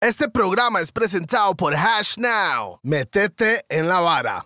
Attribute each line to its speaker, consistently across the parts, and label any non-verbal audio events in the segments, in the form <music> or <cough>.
Speaker 1: Este programa es presentado por Hash Now. Metete en la vara.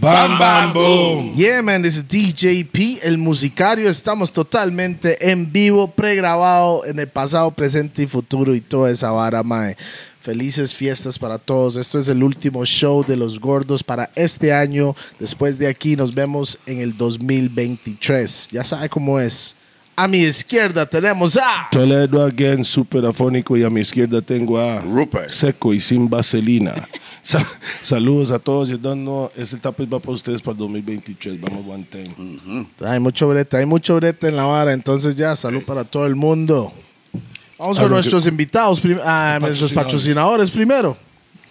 Speaker 2: Bam, bam, boom.
Speaker 1: Yeah, man, this is DJP, el musicario. Estamos totalmente en vivo, pregrabado en el pasado, presente y futuro y toda esa vara, mae. Felices fiestas para todos. Esto es el último show de los gordos para este año. Después de aquí nos vemos en el 2023. Ya sabe cómo es. A mi izquierda tenemos a...
Speaker 2: Toledo again, super afónico. Y a mi izquierda tengo a
Speaker 3: Rupert.
Speaker 2: Seco y sin vaselina. <laughs> Sa- saludos a todos. Yo don't know. Este tapiz va para ustedes para el 2023. Vamos, one time.
Speaker 1: Hay mucho brete, hay mucho brete en la vara. Entonces ya, salud para todo el mundo. Vamos con
Speaker 2: Salud.
Speaker 1: nuestros invitados, prim- ah, nuestros patrocinadores
Speaker 2: Patrocinadores.
Speaker 1: primero.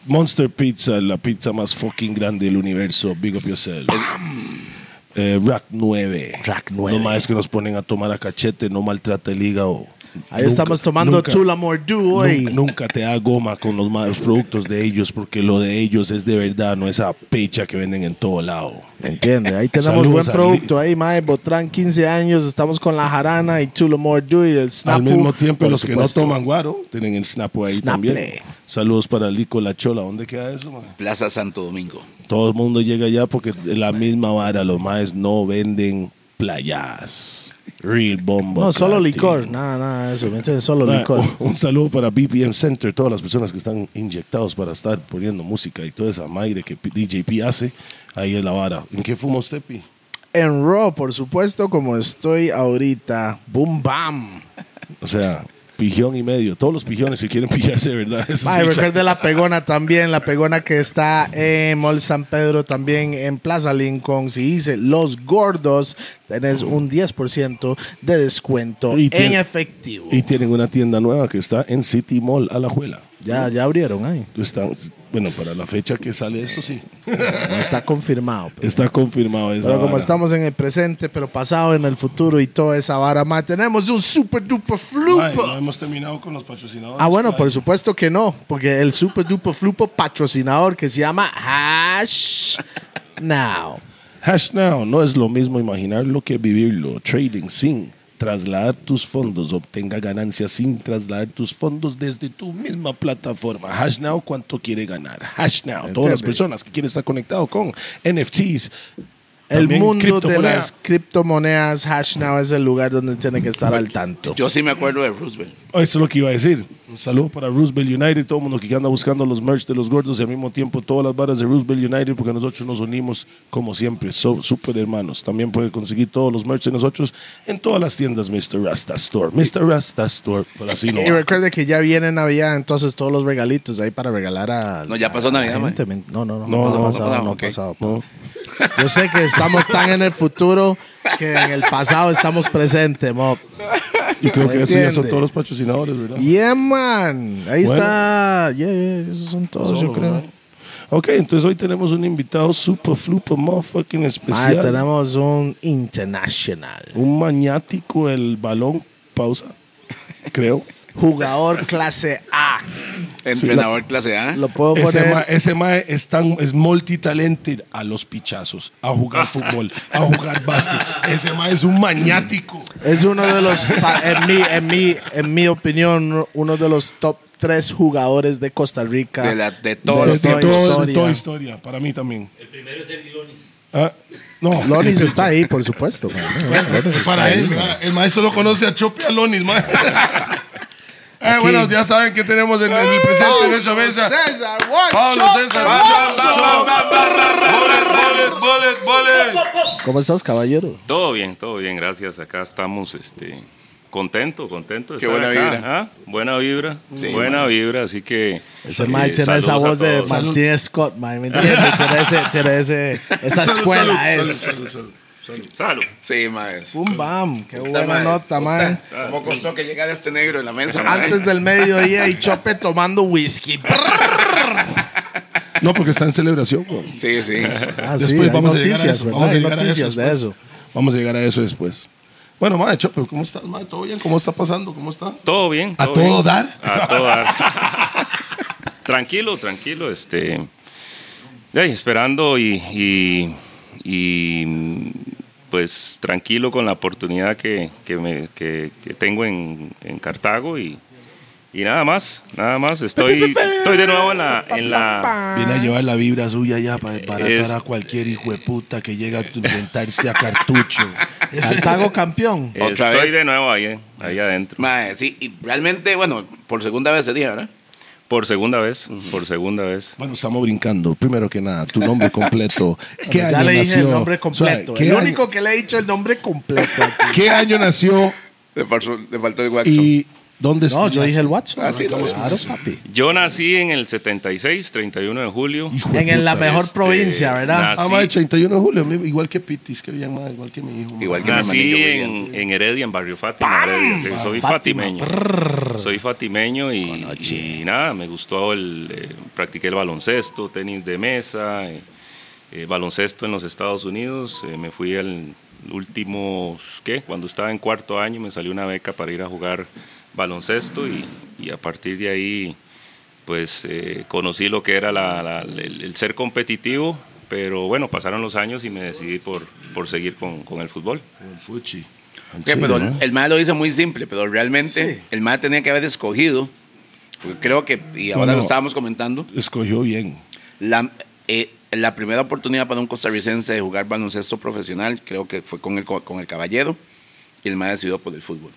Speaker 2: Monster Pizza, la pizza más fucking grande del universo. Big up yourself. Eh, Rack 9.
Speaker 1: Rack 9.
Speaker 2: No más que nos ponen a tomar a cachete. No maltrate el hígado.
Speaker 1: Ahí
Speaker 2: Nunca-
Speaker 1: estamos tomando
Speaker 2: nunca-
Speaker 1: Tula Mordu hoy.
Speaker 2: Nun- Nunca te da goma con los malos productos de ellos, porque lo de ellos es de verdad, no esa pecha que venden en todo lado.
Speaker 1: ¿Me entiende? Ahí tenemos
Speaker 2: Saludos
Speaker 1: buen
Speaker 2: al-
Speaker 1: producto. Ahí, Mae Botrán, 15 años. Estamos con la jarana y Tula Mordu y el Snapu.
Speaker 2: Al mismo tiempo,
Speaker 1: por
Speaker 2: los que no
Speaker 1: supuesto.
Speaker 2: toman guaro tienen el snapo ahí
Speaker 1: Snaple.
Speaker 2: también. Saludos para Lico La Chola. ¿Dónde queda eso, man?
Speaker 3: Plaza Santo Domingo.
Speaker 2: Todo el mundo llega allá porque es la misma vara. Los maes no venden playas. Real bomba.
Speaker 1: No, solo
Speaker 2: clatín.
Speaker 1: licor. Nada, nada, de eso. ¿Me entiende? Solo
Speaker 2: Ma,
Speaker 1: licor.
Speaker 2: un- Un saludo para BPM Center, todas las personas que están inyectados para estar poniendo música y toda esa maire que P- DJP hace. Ahí es la vara. ¿En qué fuma usted, Pi?
Speaker 1: En Raw, por supuesto, como estoy ahorita. Boom, bam.
Speaker 2: O sea, pijón y medio. Todos los pijones si quieren pillarse de verdad. eso
Speaker 1: Mae,
Speaker 2: sí,
Speaker 1: recuerde la pegona también, la pegona que está en Mall San Pedro, también en Plaza Lincoln. Si dice Los Gordos, tenés un 10% de descuento
Speaker 2: Oh. Y
Speaker 1: en
Speaker 2: tiene-
Speaker 1: efectivo.
Speaker 2: cha- Y tienen una tienda nueva que está en City Mall, Alajuela.
Speaker 1: Ya, ya abrieron
Speaker 2: <laughs>
Speaker 1: ahí.
Speaker 2: Están, bueno, para la fecha que sale esto, sí.
Speaker 1: No está confirmado. pero-
Speaker 2: Está confirmado esa
Speaker 1: Pero como
Speaker 2: vara.
Speaker 1: estamos en el presente, pero pasado, en el futuro y toda esa vara, mae, tenemos un super duper
Speaker 2: Mae, no
Speaker 1: flupo.
Speaker 2: hemos terminado con los patrocinadores.
Speaker 1: Ah, bueno,
Speaker 2: mae.
Speaker 1: por supuesto que no, porque el super duper flupo patrocinador que se llama Hash Now.
Speaker 2: Hash Now no es lo mismo imaginarlo que vivirlo. Trading sin trasladar tus fondos. Obtenga ganancias sin trasladar tus fondos desde tu misma plataforma. Hash Now, ¿cuánto quiere ganar? Hash Now, todas las
Speaker 1: Entiende.
Speaker 2: personas que quieren estar conectado con NFTs.
Speaker 1: El
Speaker 2: también
Speaker 1: mundo de
Speaker 2: criptomoneda.
Speaker 1: las criptomonedas, HashNow es el lugar donde tiene que estar al tanto.
Speaker 3: Yo sí me acuerdo de Roosevelt.
Speaker 2: Oh, Eso es lo que iba a decir. Un saludo para Roosevelt United, todo el mundo que anda buscando los merch de los gordos y al mismo tiempo todas las varas de Roosevelt United, porque nosotros nos unimos como siempre, so, super hermanos. También puede conseguir todos los merch de nosotros en todas las tiendas Mr. Rasta Store. Mr. Rasta Store, pero así no.
Speaker 1: Y recuerde que ya viene Navidad, entonces todos los regalitos ahí para regalar a.
Speaker 3: No, ya pasó
Speaker 1: a
Speaker 3: Navidad,
Speaker 1: la gente. No, no, no.
Speaker 2: No,
Speaker 1: No,
Speaker 2: no,
Speaker 1: ha pasado,
Speaker 3: no,
Speaker 1: no ha
Speaker 3: ok.
Speaker 1: pasado.
Speaker 2: No.
Speaker 1: Yo sé que estamos tan en el futuro que en el pasado estamos presentes, Mob.
Speaker 2: Y creo
Speaker 1: No
Speaker 2: que esos ya son
Speaker 1: entiende.
Speaker 2: todos los patrocinadores, ¿verdad?
Speaker 1: Yeah, man. Ahí
Speaker 2: Bueno.
Speaker 1: está. Yeah, yeah, esos son todos, yo
Speaker 2: Solo,
Speaker 1: creo.
Speaker 2: ¿verdad? Ok, entonces hoy tenemos un invitado super flupa motherfucking
Speaker 1: Ahí
Speaker 2: especial.
Speaker 1: tenemos un international.
Speaker 2: un maniático el balón, pausa, creo.
Speaker 1: Jugador clase A.
Speaker 3: Entrenador clase A.
Speaker 1: Lo puedo
Speaker 2: Ese
Speaker 1: poner.
Speaker 2: mae, ese mae es, tan, es multitalented a los pichazos, a jugar fútbol, a jugar básquet. Ese mae es un maniático.
Speaker 1: Es uno de los, pa- en mi, en mi, en mi opinión, uno de los top tres jugadores de Costa Rica.
Speaker 3: De la- de todos
Speaker 2: De
Speaker 3: los
Speaker 1: toda
Speaker 2: todo- de
Speaker 1: historia.
Speaker 2: toda historia, para mí también. El primero es el Lonis. no,
Speaker 1: Lonis está ahí, por supuesto. man. Lonis está
Speaker 2: para
Speaker 1: ahí,
Speaker 2: él,
Speaker 1: man.
Speaker 2: ¿verdad? el maestro lo conoce a Chope y a Lonis, <laughs> mae. Eh, bueno, ya saben que tenemos en, en el presente en nuestra mesa.
Speaker 1: César, Juan,
Speaker 2: Pablo
Speaker 1: Chope,
Speaker 2: César.
Speaker 1: Juan.
Speaker 2: Pablo César.
Speaker 1: ¿Cómo estás, caballero?
Speaker 4: Todo bien, todo bien, gracias. Acá estamos, este, contento, contento. De
Speaker 3: Qué
Speaker 4: estar
Speaker 3: buena
Speaker 4: acá,
Speaker 3: vibra.
Speaker 4: ¿ah? Buena vibra,
Speaker 3: Sí,
Speaker 4: buena
Speaker 3: man.
Speaker 4: vibra, así que.
Speaker 1: Ese
Speaker 4: eh,
Speaker 1: mae tiene
Speaker 4: saludos
Speaker 1: esa
Speaker 4: a
Speaker 1: voz de
Speaker 4: todos.
Speaker 1: Martín Scott, mae, ¿me entiendes? tiene ese, tiene ese, esa
Speaker 2: Salud,
Speaker 1: escuela
Speaker 2: salud,
Speaker 1: es.
Speaker 2: salud, salud, salud.
Speaker 4: Salud.
Speaker 3: Sí, maestro.
Speaker 1: Bum, bam, qué buena nota, mae.
Speaker 3: ¿Cómo costó que llegara este negro en la mesa? mae?
Speaker 1: Antes del mediodía y Chope tomando
Speaker 3: <laughs>
Speaker 1: whisky.
Speaker 2: No, porque está en celebración. güey.
Speaker 3: Sí, sí.
Speaker 1: Ah, sí,
Speaker 2: Después
Speaker 1: hay
Speaker 2: vamos a llegar a
Speaker 1: noticias,
Speaker 2: eso,
Speaker 1: ¿verdad?
Speaker 2: vamos a
Speaker 1: Hay
Speaker 2: llegar a eso
Speaker 1: noticias de
Speaker 2: después.
Speaker 1: eso.
Speaker 2: Vamos a llegar a eso después. Bueno, madre, Chope, ¿cómo estás, madre? ¿Todo bien? ¿Cómo está pasando? ¿Cómo está?
Speaker 4: Todo bien.
Speaker 2: ¿A
Speaker 4: todo
Speaker 2: todo
Speaker 4: bien.
Speaker 2: dar?
Speaker 4: <laughs> A todo dar. tranquilo, tranquilo, este. De ahí, esperando y, y- y, pues tranquilo con la oportunidad que, que me- que- que tengo en, en Cartago y, y nada más, nada más. Estoy, estoy de nuevo en la... En la
Speaker 2: Viene a llevar la vibra suya ya para desbaratar
Speaker 4: Es-
Speaker 2: a cualquier hijo de puta que llega a tu- sentarse a cartucho. Ese-
Speaker 1: Cartago campeón.
Speaker 3: Otra
Speaker 4: eh, estoy
Speaker 3: vez.
Speaker 4: de nuevo ahí, eh, ahí adentro.
Speaker 3: Mae, sí, y realmente, bueno, por segunda vez se dije, ¿verdad?
Speaker 4: Por segunda vez, por segunda vez.
Speaker 2: Bueno, estamos brincando. Primero que nada, tu
Speaker 1: <laughs>
Speaker 2: nombre completo. ¿Qué
Speaker 1: ya
Speaker 2: año
Speaker 1: le dije
Speaker 2: nació?
Speaker 1: el nombre completo.
Speaker 2: O sea, ¿qué,
Speaker 1: el
Speaker 2: año,
Speaker 1: único que le he dicho el nombre <laughs> completo. aquí.
Speaker 2: qué año nació
Speaker 3: Le faltó, le faltó el Watson.
Speaker 2: y dónde
Speaker 1: no, yo
Speaker 2: estudiaste?
Speaker 1: dije el Watson.
Speaker 3: Ah, sí, lo
Speaker 1: claro, papi.
Speaker 4: Yo nací en el 76, 31 de julio.
Speaker 2: Hijo de
Speaker 1: En, el- la
Speaker 2: puta.
Speaker 1: mejor
Speaker 4: este,
Speaker 1: provincia, ¿verdad?
Speaker 4: nací-
Speaker 2: Ah, madre, 31 de julio, mi- igual que Pitis, que bien, madre, igual que mi hijo. madre.
Speaker 3: Igual que mi hermanillo,
Speaker 4: Nací
Speaker 3: muy
Speaker 4: en,
Speaker 3: bien.
Speaker 4: en Heredia, en Barrio Fátima. Heredia, sí, soy
Speaker 1: Fátima,
Speaker 4: fatimeño. Soy fatimeño y, y nada, me gustó el... eh, practiqué el baloncesto, tenis de mesa, eh, eh, baloncesto en los Estados Unidos. eh, me fui al último, ¿qué? Cuando estaba en cuarto año me salió una beca para ir a jugar baloncesto y, y a partir de ahí pues eh, conocí lo que era la- la- el, el ser competitivo, pero bueno, pasaron los años y me decidí por, por seguir con, con el fútbol.
Speaker 2: El Fuchi.
Speaker 3: Ok, pero
Speaker 2: Sí, ¿no?
Speaker 3: el mal lo hizo muy simple, pero realmente
Speaker 1: Sí.
Speaker 3: el mal tenía que haber escogido, porque creo que, y ahora
Speaker 2: No, no.
Speaker 3: lo estábamos comentando,
Speaker 2: Escogió bien.
Speaker 3: la, eh, la primera oportunidad para un costarricense de jugar baloncesto profesional, creo que fue con el, co- con el caballero, y el mal decidió por el fútbol.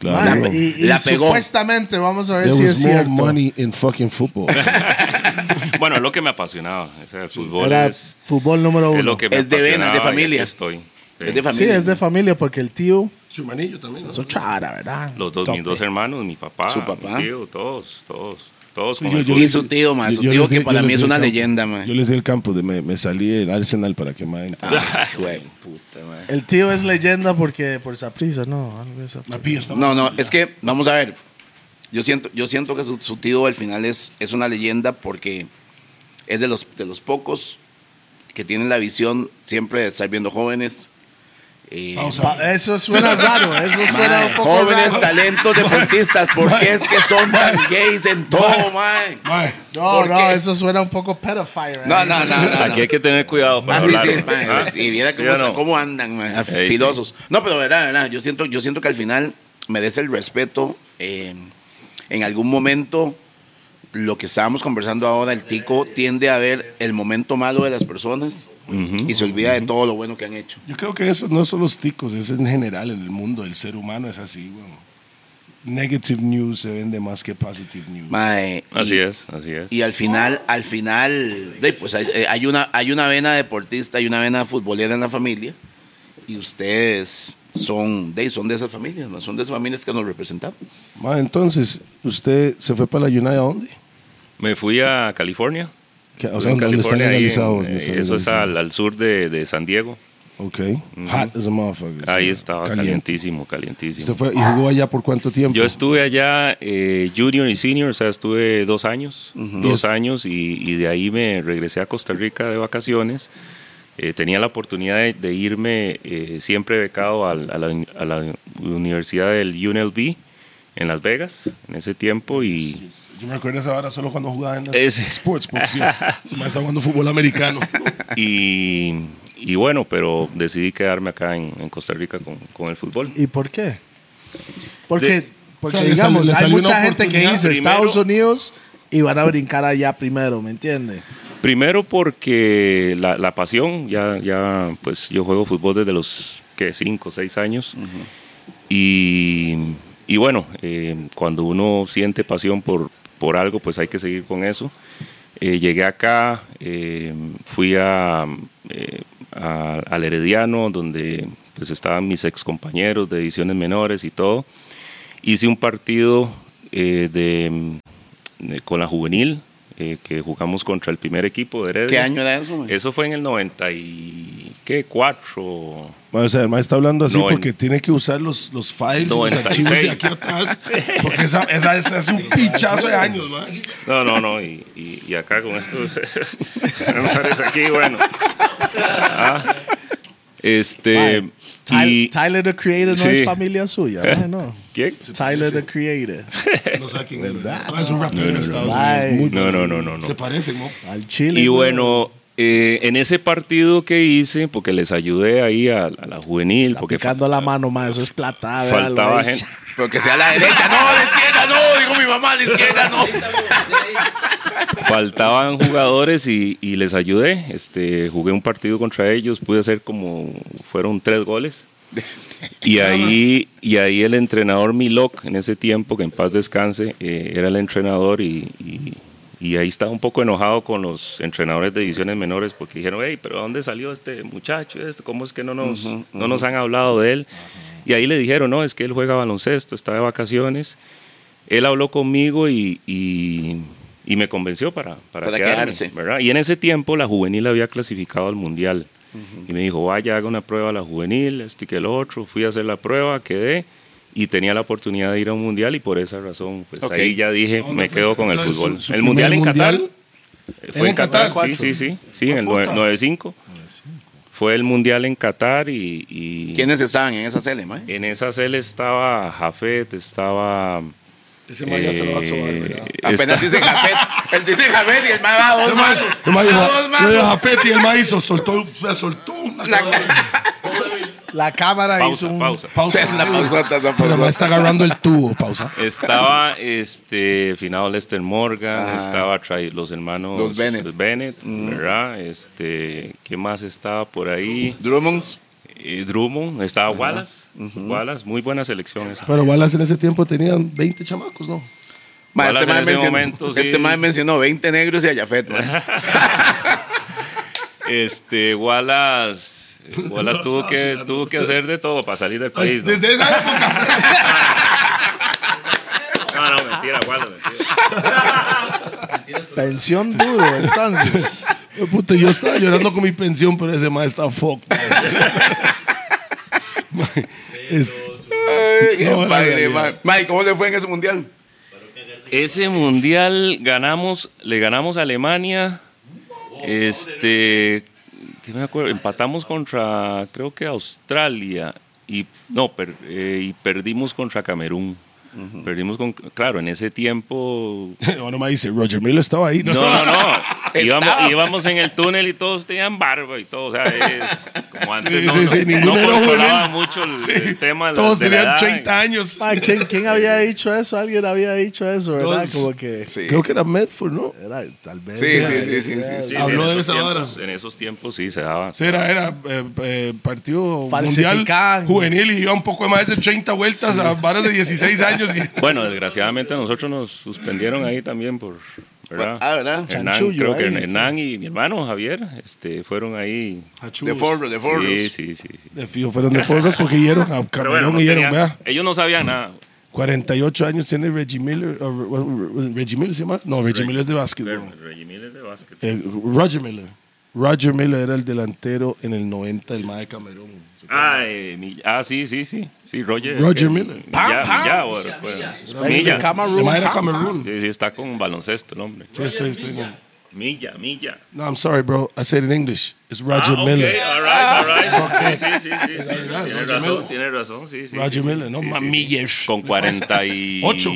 Speaker 2: Claro.
Speaker 1: Mae, y, y
Speaker 3: La pegó.
Speaker 1: supuestamente, vamos a ver
Speaker 2: There
Speaker 1: si
Speaker 2: was
Speaker 1: es
Speaker 2: more
Speaker 1: cierto.
Speaker 2: money in fucking football.
Speaker 4: bueno, es lo que me apasionaba, o sea, el fútbol
Speaker 1: Era
Speaker 4: es,
Speaker 1: fútbol número uno.
Speaker 4: es lo que me
Speaker 3: Es de venas,
Speaker 4: apasionaba
Speaker 3: de
Speaker 4: y aquí
Speaker 3: familia.
Speaker 4: estoy. Sí.
Speaker 3: Es de
Speaker 1: Sí,
Speaker 3: familia.
Speaker 1: es de familia porque el tío
Speaker 2: Su manillo también.
Speaker 1: es otra ara, ¿verdad?
Speaker 4: Los dos, mis
Speaker 1: Tope.
Speaker 4: dos hermanos, mi papá,
Speaker 3: Su papá.
Speaker 4: mi tío, todos, todos, todos.
Speaker 2: Sí,
Speaker 4: con
Speaker 2: yo-
Speaker 4: el
Speaker 2: yo-
Speaker 4: fútbol.
Speaker 3: y su tío, ma,
Speaker 2: Yo-
Speaker 3: su
Speaker 2: yo
Speaker 3: tío
Speaker 2: les di-
Speaker 3: que para
Speaker 2: yo
Speaker 3: mí
Speaker 2: les
Speaker 3: es
Speaker 2: di
Speaker 3: una
Speaker 2: el campo.
Speaker 3: leyenda, ma.
Speaker 2: Yo les di el campo, de, me, me salí del Arsenal para que me
Speaker 3: Ay, Ah, güey, puta, ma.
Speaker 1: El tío es leyenda porque por Saprisa, no, algo de
Speaker 2: Ah,
Speaker 1: Saprissa.
Speaker 3: No, no, es que vamos a ver. Yo siento, yo siento que su, su tío al final es, es una leyenda porque es de los, de los pocos que tienen la visión siempre de estar viendo jóvenes. eh,
Speaker 1: Pa- Eso suena raro, eso suena un
Speaker 3: mae,
Speaker 1: poco
Speaker 3: jóvenes
Speaker 1: raro.
Speaker 3: talentos deportistas, ¿por qué es que son tan gays en todo, mae?
Speaker 1: No,
Speaker 3: ¿Por
Speaker 1: no,
Speaker 3: qué?
Speaker 1: eso suena un poco pedophile. ¿eh?
Speaker 3: No, no, no, no, no.
Speaker 4: Aquí hay que tener cuidado para
Speaker 3: Ah, sí,
Speaker 4: hablar.
Speaker 3: sí, mae,
Speaker 4: ¿Ah?
Speaker 3: sí, viera
Speaker 4: ¿Sí
Speaker 3: cómo,
Speaker 4: o
Speaker 3: está-
Speaker 4: no?
Speaker 3: cómo andan, mae,
Speaker 4: sí.
Speaker 3: filosos. No, pero verdad, verdad, yo siento, yo siento que al final merece el respeto. eh, en algún momento, lo que estábamos conversando ahora, el tico tiende a ver el momento malo de las personas y se olvida de todo lo bueno que han hecho.
Speaker 2: Yo creo que eso no son los ticos, es en general en el mundo, el ser humano es así, weón. Negative news se vende más que positive news.
Speaker 3: Mae, y-
Speaker 4: Así es, así es.
Speaker 3: Y al final, al final, de, pues hay, eh, hay una, hay una vena deportista, hay una vena futbolera en la familia y ustedes son de, son de esas familias, ¿no? son de esas familias que nos representaron.
Speaker 2: Ma, entonces, ¿usted se fue para la United a dónde?
Speaker 4: Me fui a California.
Speaker 2: Que- O
Speaker 4: Estuve
Speaker 2: sea,
Speaker 4: en
Speaker 2: ¿dónde están
Speaker 4: California, ahí en-
Speaker 2: legalizados?
Speaker 4: eh,
Speaker 2: ¿Dónde están
Speaker 4: eso es
Speaker 2: legalizados?
Speaker 4: al, al sur de, de San Diego.
Speaker 2: Ok. Hot as a motherfucker.
Speaker 4: Ahí
Speaker 2: sí,
Speaker 4: estaba
Speaker 2: caliente.
Speaker 4: calientísimo, calientísimo.
Speaker 2: ¿Usted fue y jugó allá por cuánto tiempo?
Speaker 4: Yo estuve allá eh, junior y senior, o sea, estuve dos años, dos años y, y de ahí me regresé a Costa Rica de vacaciones. Eh, tenía la oportunidad de, de irme eh, siempre becado al- a, la, uni- a la Universidad del UNLV en Las Vegas en ese tiempo y
Speaker 2: Yo me acuerdo esa hora solo cuando jugaba en las
Speaker 4: Ese.
Speaker 2: sportsbooks.
Speaker 4: <laughs>
Speaker 2: yo. Se me estaba jugando fútbol americano.
Speaker 4: Y, y bueno, pero decidí quedarme acá en, en Costa Rica con, con el fútbol.
Speaker 1: ¿Y por qué? Porque,
Speaker 4: De-
Speaker 1: porque
Speaker 2: O sea, le
Speaker 1: digamos,
Speaker 2: salió- le
Speaker 1: hay
Speaker 2: salió
Speaker 1: mucha
Speaker 2: una
Speaker 1: gente que
Speaker 2: oportunidad
Speaker 1: dice
Speaker 4: primero.
Speaker 1: Estados Unidos y van a brincar allá primero, ¿me entiendes?
Speaker 4: Primero porque la, la pasión, ya, ya pues yo juego fútbol desde los que 5, 6 años. y, y bueno, eh, cuando uno siente pasión por, por algo, pues hay que seguir con eso. Eh, llegué acá, eh, fui a, eh, a- al Herediano, donde pues estaban mis excompañeros de ediciones menores y todo. Hice un partido eh, de, de- con la juvenil, eh, que jugamos contra el primer equipo de Heredia.
Speaker 3: ¿Qué año era eso? güey?
Speaker 4: Eso fue en el 94.
Speaker 2: Ma, o sea, el ma está hablando así
Speaker 4: No, en-
Speaker 2: porque tiene que usar los, los files, los
Speaker 4: 96.
Speaker 2: archivos de aquí atrás. Porque esa, esa- esa es un pichazo de años, ma.
Speaker 4: No, no, no. Y, y- y acá con estos <laughs> hermanos aquí, bueno. Ah, este.
Speaker 1: Ay, Tyler,
Speaker 4: y-
Speaker 1: Tyler, the Creator no
Speaker 4: sí.
Speaker 1: es familia
Speaker 4: <laughs>
Speaker 1: suya, ¿verdad? no.
Speaker 4: ¿Quién?
Speaker 1: Tyler the Creator.
Speaker 2: No saquen ¿verdad? es un rapero en Estados
Speaker 1: Ay.
Speaker 2: Unidos. muy-
Speaker 4: No, no, no, no, no.
Speaker 2: Se parecen, ¿no?
Speaker 1: Al Chile.
Speaker 4: Y
Speaker 1: güey.
Speaker 4: bueno, Eh, en ese partido que hice, porque les ayudé ahí a, a la juvenil,
Speaker 1: Está
Speaker 4: porque
Speaker 1: picando la mano, ma, eso es plata. véalo
Speaker 4: faltaba
Speaker 1: ahí.
Speaker 4: gente.
Speaker 3: Porque sea la derecha, no, la izquierda, no, dijo mi mamá, la izquierda, no.
Speaker 4: faltaban jugadores y, y les ayudé. Este, jugué un partido contra ellos, pude hacer como fueron tres goles. Y ahí, y ahí el entrenador Milok, en ese tiempo, que en paz descanse, eh, era el entrenador y, y- y ahí estaba un poco enojado con los entrenadores de divisiones menores porque dijeron, hey, pero ¿a dónde salió este muchacho? Este? ¿Cómo es que no nos, no nos han hablado de él? Y ahí le dijeron, no, es que él juega baloncesto, está de vacaciones él habló conmigo y, y- y me convenció para, para,
Speaker 3: Para
Speaker 4: quedarme,
Speaker 3: quedarse.
Speaker 4: ¿verdad? Y en ese tiempo la juvenil había clasificado al mundial. Y me dijo, vaya, haga una prueba a la juvenil, este que el otro. Fui a hacer la prueba, quedé y tenía la oportunidad de ir a un mundial y por esa razón, pues
Speaker 3: Ok.
Speaker 4: ahí ya dije, me quedo con el
Speaker 2: Entonces,
Speaker 4: fútbol.
Speaker 2: su- su
Speaker 4: el
Speaker 2: primer
Speaker 4: mundial en
Speaker 2: mundial
Speaker 4: Qatar. Fue en Qatar, sí, sí, sí, sí, en el nue- 9-5. Fue el mundial en Qatar y... y
Speaker 3: ¿Quiénes estaban en esa cele, mae?
Speaker 4: en esa cel estaba Jafet, estaba...
Speaker 2: Ese man ya se lo va a sobar, ¿verdad?
Speaker 4: eh,
Speaker 3: Apenas
Speaker 4: está-
Speaker 3: dice Jafet. Él dice Jafet y el mae va a dos manos.
Speaker 2: El man
Speaker 3: a
Speaker 2: dijo,
Speaker 3: dos
Speaker 2: yo digo,
Speaker 3: manos.
Speaker 2: Jafet y el man hizo, soltó, soltó una
Speaker 3: La-
Speaker 1: <laughs> La cámara hizo
Speaker 4: pausa,
Speaker 1: un...
Speaker 4: pausa.
Speaker 2: pausa.
Speaker 3: Es la pausota, esa
Speaker 2: Pero el man está
Speaker 3: pausota.
Speaker 2: agarrando el tubo, pausa.
Speaker 4: Estaba este finado Lester Morgan,
Speaker 3: Ah.
Speaker 4: estaba Tri- los hermanos
Speaker 3: Los Bennett. Mm.
Speaker 4: ¿verdad? Este, ¿qué más estaba por ahí?
Speaker 3: Drummonds.
Speaker 4: Eh, Drummond, estaba Wallace, Wallace, muy buena selección esa.
Speaker 2: Pero Wallace en ese tiempo tenían 20 chamacos, ¿no?
Speaker 3: Ma, este
Speaker 4: Ojalá en
Speaker 3: mae
Speaker 4: ese
Speaker 3: mencionó,
Speaker 4: momento, sí.
Speaker 3: este mae mencionó 20 negros y a Jafet, mae.
Speaker 4: Este Wallace Wallace tuvo que tuvo que hacer de todo para salir del país. ¿no?
Speaker 2: Desde esa época.
Speaker 4: No, no, mentira, Wallace. mentira.
Speaker 1: Pensión duro,
Speaker 4: <laughs>
Speaker 1: entonces.
Speaker 2: Puta, yo estaba llorando con mi pensión, pero ese man está
Speaker 4: <laughs>
Speaker 2: fuck. man. Man, este, <laughs>
Speaker 3: Ay, qué
Speaker 2: No, la
Speaker 3: padre,
Speaker 2: realidad.
Speaker 3: mae. Mae, ¿cómo le fue en ese mundial?
Speaker 4: Ese mundial ganamos, le ganamos a Alemania. Este, ¿qué me acuerdo? Empatamos contra, creo que Australia y no, per- eh, y perdimos contra Camerún. Perdimos con, claro, en ese tiempo.
Speaker 2: bueno, me dice, Roger Miller estaba ahí.
Speaker 4: No, no, no.
Speaker 3: Estaba.
Speaker 4: íbamos, íbamos en el túnel y todos tenían barba y todo. O sea, es como antes
Speaker 2: Sí,
Speaker 4: no,
Speaker 2: sí, sí,
Speaker 4: no
Speaker 2: ninguno era
Speaker 4: controlaba
Speaker 2: juvenil.
Speaker 4: mucho el, el tema. de
Speaker 2: <laughs>
Speaker 4: la-
Speaker 2: Todos
Speaker 4: de la
Speaker 2: tenían
Speaker 4: edad.
Speaker 2: 30 años.
Speaker 1: Ma, ¿quién, quién había dicho eso? Alguien había dicho eso, ¿verdad?
Speaker 2: Todos-
Speaker 1: Como que...
Speaker 3: Sí.
Speaker 2: Creo que era Medford, ¿no?
Speaker 1: Era, tal vez.
Speaker 3: Sí,
Speaker 1: era-
Speaker 3: sí, sí, sí, sí, sí.
Speaker 4: Sí, sí,
Speaker 2: Habló
Speaker 4: en
Speaker 2: de
Speaker 4: esos
Speaker 2: esa
Speaker 4: tiempos- En esos tiempos sí se daba.
Speaker 2: Sí, era, era eh, eh, partido mundial
Speaker 1: Falsificaban.
Speaker 2: juvenil y iba un poco más de 30 vueltas a varas de 16 años. Y,
Speaker 4: Bueno, desgraciadamente a nosotros nos suspendieron ahí también por. ¿verdad?
Speaker 3: Ah, ¿verdad?
Speaker 4: Hernán,
Speaker 1: Chanchullo
Speaker 4: creo que
Speaker 1: ahí.
Speaker 4: Hernán y mi hermano Javier este, fueron ahí.
Speaker 3: De Forros, de Forros. <laughs>
Speaker 4: Sí, sí, sí. sí.
Speaker 2: De fijo fueron de Forros porque dieron a
Speaker 4: Pero
Speaker 2: Camerún
Speaker 4: bueno, no
Speaker 2: y dieron,
Speaker 4: tenían-
Speaker 2: vea.
Speaker 4: ellos no sabían nada.
Speaker 2: 48 años tiene Reggie Miller. o, o, o, ¿Reggie Miller se llama? No, Reggie Miller es de básquetbol.
Speaker 4: Reggie Miller de básquet.
Speaker 2: Eh, Roger Miller. Roger Miller era el delantero en el 90 del Mae Camerún.
Speaker 4: Ah, eh, mi- ah, sí, sí, sí. Sí, Roger.
Speaker 2: Roger
Speaker 4: que-
Speaker 2: Miller.
Speaker 4: Milla,
Speaker 1: Pam,
Speaker 4: Milla,
Speaker 1: pam.
Speaker 4: ahora, pues.
Speaker 1: Milla.
Speaker 4: Milla.
Speaker 2: El
Speaker 1: Cameroon.
Speaker 2: Mae era Camerún.
Speaker 4: Sí, sí, está con un baloncesto el hombre.
Speaker 2: Sí, estoy, estoy. no.
Speaker 4: Milla, Milla.
Speaker 2: No, I'm sorry, bro. I said it in English. It's Roger
Speaker 4: ah,
Speaker 2: Miller.
Speaker 4: Okay, all right, all
Speaker 2: <laughs>
Speaker 4: right. Sí, sí, sí, sí, sí.
Speaker 2: verdad,
Speaker 4: Tiene
Speaker 2: Roger
Speaker 4: razón,
Speaker 2: Miller.
Speaker 4: tiene razón, sí, sí.
Speaker 2: Roger
Speaker 4: sí,
Speaker 2: Miller, no
Speaker 4: sí, sí.
Speaker 2: mamillas.
Speaker 4: Con 48
Speaker 2: Ocho.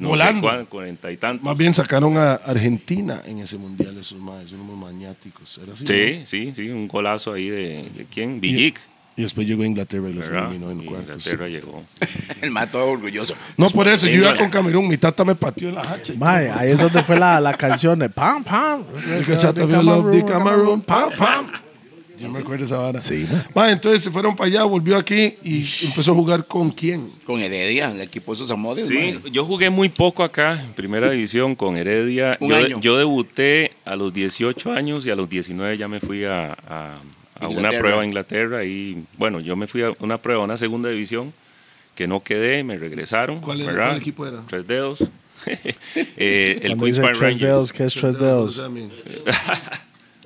Speaker 4: no
Speaker 2: Volando.
Speaker 4: sé cuán- 40 y tantos.
Speaker 2: Más bien sacaron a Argentina en ese mundial esos maes, unos maniáticos. ¿Era así?
Speaker 4: Sí, sí, sí, un golazo ahí de, de quién?
Speaker 2: no?
Speaker 4: Villic.
Speaker 2: Y, y después llegó a Inglaterra y los
Speaker 4: ¿verdad?
Speaker 2: eliminó en
Speaker 4: Y
Speaker 2: cuartos.
Speaker 4: Inglaterra llegó.
Speaker 3: El mae todo orgulloso.
Speaker 2: No por eso, yo
Speaker 4: Sí,
Speaker 2: iba
Speaker 4: no.
Speaker 2: con Camerún, mi tata me pateó en la hacha. pues,
Speaker 1: Ma, ahí es donde fue la, la canción de Pam Pam.
Speaker 2: Because I love the Camerún, pam, pam. Yo me acuerdo esa vara.
Speaker 1: Sí.
Speaker 2: Ma, entonces se fueron para allá, volvió aquí y empezó a jugar con quién.
Speaker 3: Con Heredia, el equipo de sus amores,
Speaker 4: Sí,
Speaker 3: mae.
Speaker 4: yo jugué muy poco acá, en primera división, con Heredia.
Speaker 3: Un
Speaker 4: yo,
Speaker 3: año.
Speaker 4: yo debuté a los 18 años y a los 19 ya me fui a, a- a una
Speaker 3: Inglaterra.
Speaker 4: prueba a Inglaterra. Y bueno, yo me fui a una prueba a una segunda división que no quedé, me regresaron.
Speaker 2: ¿Cuál era?
Speaker 4: ¿verdad?
Speaker 2: ¿Cuál equipo era?
Speaker 4: Tres dedos. <laughs> Eh, el
Speaker 1: Cuando
Speaker 4: Queen's
Speaker 1: dice
Speaker 4: Park
Speaker 1: tres
Speaker 4: Rangers.
Speaker 1: dedos, ¿qué es tres dedos?
Speaker 4: <laughs>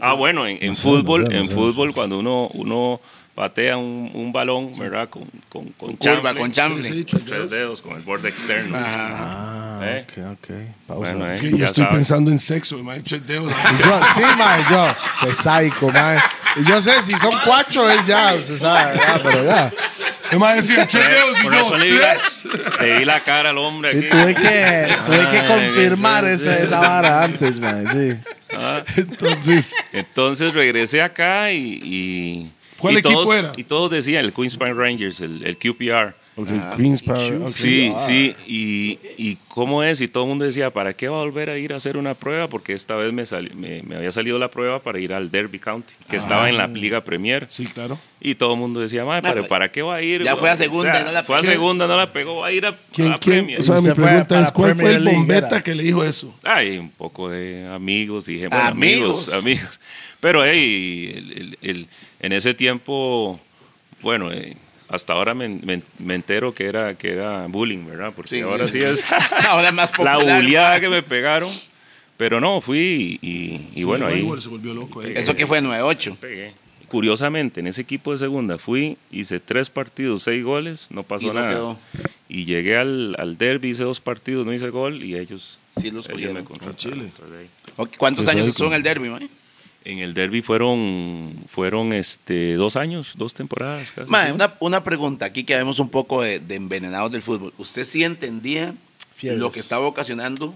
Speaker 4: Ah, bueno, en, en
Speaker 1: No sé,
Speaker 4: fútbol,
Speaker 1: no sé, no
Speaker 4: en
Speaker 1: sé.
Speaker 4: fútbol cuando uno, uno patea un, un balón, ¿verdad? Con, con, con
Speaker 3: Curva,
Speaker 4: chanfle,
Speaker 3: con chamble.
Speaker 2: Sí, sí.
Speaker 4: con tres dedos, con el borde externo.
Speaker 1: Ah,
Speaker 4: ¿Eh?
Speaker 1: ok, ok. Pausa.
Speaker 4: Bueno, eh.
Speaker 2: Es que yo
Speaker 4: Ya
Speaker 2: estoy
Speaker 4: saben.
Speaker 2: pensando en sexo, ma, tres dedos.
Speaker 1: Y yo, sí, mae, yo. Qué psycho, mae. Y yo sé, si son cuatro es ya, usted sabe, ¿verdad? pero ya.
Speaker 2: Es más, decía tres dedos y
Speaker 4: Por
Speaker 2: yo,
Speaker 4: eso le, vi la,
Speaker 2: tres.
Speaker 4: le vi la cara al hombre.
Speaker 1: Sí,
Speaker 4: aquí.
Speaker 1: tuve que, tuve que
Speaker 4: Ay,
Speaker 1: confirmar
Speaker 4: bien,
Speaker 1: esa, esa vara antes, mae, sí.
Speaker 4: Ah.
Speaker 2: Entonces,
Speaker 4: Entonces regresé acá y. y
Speaker 5: ¿Cuál
Speaker 4: y
Speaker 5: equipo
Speaker 4: todos,
Speaker 5: era?
Speaker 4: Y todos decían el Queens Park Rangers, el, el QPR.
Speaker 2: okay, Queens Power, ok.
Speaker 4: Ah. Sí, sí, y, y cómo es, y todo el mundo decía, ¿para qué va a volver a ir a hacer una prueba? Porque esta vez me, sali- me, me había salido la prueba para ir al Derby County, que estaba en la Liga Premier.
Speaker 2: Sí, claro.
Speaker 4: Y todo el mundo decía, "Mae,
Speaker 3: Ah,
Speaker 4: pero
Speaker 3: pues,
Speaker 4: ¿para qué va a ir?
Speaker 3: ya
Speaker 4: weón?
Speaker 3: fue a segunda
Speaker 4: O sea,
Speaker 3: y no la
Speaker 4: Fue a
Speaker 3: pegó.
Speaker 4: segunda, no la pegó, va a ir a,
Speaker 2: ¿Quién,
Speaker 4: a
Speaker 2: quién?
Speaker 4: Premier.
Speaker 2: O sea,
Speaker 1: Se
Speaker 2: mi
Speaker 1: fue
Speaker 2: pregunta
Speaker 1: para
Speaker 2: es, ¿cuál fue
Speaker 1: Premier
Speaker 2: el
Speaker 1: League,
Speaker 2: bombeta
Speaker 1: era.
Speaker 2: que le dijo eso?
Speaker 4: Hay un poco de amigos, dije, bueno,
Speaker 3: Amigos.
Speaker 4: amigos, amigos. Pero hey, el- el- el- en ese tiempo, bueno, eh, hasta ahora me, me- me entero que era, que era bullying, ¿verdad? Porque
Speaker 3: Sí,
Speaker 4: ahora
Speaker 3: sí.
Speaker 4: sí es
Speaker 3: Ahora es <laughs> más
Speaker 4: la
Speaker 3: popular.
Speaker 4: buleada que me pegaron. Pero no, fui y, y- y bueno, ahí
Speaker 2: Se volvió loco. eh. ahí.
Speaker 3: Eso que fue 9-8.
Speaker 4: pegué. Curiosamente, en ese equipo de segunda fui, hice tres partidos, seis goles, no pasó
Speaker 3: Y no
Speaker 4: nada.
Speaker 3: quedó.
Speaker 4: Y llegué al, al derby, hice dos partidos, no hice gol y ellos,
Speaker 3: Sí, los
Speaker 4: ellos
Speaker 3: cogieron.
Speaker 4: me contrataron.
Speaker 2: Chile.
Speaker 4: Entonces, ahí-
Speaker 3: Ok, ¿Cuántos
Speaker 2: Qué
Speaker 3: años
Speaker 2: rico.
Speaker 3: estuvo en el derby, mae?
Speaker 4: En el derby fueron, fueron este, dos años, dos temporadas. casi.
Speaker 3: Mae, una, una pregunta. Aquí que vemos un poco de, de envenenados del fútbol. ¿Usted sí entendía
Speaker 1: Fiebres.
Speaker 3: lo que estaba ocasionando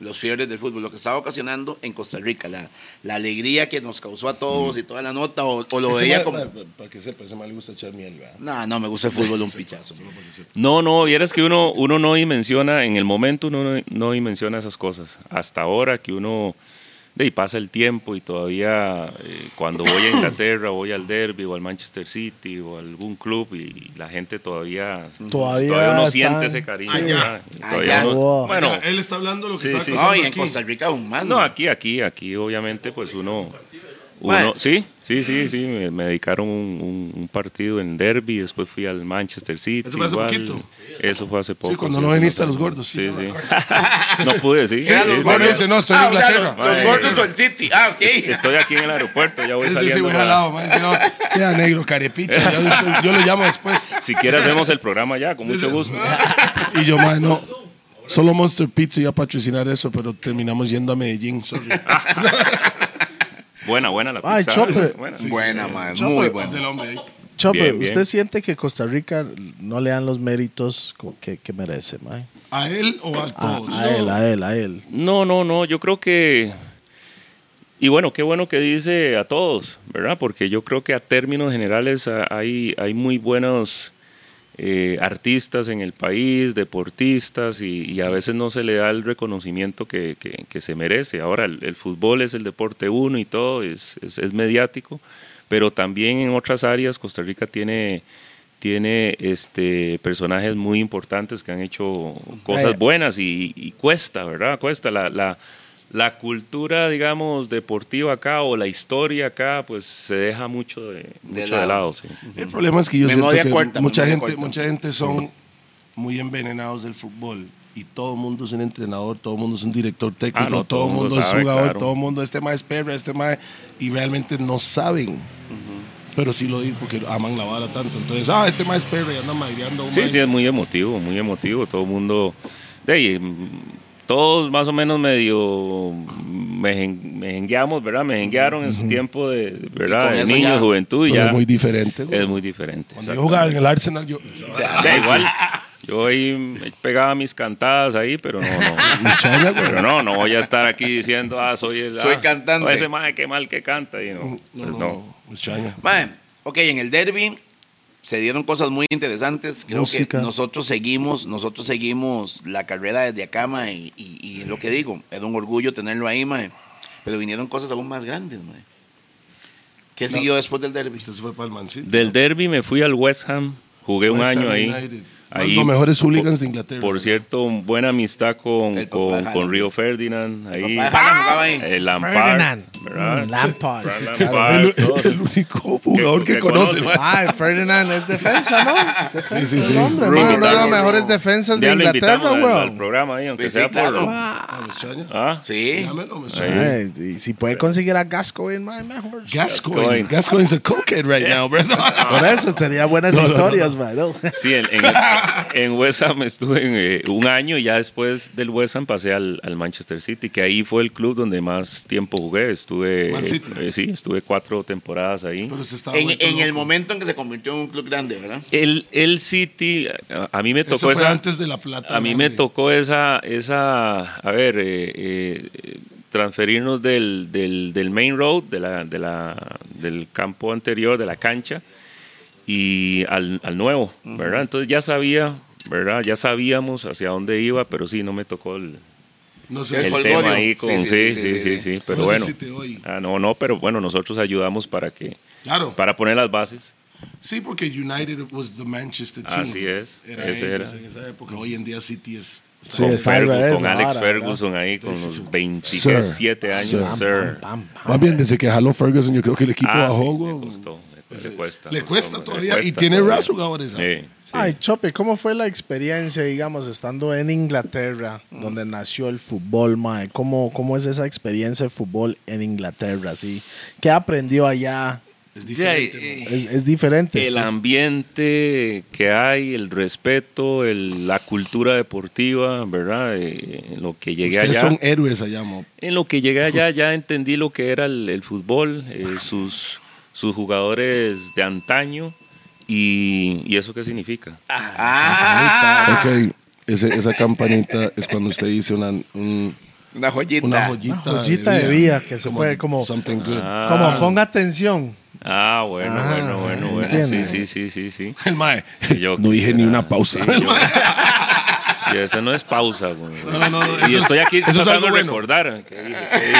Speaker 3: los fiebres del fútbol, lo que estaba ocasionando en Costa Rica? La, la alegría que nos causó a todos y toda la nota, o, o lo
Speaker 2: Ese
Speaker 3: veía
Speaker 2: mae-
Speaker 3: como.
Speaker 2: mae, Para que sepa, ese mal le gusta echar miel, ¿verdad?
Speaker 3: No, no me gusta el fútbol un pichazo.
Speaker 4: No, no, vieras que uno, uno no dimensiona, en el momento uno no, no dimensiona esas cosas. Hasta ahora que uno, de ahí pasa el tiempo y todavía eh, cuando voy a
Speaker 3: <coughs>
Speaker 4: Inglaterra, voy al derby o al Manchester City o a algún club y, la gente todavía...
Speaker 1: Todavía
Speaker 4: uno
Speaker 1: están-
Speaker 4: siente ese cariño.
Speaker 1: Sí.
Speaker 4: ¿verdad? Y todavía
Speaker 3: Allá.
Speaker 4: uno-
Speaker 1: Wow.
Speaker 4: bueno,
Speaker 5: Ya, él está hablando lo que
Speaker 4: Sí,
Speaker 5: está
Speaker 4: sí.
Speaker 5: pasando
Speaker 3: No, y en
Speaker 5: aquí.
Speaker 3: Costa Rica aún más.
Speaker 4: Ah, No,
Speaker 3: mae.
Speaker 4: aquí, aquí, aquí, obviamente, pues uno.
Speaker 3: Mae.
Speaker 4: uno sí, sí, sí, sí. Me, me dedicaron un, un- un partido en Derby, después fui al Manchester City.
Speaker 5: Eso fue hace
Speaker 4: igual.
Speaker 5: poquito.
Speaker 4: Eso fue hace poco.
Speaker 2: cuando
Speaker 4: sí,
Speaker 2: no
Speaker 4: hace
Speaker 2: viniste a
Speaker 4: no
Speaker 2: los
Speaker 4: tanto.
Speaker 2: gordos, sí,
Speaker 4: Sí,
Speaker 2: yo me
Speaker 4: sí. <laughs> no pude, sí.
Speaker 3: Sí, a
Speaker 4: sí,
Speaker 3: los
Speaker 4: sí,
Speaker 3: gordos.
Speaker 4: sí.
Speaker 2: dice, no, estoy en
Speaker 3: Ah, o sea,
Speaker 2: Inglaterra.
Speaker 3: los- los
Speaker 4: Mae.
Speaker 3: gordos son el City. Ah, ok.
Speaker 4: Estoy aquí en el aeropuerto, ya voy
Speaker 2: Sí, sí, sí,
Speaker 4: saliendo.
Speaker 2: güey,
Speaker 4: para-
Speaker 2: jalado, mae, sí, no, Ya, negro, carepicha. ya, Yo, yo lo llamo después.
Speaker 4: Si quiere, hacemos el programa ya, con mucho
Speaker 2: sí. <laughs>
Speaker 4: gusto.
Speaker 2: Y yo, mae, no. Solo Monster Pizza iba a patrocinar eso, pero terminamos yendo a Medellín. sorry.
Speaker 4: Buena, buena la pizza.
Speaker 1: Ay, chope.
Speaker 4: Buena.
Speaker 3: Buena, mae,
Speaker 1: Chapo,
Speaker 3: muy
Speaker 2: Es del
Speaker 3: buena.
Speaker 2: hombre ahí.
Speaker 1: Chope,
Speaker 4: Bien, bien.
Speaker 1: ¿usted siente que Costa Rica no le dan los méritos co- que, que merece, mae?
Speaker 2: ¿A él o a
Speaker 1: A,
Speaker 4: Pues
Speaker 2: todos?
Speaker 1: a él, a él, a él.
Speaker 4: No, no, no, yo creo que... Y bueno, qué bueno que dice a todos, ¿verdad? Porque yo creo que a términos generales a- hay, hay muy buenos eh, artistas en el país, deportistas, y, y a veces no se le da el reconocimiento que, que- que se merece. Ahora, el, el fútbol es el deporte uno y todo, es, es- es mediático, pero también en otras áreas Costa Rica tiene, tiene este, personajes muy importantes que han hecho
Speaker 1: Ay.
Speaker 4: cosas buenas y, y cuesta, ¿verdad? Cuesta la... la la cultura, digamos, deportiva acá o la historia acá, pues se deja mucho de, mucho de
Speaker 3: lado.
Speaker 4: lado. sí.
Speaker 2: El problema es que yo
Speaker 3: Memoria
Speaker 2: siento que
Speaker 3: corta,
Speaker 2: mucha
Speaker 3: memoria
Speaker 2: gente,
Speaker 3: corta.
Speaker 2: mucha gente son muy envenenados del fútbol y todo el mundo es un entrenador, todo el mundo es un director técnico,
Speaker 4: Ah, no,
Speaker 2: todo el mundo es
Speaker 4: sabe,
Speaker 2: jugador,
Speaker 4: claro.
Speaker 2: todo el mundo este más es perra, este más y realmente no saben. Pero sí lo dicen porque aman la bala tanto. Entonces, ah, este más es perra y anda madreando. a un
Speaker 4: Sí,
Speaker 2: mae.
Speaker 4: sí, es muy emotivo, muy emotivo. Todo el mundo. De ahí, mm, todos más o menos medio mejen- mejengueamos, ¿verdad? Mejenguearon en su tiempo de, ¿verdad?
Speaker 3: con
Speaker 4: de
Speaker 3: eso
Speaker 4: niño,
Speaker 3: ya-
Speaker 4: juventud.
Speaker 2: Pero
Speaker 4: Ya
Speaker 2: es muy diferente. güey.
Speaker 4: es muy diferente.
Speaker 2: Cuando yo jugaba en el Arsenal, yo.
Speaker 4: Da igual. Yo ahí me pegaba mis cantadas ahí, pero no, no.
Speaker 2: Mi sueño, güey.
Speaker 4: Pero no, no voy a estar aquí diciendo, ah, soy el.
Speaker 3: Soy
Speaker 4: ah,
Speaker 3: cantante.
Speaker 4: o Ese más que mal que canta. Y no,
Speaker 2: No,
Speaker 4: pues
Speaker 2: no,
Speaker 4: no.
Speaker 2: mi sueño.
Speaker 3: Mae, ok, en el derby se dieron cosas muy interesantes. Creo
Speaker 2: Música.
Speaker 3: que nosotros seguimos, nosotros seguimos la carrera desde acá, mae, y, y- y lo que digo, es un orgullo tenerlo ahí, mae. Pero vinieron cosas aún más grandes, mae. ¿Qué siguió después del derby?
Speaker 2: Usted se fue para el Man City.
Speaker 4: Del derby me fui al West Ham, jugué un
Speaker 2: West Ham
Speaker 4: año
Speaker 2: United.
Speaker 4: ahí.
Speaker 2: Uno de los mejores hooligans de Inglaterra.
Speaker 4: Por cierto, buena amistad con,
Speaker 3: El papá
Speaker 4: con,
Speaker 3: de
Speaker 4: con
Speaker 3: Haaland.
Speaker 4: Río Ferdinand. Ahí. Eh,
Speaker 3: Papá de Haaland jugaba ahí.
Speaker 4: El Lampard.
Speaker 1: Ferdinand.
Speaker 4: ¿verdad?
Speaker 1: Mm, Lampard,
Speaker 4: Fran
Speaker 1: sí,
Speaker 4: Lampard,
Speaker 1: claro.
Speaker 2: El,
Speaker 4: todo.
Speaker 2: el único jugador que,
Speaker 4: Ah, que
Speaker 2: conoce.
Speaker 4: conozco.
Speaker 2: mae.
Speaker 1: Ay, Ah, Ferdinand es defensa, ¿no? Es defensa,
Speaker 2: Sí, sí, sí.
Speaker 1: el hombre,
Speaker 4: Lo
Speaker 1: mae, Uno de
Speaker 4: invitamos,
Speaker 1: los
Speaker 4: lo-
Speaker 1: mejores defensas de
Speaker 4: Ya lo invitamos
Speaker 1: Inglaterra,
Speaker 4: al, al
Speaker 1: weón.
Speaker 4: programa ahí, aunque
Speaker 3: Sí,
Speaker 4: sea por.
Speaker 3: claro.
Speaker 2: Ah, me extraña.
Speaker 4: Ah,
Speaker 3: Sí.
Speaker 2: Llámelo, me extraña.
Speaker 1: Ay, y si puede conseguir a Gascoigne, mae, mejor.
Speaker 2: Gascoigne. Gascoigne's a cokehead right now,
Speaker 4: <laughs>
Speaker 2: bro.
Speaker 1: Por eso serían buenas historias, mae, ¿no?
Speaker 4: sí, en, en, en West Ham estuve en, eh, un año y ya después del West Ham pasé al, al Manchester City, que ahí fue el club donde más tiempo jugué. Estuve.
Speaker 2: Man City.
Speaker 4: eh, sí, estuve cuatro temporadas ahí.
Speaker 2: Pero se estaba
Speaker 3: En,
Speaker 2: vuelto
Speaker 3: en el
Speaker 2: loco.
Speaker 3: momento en que se convirtió en un club grande, ¿verdad?
Speaker 4: El, el City, a, a mí me
Speaker 2: Eso
Speaker 4: tocó
Speaker 2: fue
Speaker 4: esa.
Speaker 2: antes de la plata.
Speaker 4: A mí me
Speaker 2: grande.
Speaker 4: tocó esa, esa a ver, eh, eh, eh, transferirnos del, del- del main road, de la- de la- del campo anterior, de la cancha, y al, al nuevo, ¿verdad? Entonces ya sabía, ¿verdad? Ya sabíamos hacia dónde iba, pero sí, no me tocó el,
Speaker 2: No
Speaker 4: el
Speaker 2: sé.
Speaker 3: Eso.
Speaker 2: si-
Speaker 3: Holgorio.
Speaker 4: tema ahí con... Sí, sí, sí, sí,
Speaker 3: sí.
Speaker 4: pero
Speaker 2: No sé
Speaker 4: bueno.
Speaker 2: si te oí.
Speaker 4: Ah, no, no, pero bueno, nosotros ayudamos para que...
Speaker 2: Claro.
Speaker 4: Para poner las bases.
Speaker 2: Sí, porque United was the Manchester team.
Speaker 4: Así es,
Speaker 2: Era
Speaker 4: ese
Speaker 2: ellos
Speaker 4: era.
Speaker 2: en esa época. Hoy en día City es.
Speaker 1: Sí,
Speaker 4: con,
Speaker 1: es al
Speaker 4: Fergu-
Speaker 1: revés
Speaker 4: con Alex
Speaker 1: ahora,
Speaker 4: Ferguson ahí, con los
Speaker 2: Sir.
Speaker 4: 27 años,
Speaker 2: Sir.
Speaker 4: sir.
Speaker 1: Pam, pam.
Speaker 2: Más bien, desde que jaló Ferguson, yo creo que el equipo
Speaker 4: Ah, sí,
Speaker 2: bajó.
Speaker 4: le
Speaker 2: güey.
Speaker 4: costó, le- le cuesta.
Speaker 2: le
Speaker 4: costó,
Speaker 2: cuesta
Speaker 4: le
Speaker 2: todavía,
Speaker 4: cuesta
Speaker 2: y tiene
Speaker 4: todavía.
Speaker 2: raso jugadores, ¿ah?
Speaker 4: Sí, sí.
Speaker 1: Ay, Chope, ¿cómo fue la experiencia, digamos, estando en Inglaterra, donde nació el fútbol, mae? ¿Cómo, ¿Cómo es esa experiencia de fútbol en Inglaterra, sí? ¿Qué aprendió allá?
Speaker 2: Es
Speaker 4: Ya,
Speaker 2: diferente.
Speaker 4: eh,
Speaker 1: Es, es diferente.
Speaker 4: el
Speaker 1: sí.
Speaker 4: ambiente que hay, el respeto, el- la cultura deportiva, ¿verdad? Eh, en lo que llegué
Speaker 2: Ustedes
Speaker 4: allá.
Speaker 2: son héroes allá, mo.
Speaker 4: En lo que llegué allá ya entendí lo que era el, el fútbol, eh, sus, sus jugadores de antaño y, y eso qué significa.
Speaker 3: Ah,
Speaker 2: Ok, ese- esa campanita es cuando usted dice una, un-
Speaker 3: una joyita.
Speaker 2: una joyita.
Speaker 1: Una joyita de vida que se puede como-
Speaker 2: Something good.
Speaker 4: Ah.
Speaker 1: Como ponga atención.
Speaker 4: Ah, bueno,
Speaker 1: Ah,
Speaker 4: bueno, bueno, bueno.
Speaker 1: entiendo.
Speaker 4: Sí, sí, sí, sí, sí.
Speaker 2: El mae. <laughs>
Speaker 4: Y yo-
Speaker 2: no dije ni una pausa.
Speaker 4: Sí, yo-
Speaker 3: <laughs>
Speaker 2: <laughs>
Speaker 4: y eso no es pausa, güey.
Speaker 2: no, no, eso es-
Speaker 4: y estoy aquí
Speaker 2: eso es algo
Speaker 4: tratando de
Speaker 2: bueno. <laughs>
Speaker 4: recordar. que dije, que dije.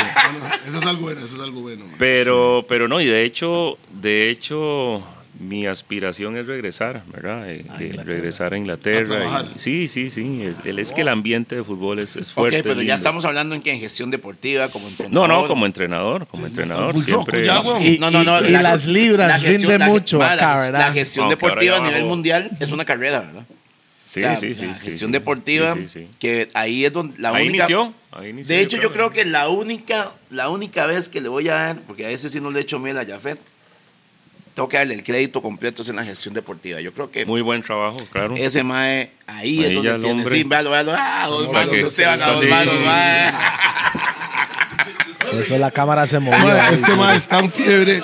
Speaker 2: eso es algo bueno, eso es algo bueno. mae.
Speaker 4: Pero, pero no, y de hecho, de hecho, mi aspiración es regresar, ¿verdad? Eh, eh, regresar a
Speaker 2: A
Speaker 4: Inglaterra.
Speaker 2: trabajar.
Speaker 4: y- sí, sí, sí. Es, el- es que el ambiente de fútbol es, es
Speaker 3: Ok,
Speaker 4: fuerte.
Speaker 3: pero
Speaker 4: es
Speaker 3: ya
Speaker 4: lindo.
Speaker 3: estamos hablando en que en gestión deportiva, como entrenador.
Speaker 4: No, no, como entrenador, como entrenador.
Speaker 2: muy roco
Speaker 4: Siempre.
Speaker 2: ya, güey.
Speaker 1: Y, y- y
Speaker 3: la-
Speaker 1: las
Speaker 3: la
Speaker 1: libras
Speaker 3: gestión-
Speaker 1: rinden
Speaker 3: la-
Speaker 1: mucho
Speaker 3: ma,
Speaker 1: acá,
Speaker 3: la-
Speaker 1: ¿verdad?
Speaker 3: La gestión
Speaker 4: Aunque ahora
Speaker 3: deportiva a
Speaker 4: ya
Speaker 3: nivel
Speaker 4: bajó.
Speaker 3: mundial es una carrera, ¿verdad?
Speaker 4: sí,
Speaker 3: O sea,
Speaker 4: sí, sí,
Speaker 3: La
Speaker 4: sí,
Speaker 3: gestión
Speaker 4: sí.
Speaker 3: deportiva,
Speaker 4: Sí, sí, sí.
Speaker 3: que ahí es donde la
Speaker 4: Ahí
Speaker 3: única.
Speaker 4: inició, ahí inició,
Speaker 3: de
Speaker 4: yo
Speaker 3: hecho,
Speaker 4: creo
Speaker 3: yo creo que la única, la única vez que le voy a dar, porque a veces sí no le echo miel a Jafet, tengo que darle el crédito completo es en la gestión deportiva. Yo creo que
Speaker 4: Muy buen trabajo, claro.
Speaker 3: ese mae ahí,
Speaker 4: Ahí
Speaker 3: es donde
Speaker 4: ya el
Speaker 3: tiene.
Speaker 4: hombre-
Speaker 3: Sí, véalo, véalo. Ah, dos
Speaker 4: Para
Speaker 3: manos,
Speaker 4: que-
Speaker 3: Esteban, a
Speaker 4: sí,
Speaker 3: dos
Speaker 4: sí,
Speaker 3: manos,
Speaker 4: sí,
Speaker 3: mae.
Speaker 1: Por eso la cámara se movió.
Speaker 2: Mae,
Speaker 1: ahí,
Speaker 2: este
Speaker 1: sí.
Speaker 2: mae está en fiebre.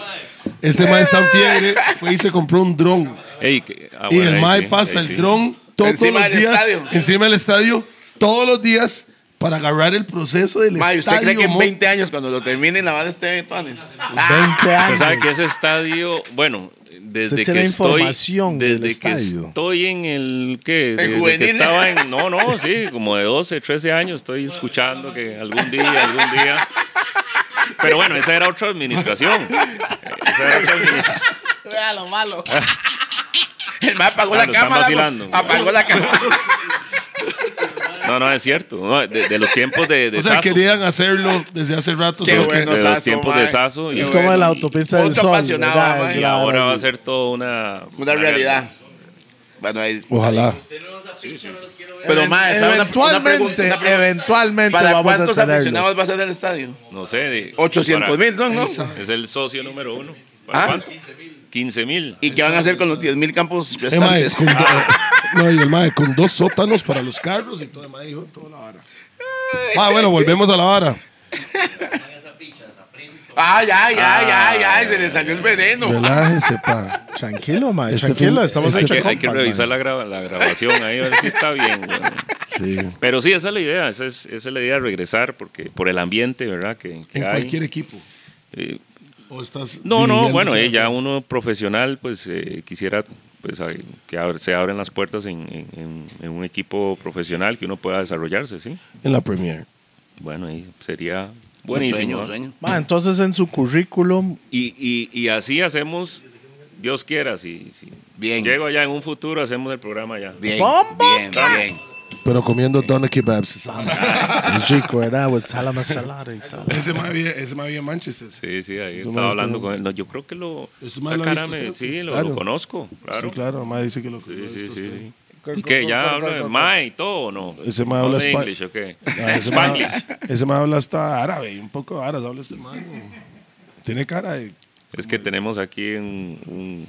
Speaker 2: Este mae está en fiebre. Fue y se compró un dron.
Speaker 4: Ey, que- ah,
Speaker 2: y
Speaker 4: bueno,
Speaker 2: el
Speaker 4: ahí
Speaker 2: mae
Speaker 4: sí,
Speaker 2: pasa
Speaker 4: ahí
Speaker 2: el
Speaker 4: sí.
Speaker 2: dron todos
Speaker 3: Encima
Speaker 2: los
Speaker 3: del
Speaker 2: días
Speaker 3: estadio.
Speaker 2: encima del estadio todos los días para agarrar el proceso del
Speaker 3: Mae, ¿usted
Speaker 2: estadio.
Speaker 3: cree que en
Speaker 2: mo-
Speaker 3: 20 años, cuando lo termine, la bala esté en Tuanes?
Speaker 1: 20
Speaker 4: Usted
Speaker 1: años.
Speaker 4: sabe que ese estadio, bueno,
Speaker 1: Usted
Speaker 4: desde
Speaker 1: tiene
Speaker 4: que estoy,
Speaker 1: información del
Speaker 4: desde que
Speaker 1: estadio.
Speaker 4: estoy en el que, desde
Speaker 3: juvenil.
Speaker 4: que estaba en, no, no, sí, como de 12, 13 años estoy escuchando que algún día, algún día. Pero bueno, esa era otra administración. Esa era otra administración.
Speaker 3: Vea lo malo. El mae apagó
Speaker 4: Ah,
Speaker 3: la
Speaker 4: lo están
Speaker 3: cámara.
Speaker 4: vacilando,
Speaker 3: güey.
Speaker 4: güey.
Speaker 3: Apagó la cámara.
Speaker 4: No, no, es cierto. no, de, de los tiempos de, de
Speaker 2: o sea,
Speaker 4: Sasso.
Speaker 2: querían hacerlo desde hace rato.
Speaker 3: Qué
Speaker 2: solo que-
Speaker 3: bueno,
Speaker 4: de los
Speaker 3: Sasso,
Speaker 4: tiempos
Speaker 3: mae.
Speaker 4: de Sasso y-
Speaker 1: Es como la
Speaker 4: y-
Speaker 1: autopista del
Speaker 3: Punto
Speaker 1: sol.
Speaker 3: apasionado,
Speaker 1: ¿verdad?
Speaker 3: mae.
Speaker 1: Es
Speaker 4: Y
Speaker 1: una
Speaker 4: ahora
Speaker 1: hora
Speaker 4: va a
Speaker 1: así.
Speaker 4: ser toda una...
Speaker 3: Una realidad. Bueno, ahí-
Speaker 2: Ojalá.
Speaker 3: Pero más,
Speaker 1: Eventualmente, eventualmente
Speaker 3: ¿Para
Speaker 1: vamos a
Speaker 3: cuántos
Speaker 1: tenerlo.
Speaker 3: aficionados va a ser el estadio?
Speaker 4: No sé. de-
Speaker 3: 800 mil son, ¿no?
Speaker 4: para- Es el socio número uno. ¿Para
Speaker 3: Ah.
Speaker 4: cuánto? 15 mil.
Speaker 3: ¿Y qué van a hacer con los 10 mil campos
Speaker 2: Eh, mae,
Speaker 3: restantes?
Speaker 2: con
Speaker 3: <laughs>
Speaker 2: do-
Speaker 4: Ah.
Speaker 2: <laughs> no, y el mae con dos sótanos para los carros y todo el mae dijo toda la vara. Ah, bueno, volvemos a la vara.
Speaker 3: Ah, ya, ya, ya, ya, se le salió el veneno.
Speaker 2: Relájense, pa.
Speaker 1: Tranquilo, mae.
Speaker 2: Este
Speaker 1: tranquilo,
Speaker 2: fin-
Speaker 1: estamos
Speaker 2: este
Speaker 1: hechos
Speaker 4: Hay que- hay que
Speaker 1: compas,
Speaker 4: revisar
Speaker 1: mae.
Speaker 4: la, grava- la grabación ahí, a ver si está bien. güey.
Speaker 2: Sí.
Speaker 4: Pero sí, esa es la idea, esa es, esa es la idea de regresar porque, por el ambiente, ¿verdad? Que, que
Speaker 2: En
Speaker 4: hay.
Speaker 2: cualquier equipo.
Speaker 4: Eh,
Speaker 2: ¿O estás
Speaker 4: no, no,
Speaker 2: dirigiendo,
Speaker 4: bueno,
Speaker 2: ¿sabes?
Speaker 4: eh, ya uno profesional, pues eh, quisiera pues, a- que abra- se abren las puertas en, en- en- en un equipo profesional que uno pueda desarrollarse, ¿sí?
Speaker 2: En la Premier.
Speaker 4: Bueno, ahí sería
Speaker 3: Bueno,
Speaker 4: buenísimo.
Speaker 3: sueño,
Speaker 4: ¿no?
Speaker 3: sueño.
Speaker 1: Mae, entonces en su currículum,
Speaker 4: <laughs> Y, y- y así hacemos, Dios quiera, si, si
Speaker 3: Bien.
Speaker 4: llego allá en un futuro, hacemos el programa allá.
Speaker 3: Bien,
Speaker 1: Bomba
Speaker 3: bien, bien.
Speaker 2: Pero comiendo doner kebabs.
Speaker 4: Ah.
Speaker 1: el chico era with Talama Salada y todo.
Speaker 2: Ese más bien, ese más bien Manchester.
Speaker 4: Sí, sí, ahí
Speaker 2: Tú me
Speaker 4: estaba
Speaker 2: viste,
Speaker 4: hablando
Speaker 2: ¿no?
Speaker 4: con él. No, yo creo que lo.
Speaker 2: Eso
Speaker 4: esa
Speaker 2: más lo ha
Speaker 4: cara
Speaker 2: visto
Speaker 4: me-
Speaker 2: usted,
Speaker 4: sí,
Speaker 2: pues,
Speaker 4: lo,
Speaker 2: claro.
Speaker 4: lo conozco, claro.
Speaker 2: Sí, claro, más dice que lo que
Speaker 4: Sí, sí, sí.
Speaker 1: usted.
Speaker 4: ¿Y qué? ¿Ya habla de Mae y todo o no?
Speaker 2: Ese mae habla
Speaker 4: de
Speaker 2: espa-
Speaker 4: English o qué?
Speaker 2: Ah, ese ma-
Speaker 4: <laughs> Spanglish.
Speaker 2: Ese más habla hasta árabe, un poco árabe, habla este man. Tiene cara de...
Speaker 4: Es que tenemos aquí un. un-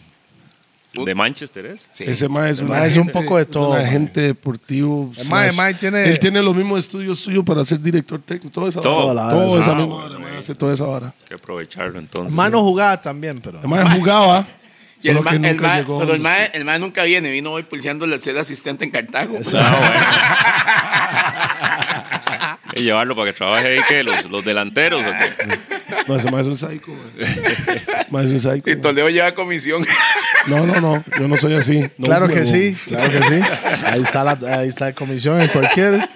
Speaker 4: de Manchester, ¿es?
Speaker 3: Sí.
Speaker 2: Ese más es, un
Speaker 1: ma es un poco de todo, ma.
Speaker 2: agente deportivo.
Speaker 1: El ma- el ma tiene-
Speaker 2: Él tiene los mismos estudios suyos para ser director técnico. Todo esa
Speaker 4: Todo.
Speaker 1: Toda la
Speaker 2: vara. Todo
Speaker 1: vara,
Speaker 2: esa
Speaker 4: ah,
Speaker 2: misma
Speaker 4: bueno,
Speaker 2: vara, ma,
Speaker 4: eh.
Speaker 2: hace toda esa vara.
Speaker 4: Hay que aprovecharlo entonces.
Speaker 1: Mano jugada también, pero.
Speaker 2: El más jugaba,
Speaker 3: Y el
Speaker 2: solo
Speaker 3: ma-
Speaker 2: que
Speaker 3: el
Speaker 2: nunca
Speaker 3: ma-
Speaker 2: llegó.
Speaker 3: pero el mae el mae nunca viene, vino hoy pulseando el ser asistente en Cartago.
Speaker 4: Ah, Y llevarlo para que trabaje ahí, que los, los delanteros. ¿o qué?
Speaker 2: No, ese más es un psycho, man. Más es un psycho.
Speaker 3: Y
Speaker 2: man.
Speaker 3: Toledo lleva comisión.
Speaker 2: No, no, no. Yo no soy así. No,
Speaker 1: claro que
Speaker 2: huevón.
Speaker 1: sí, claro que sí. Ahí está la, ahí está la comisión en cualquier
Speaker 2: Ese,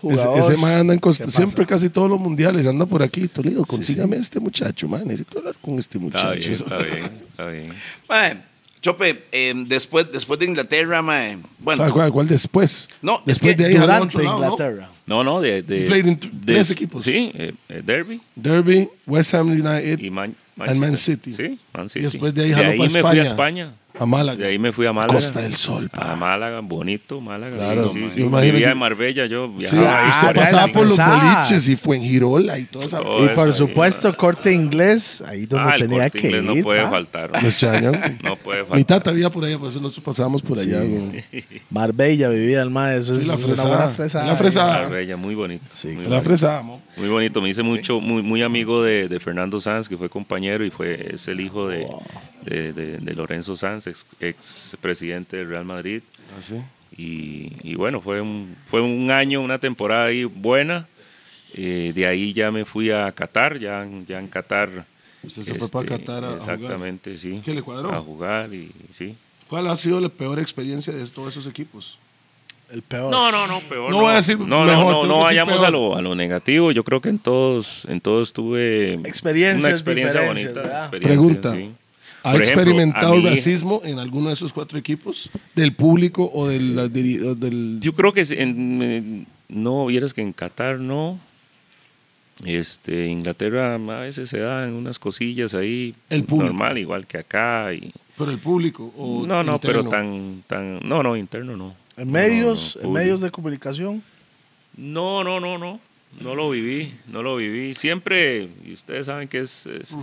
Speaker 1: jugador.
Speaker 2: ese man anda en costa,
Speaker 1: ¿Qué pasa?
Speaker 2: siempre casi todos los mundiales anda por aquí. Toledo, consígame a este muchacho, man. Necesito hablar con este
Speaker 4: Está
Speaker 2: <laughs> muchacho.
Speaker 4: bien, está bien, está bien.
Speaker 3: <laughs> Mae, Chope, eh, después, después de Inglaterra, mae, bueno,
Speaker 2: ¿Cuál, cuál, cuál después?
Speaker 3: No, es
Speaker 2: después
Speaker 3: que
Speaker 2: de ahí al
Speaker 1: durante
Speaker 2: otro lado, ¿no?
Speaker 1: Inglaterra.
Speaker 4: No, no, de. de
Speaker 2: Played in th-
Speaker 4: de-
Speaker 2: tres equipos.
Speaker 4: Sí, eh, eh, Derby
Speaker 2: Derby, West Ham United
Speaker 4: y Man,
Speaker 2: and Man City.
Speaker 4: Sí, Man City.
Speaker 2: Y después de ahí jaló
Speaker 4: me
Speaker 2: pa'
Speaker 4: fui
Speaker 2: España.
Speaker 4: a España.
Speaker 2: A Málaga.
Speaker 4: De ahí me fui a Málaga.
Speaker 2: Costa del Sol,
Speaker 4: A
Speaker 2: pa.
Speaker 4: Málaga, bonito, Málaga.
Speaker 2: Claro,
Speaker 4: sí,
Speaker 2: man.
Speaker 4: sí, sí.
Speaker 2: Yo imagino
Speaker 4: Vivía
Speaker 2: que-
Speaker 4: en Marbella, yo
Speaker 2: Sí,
Speaker 4: viajaba.
Speaker 1: ah,
Speaker 2: usted
Speaker 1: ya
Speaker 2: pasaba
Speaker 1: la
Speaker 2: por los
Speaker 1: pensaba.
Speaker 2: boliches y fue en Girola y toda esa. <laughs>
Speaker 4: Todo
Speaker 1: Y
Speaker 4: eso
Speaker 1: por
Speaker 4: ahí,
Speaker 1: supuesto,
Speaker 4: man.
Speaker 1: corte inglés, ahí donde
Speaker 4: Ah, el
Speaker 1: tenía
Speaker 4: Corte
Speaker 1: que ir.
Speaker 4: Inglés no puede
Speaker 1: pa.
Speaker 4: faltar.
Speaker 2: Nos chañan.
Speaker 4: <laughs> No puede faltar.
Speaker 2: Mi tata vivía por allá, por eso nosotros pasábamos por allá. güey.
Speaker 1: Marbella, vivía el mae, eso
Speaker 2: Sí,
Speaker 1: es
Speaker 2: la
Speaker 1: una buena
Speaker 2: fresada.
Speaker 1: fresada.
Speaker 2: La fresada.
Speaker 4: Marbella, muy bonito.
Speaker 1: Sí,
Speaker 4: muy,
Speaker 2: La
Speaker 4: bonito.
Speaker 2: fresábamos.
Speaker 4: Muy bonito. Me hice mucho, muy, muy amigo de, de Fernando Sanz, que fue compañero y fue, es el hijo de, de, de- de Lorenzo Sanz, ex, ex presidente del Real Madrid.
Speaker 2: Ah,
Speaker 4: Y, y bueno, fue un, fue un año, una temporada ahí buena. Eh, de ahí ya me fui a Qatar, ya, en- ya en Qatar.
Speaker 2: Usted se fue para Qatar a- a jugar.
Speaker 4: Este, Exactamente, sí.
Speaker 2: ¿Qué le cuadró?
Speaker 4: A jugar y sí.
Speaker 2: ¿Cuál ha sido la peor experiencia de todos esos equipos?
Speaker 1: El peor.
Speaker 4: No, no, no, peor.
Speaker 2: No voy a decir
Speaker 4: no,
Speaker 2: mejor,
Speaker 4: no, no,
Speaker 2: tengo
Speaker 4: no
Speaker 2: que decir
Speaker 4: vayamos
Speaker 2: peor.
Speaker 4: a lo, a lo negativo. Yo creo que en todos, en todos tuve
Speaker 1: Experiencias,
Speaker 4: una experiencia
Speaker 1: diferencias,
Speaker 4: bonita.
Speaker 1: ¿verdad?
Speaker 4: experiencia,
Speaker 2: Pregunta.
Speaker 4: sí.
Speaker 2: ¿Ha
Speaker 4: Por ejemplo,
Speaker 2: experimentado
Speaker 4: a mí-
Speaker 2: racismo en alguno de esos cuatro equipos? ¿Del público o del... la diri- o del-
Speaker 4: Yo creo que es en- en- no vieras que en Qatar no. Este, Inglaterra a veces se dan unas cosillas ahí
Speaker 2: El público.
Speaker 4: normal, igual que acá. Y,
Speaker 2: ¿Pero el público o
Speaker 4: no, no, pero
Speaker 2: interno?
Speaker 4: tan, tan, no, no, interno no.
Speaker 1: En medios,
Speaker 4: No, no,
Speaker 1: en medios de comunicación.
Speaker 4: No, no, no, no. No lo viví, no lo viví. Siempre, y ustedes saben que es, es,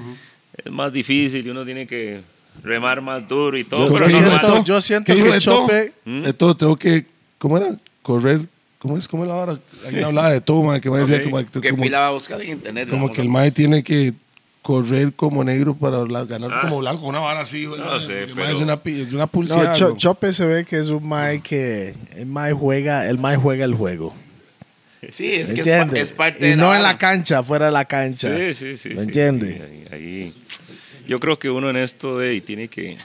Speaker 4: es más difícil y uno tiene que remar más duro y todo.
Speaker 1: Yo
Speaker 4: pero
Speaker 1: creo que
Speaker 4: normal.
Speaker 1: siento- yo siento
Speaker 2: ¿Qué
Speaker 1: que
Speaker 2: dijo de todo?
Speaker 1: Chope-
Speaker 4: ¿Mm?
Speaker 2: De todo, tengo que... ¿Cómo era? Correr... ¿Cómo es? ¿Cómo es la hora? Alguien hablaba
Speaker 4: <laughs>
Speaker 2: de todo, man, que me decía
Speaker 4: Ok.
Speaker 2: como,
Speaker 3: que
Speaker 2: como-
Speaker 3: pila va a buscar en internet.
Speaker 2: como
Speaker 3: la
Speaker 2: que el
Speaker 3: mono.
Speaker 2: mae tiene que correr como negro para la- ganar
Speaker 4: Ah.
Speaker 2: como blanco. Una vara así, güey.
Speaker 4: No
Speaker 2: Porque
Speaker 4: sé,
Speaker 2: el mae
Speaker 4: pero-
Speaker 2: Es una, pi- es una
Speaker 1: No,
Speaker 2: pulsera.
Speaker 1: Cho-
Speaker 2: güey.
Speaker 1: Chope se ve que es un mae que el mae juega, el mae juega el juego.
Speaker 3: Sí, es que es, pa-
Speaker 1: ¿Entiende?
Speaker 3: es parte
Speaker 1: y
Speaker 3: de
Speaker 1: no en
Speaker 3: vara.
Speaker 1: la cancha, fuera de la cancha.
Speaker 4: Sí, sí, sí.
Speaker 1: ¿Me
Speaker 4: sí,
Speaker 1: entiende?
Speaker 4: sí, ahí- ahí. Yo creo que uno en esto de, y tiene que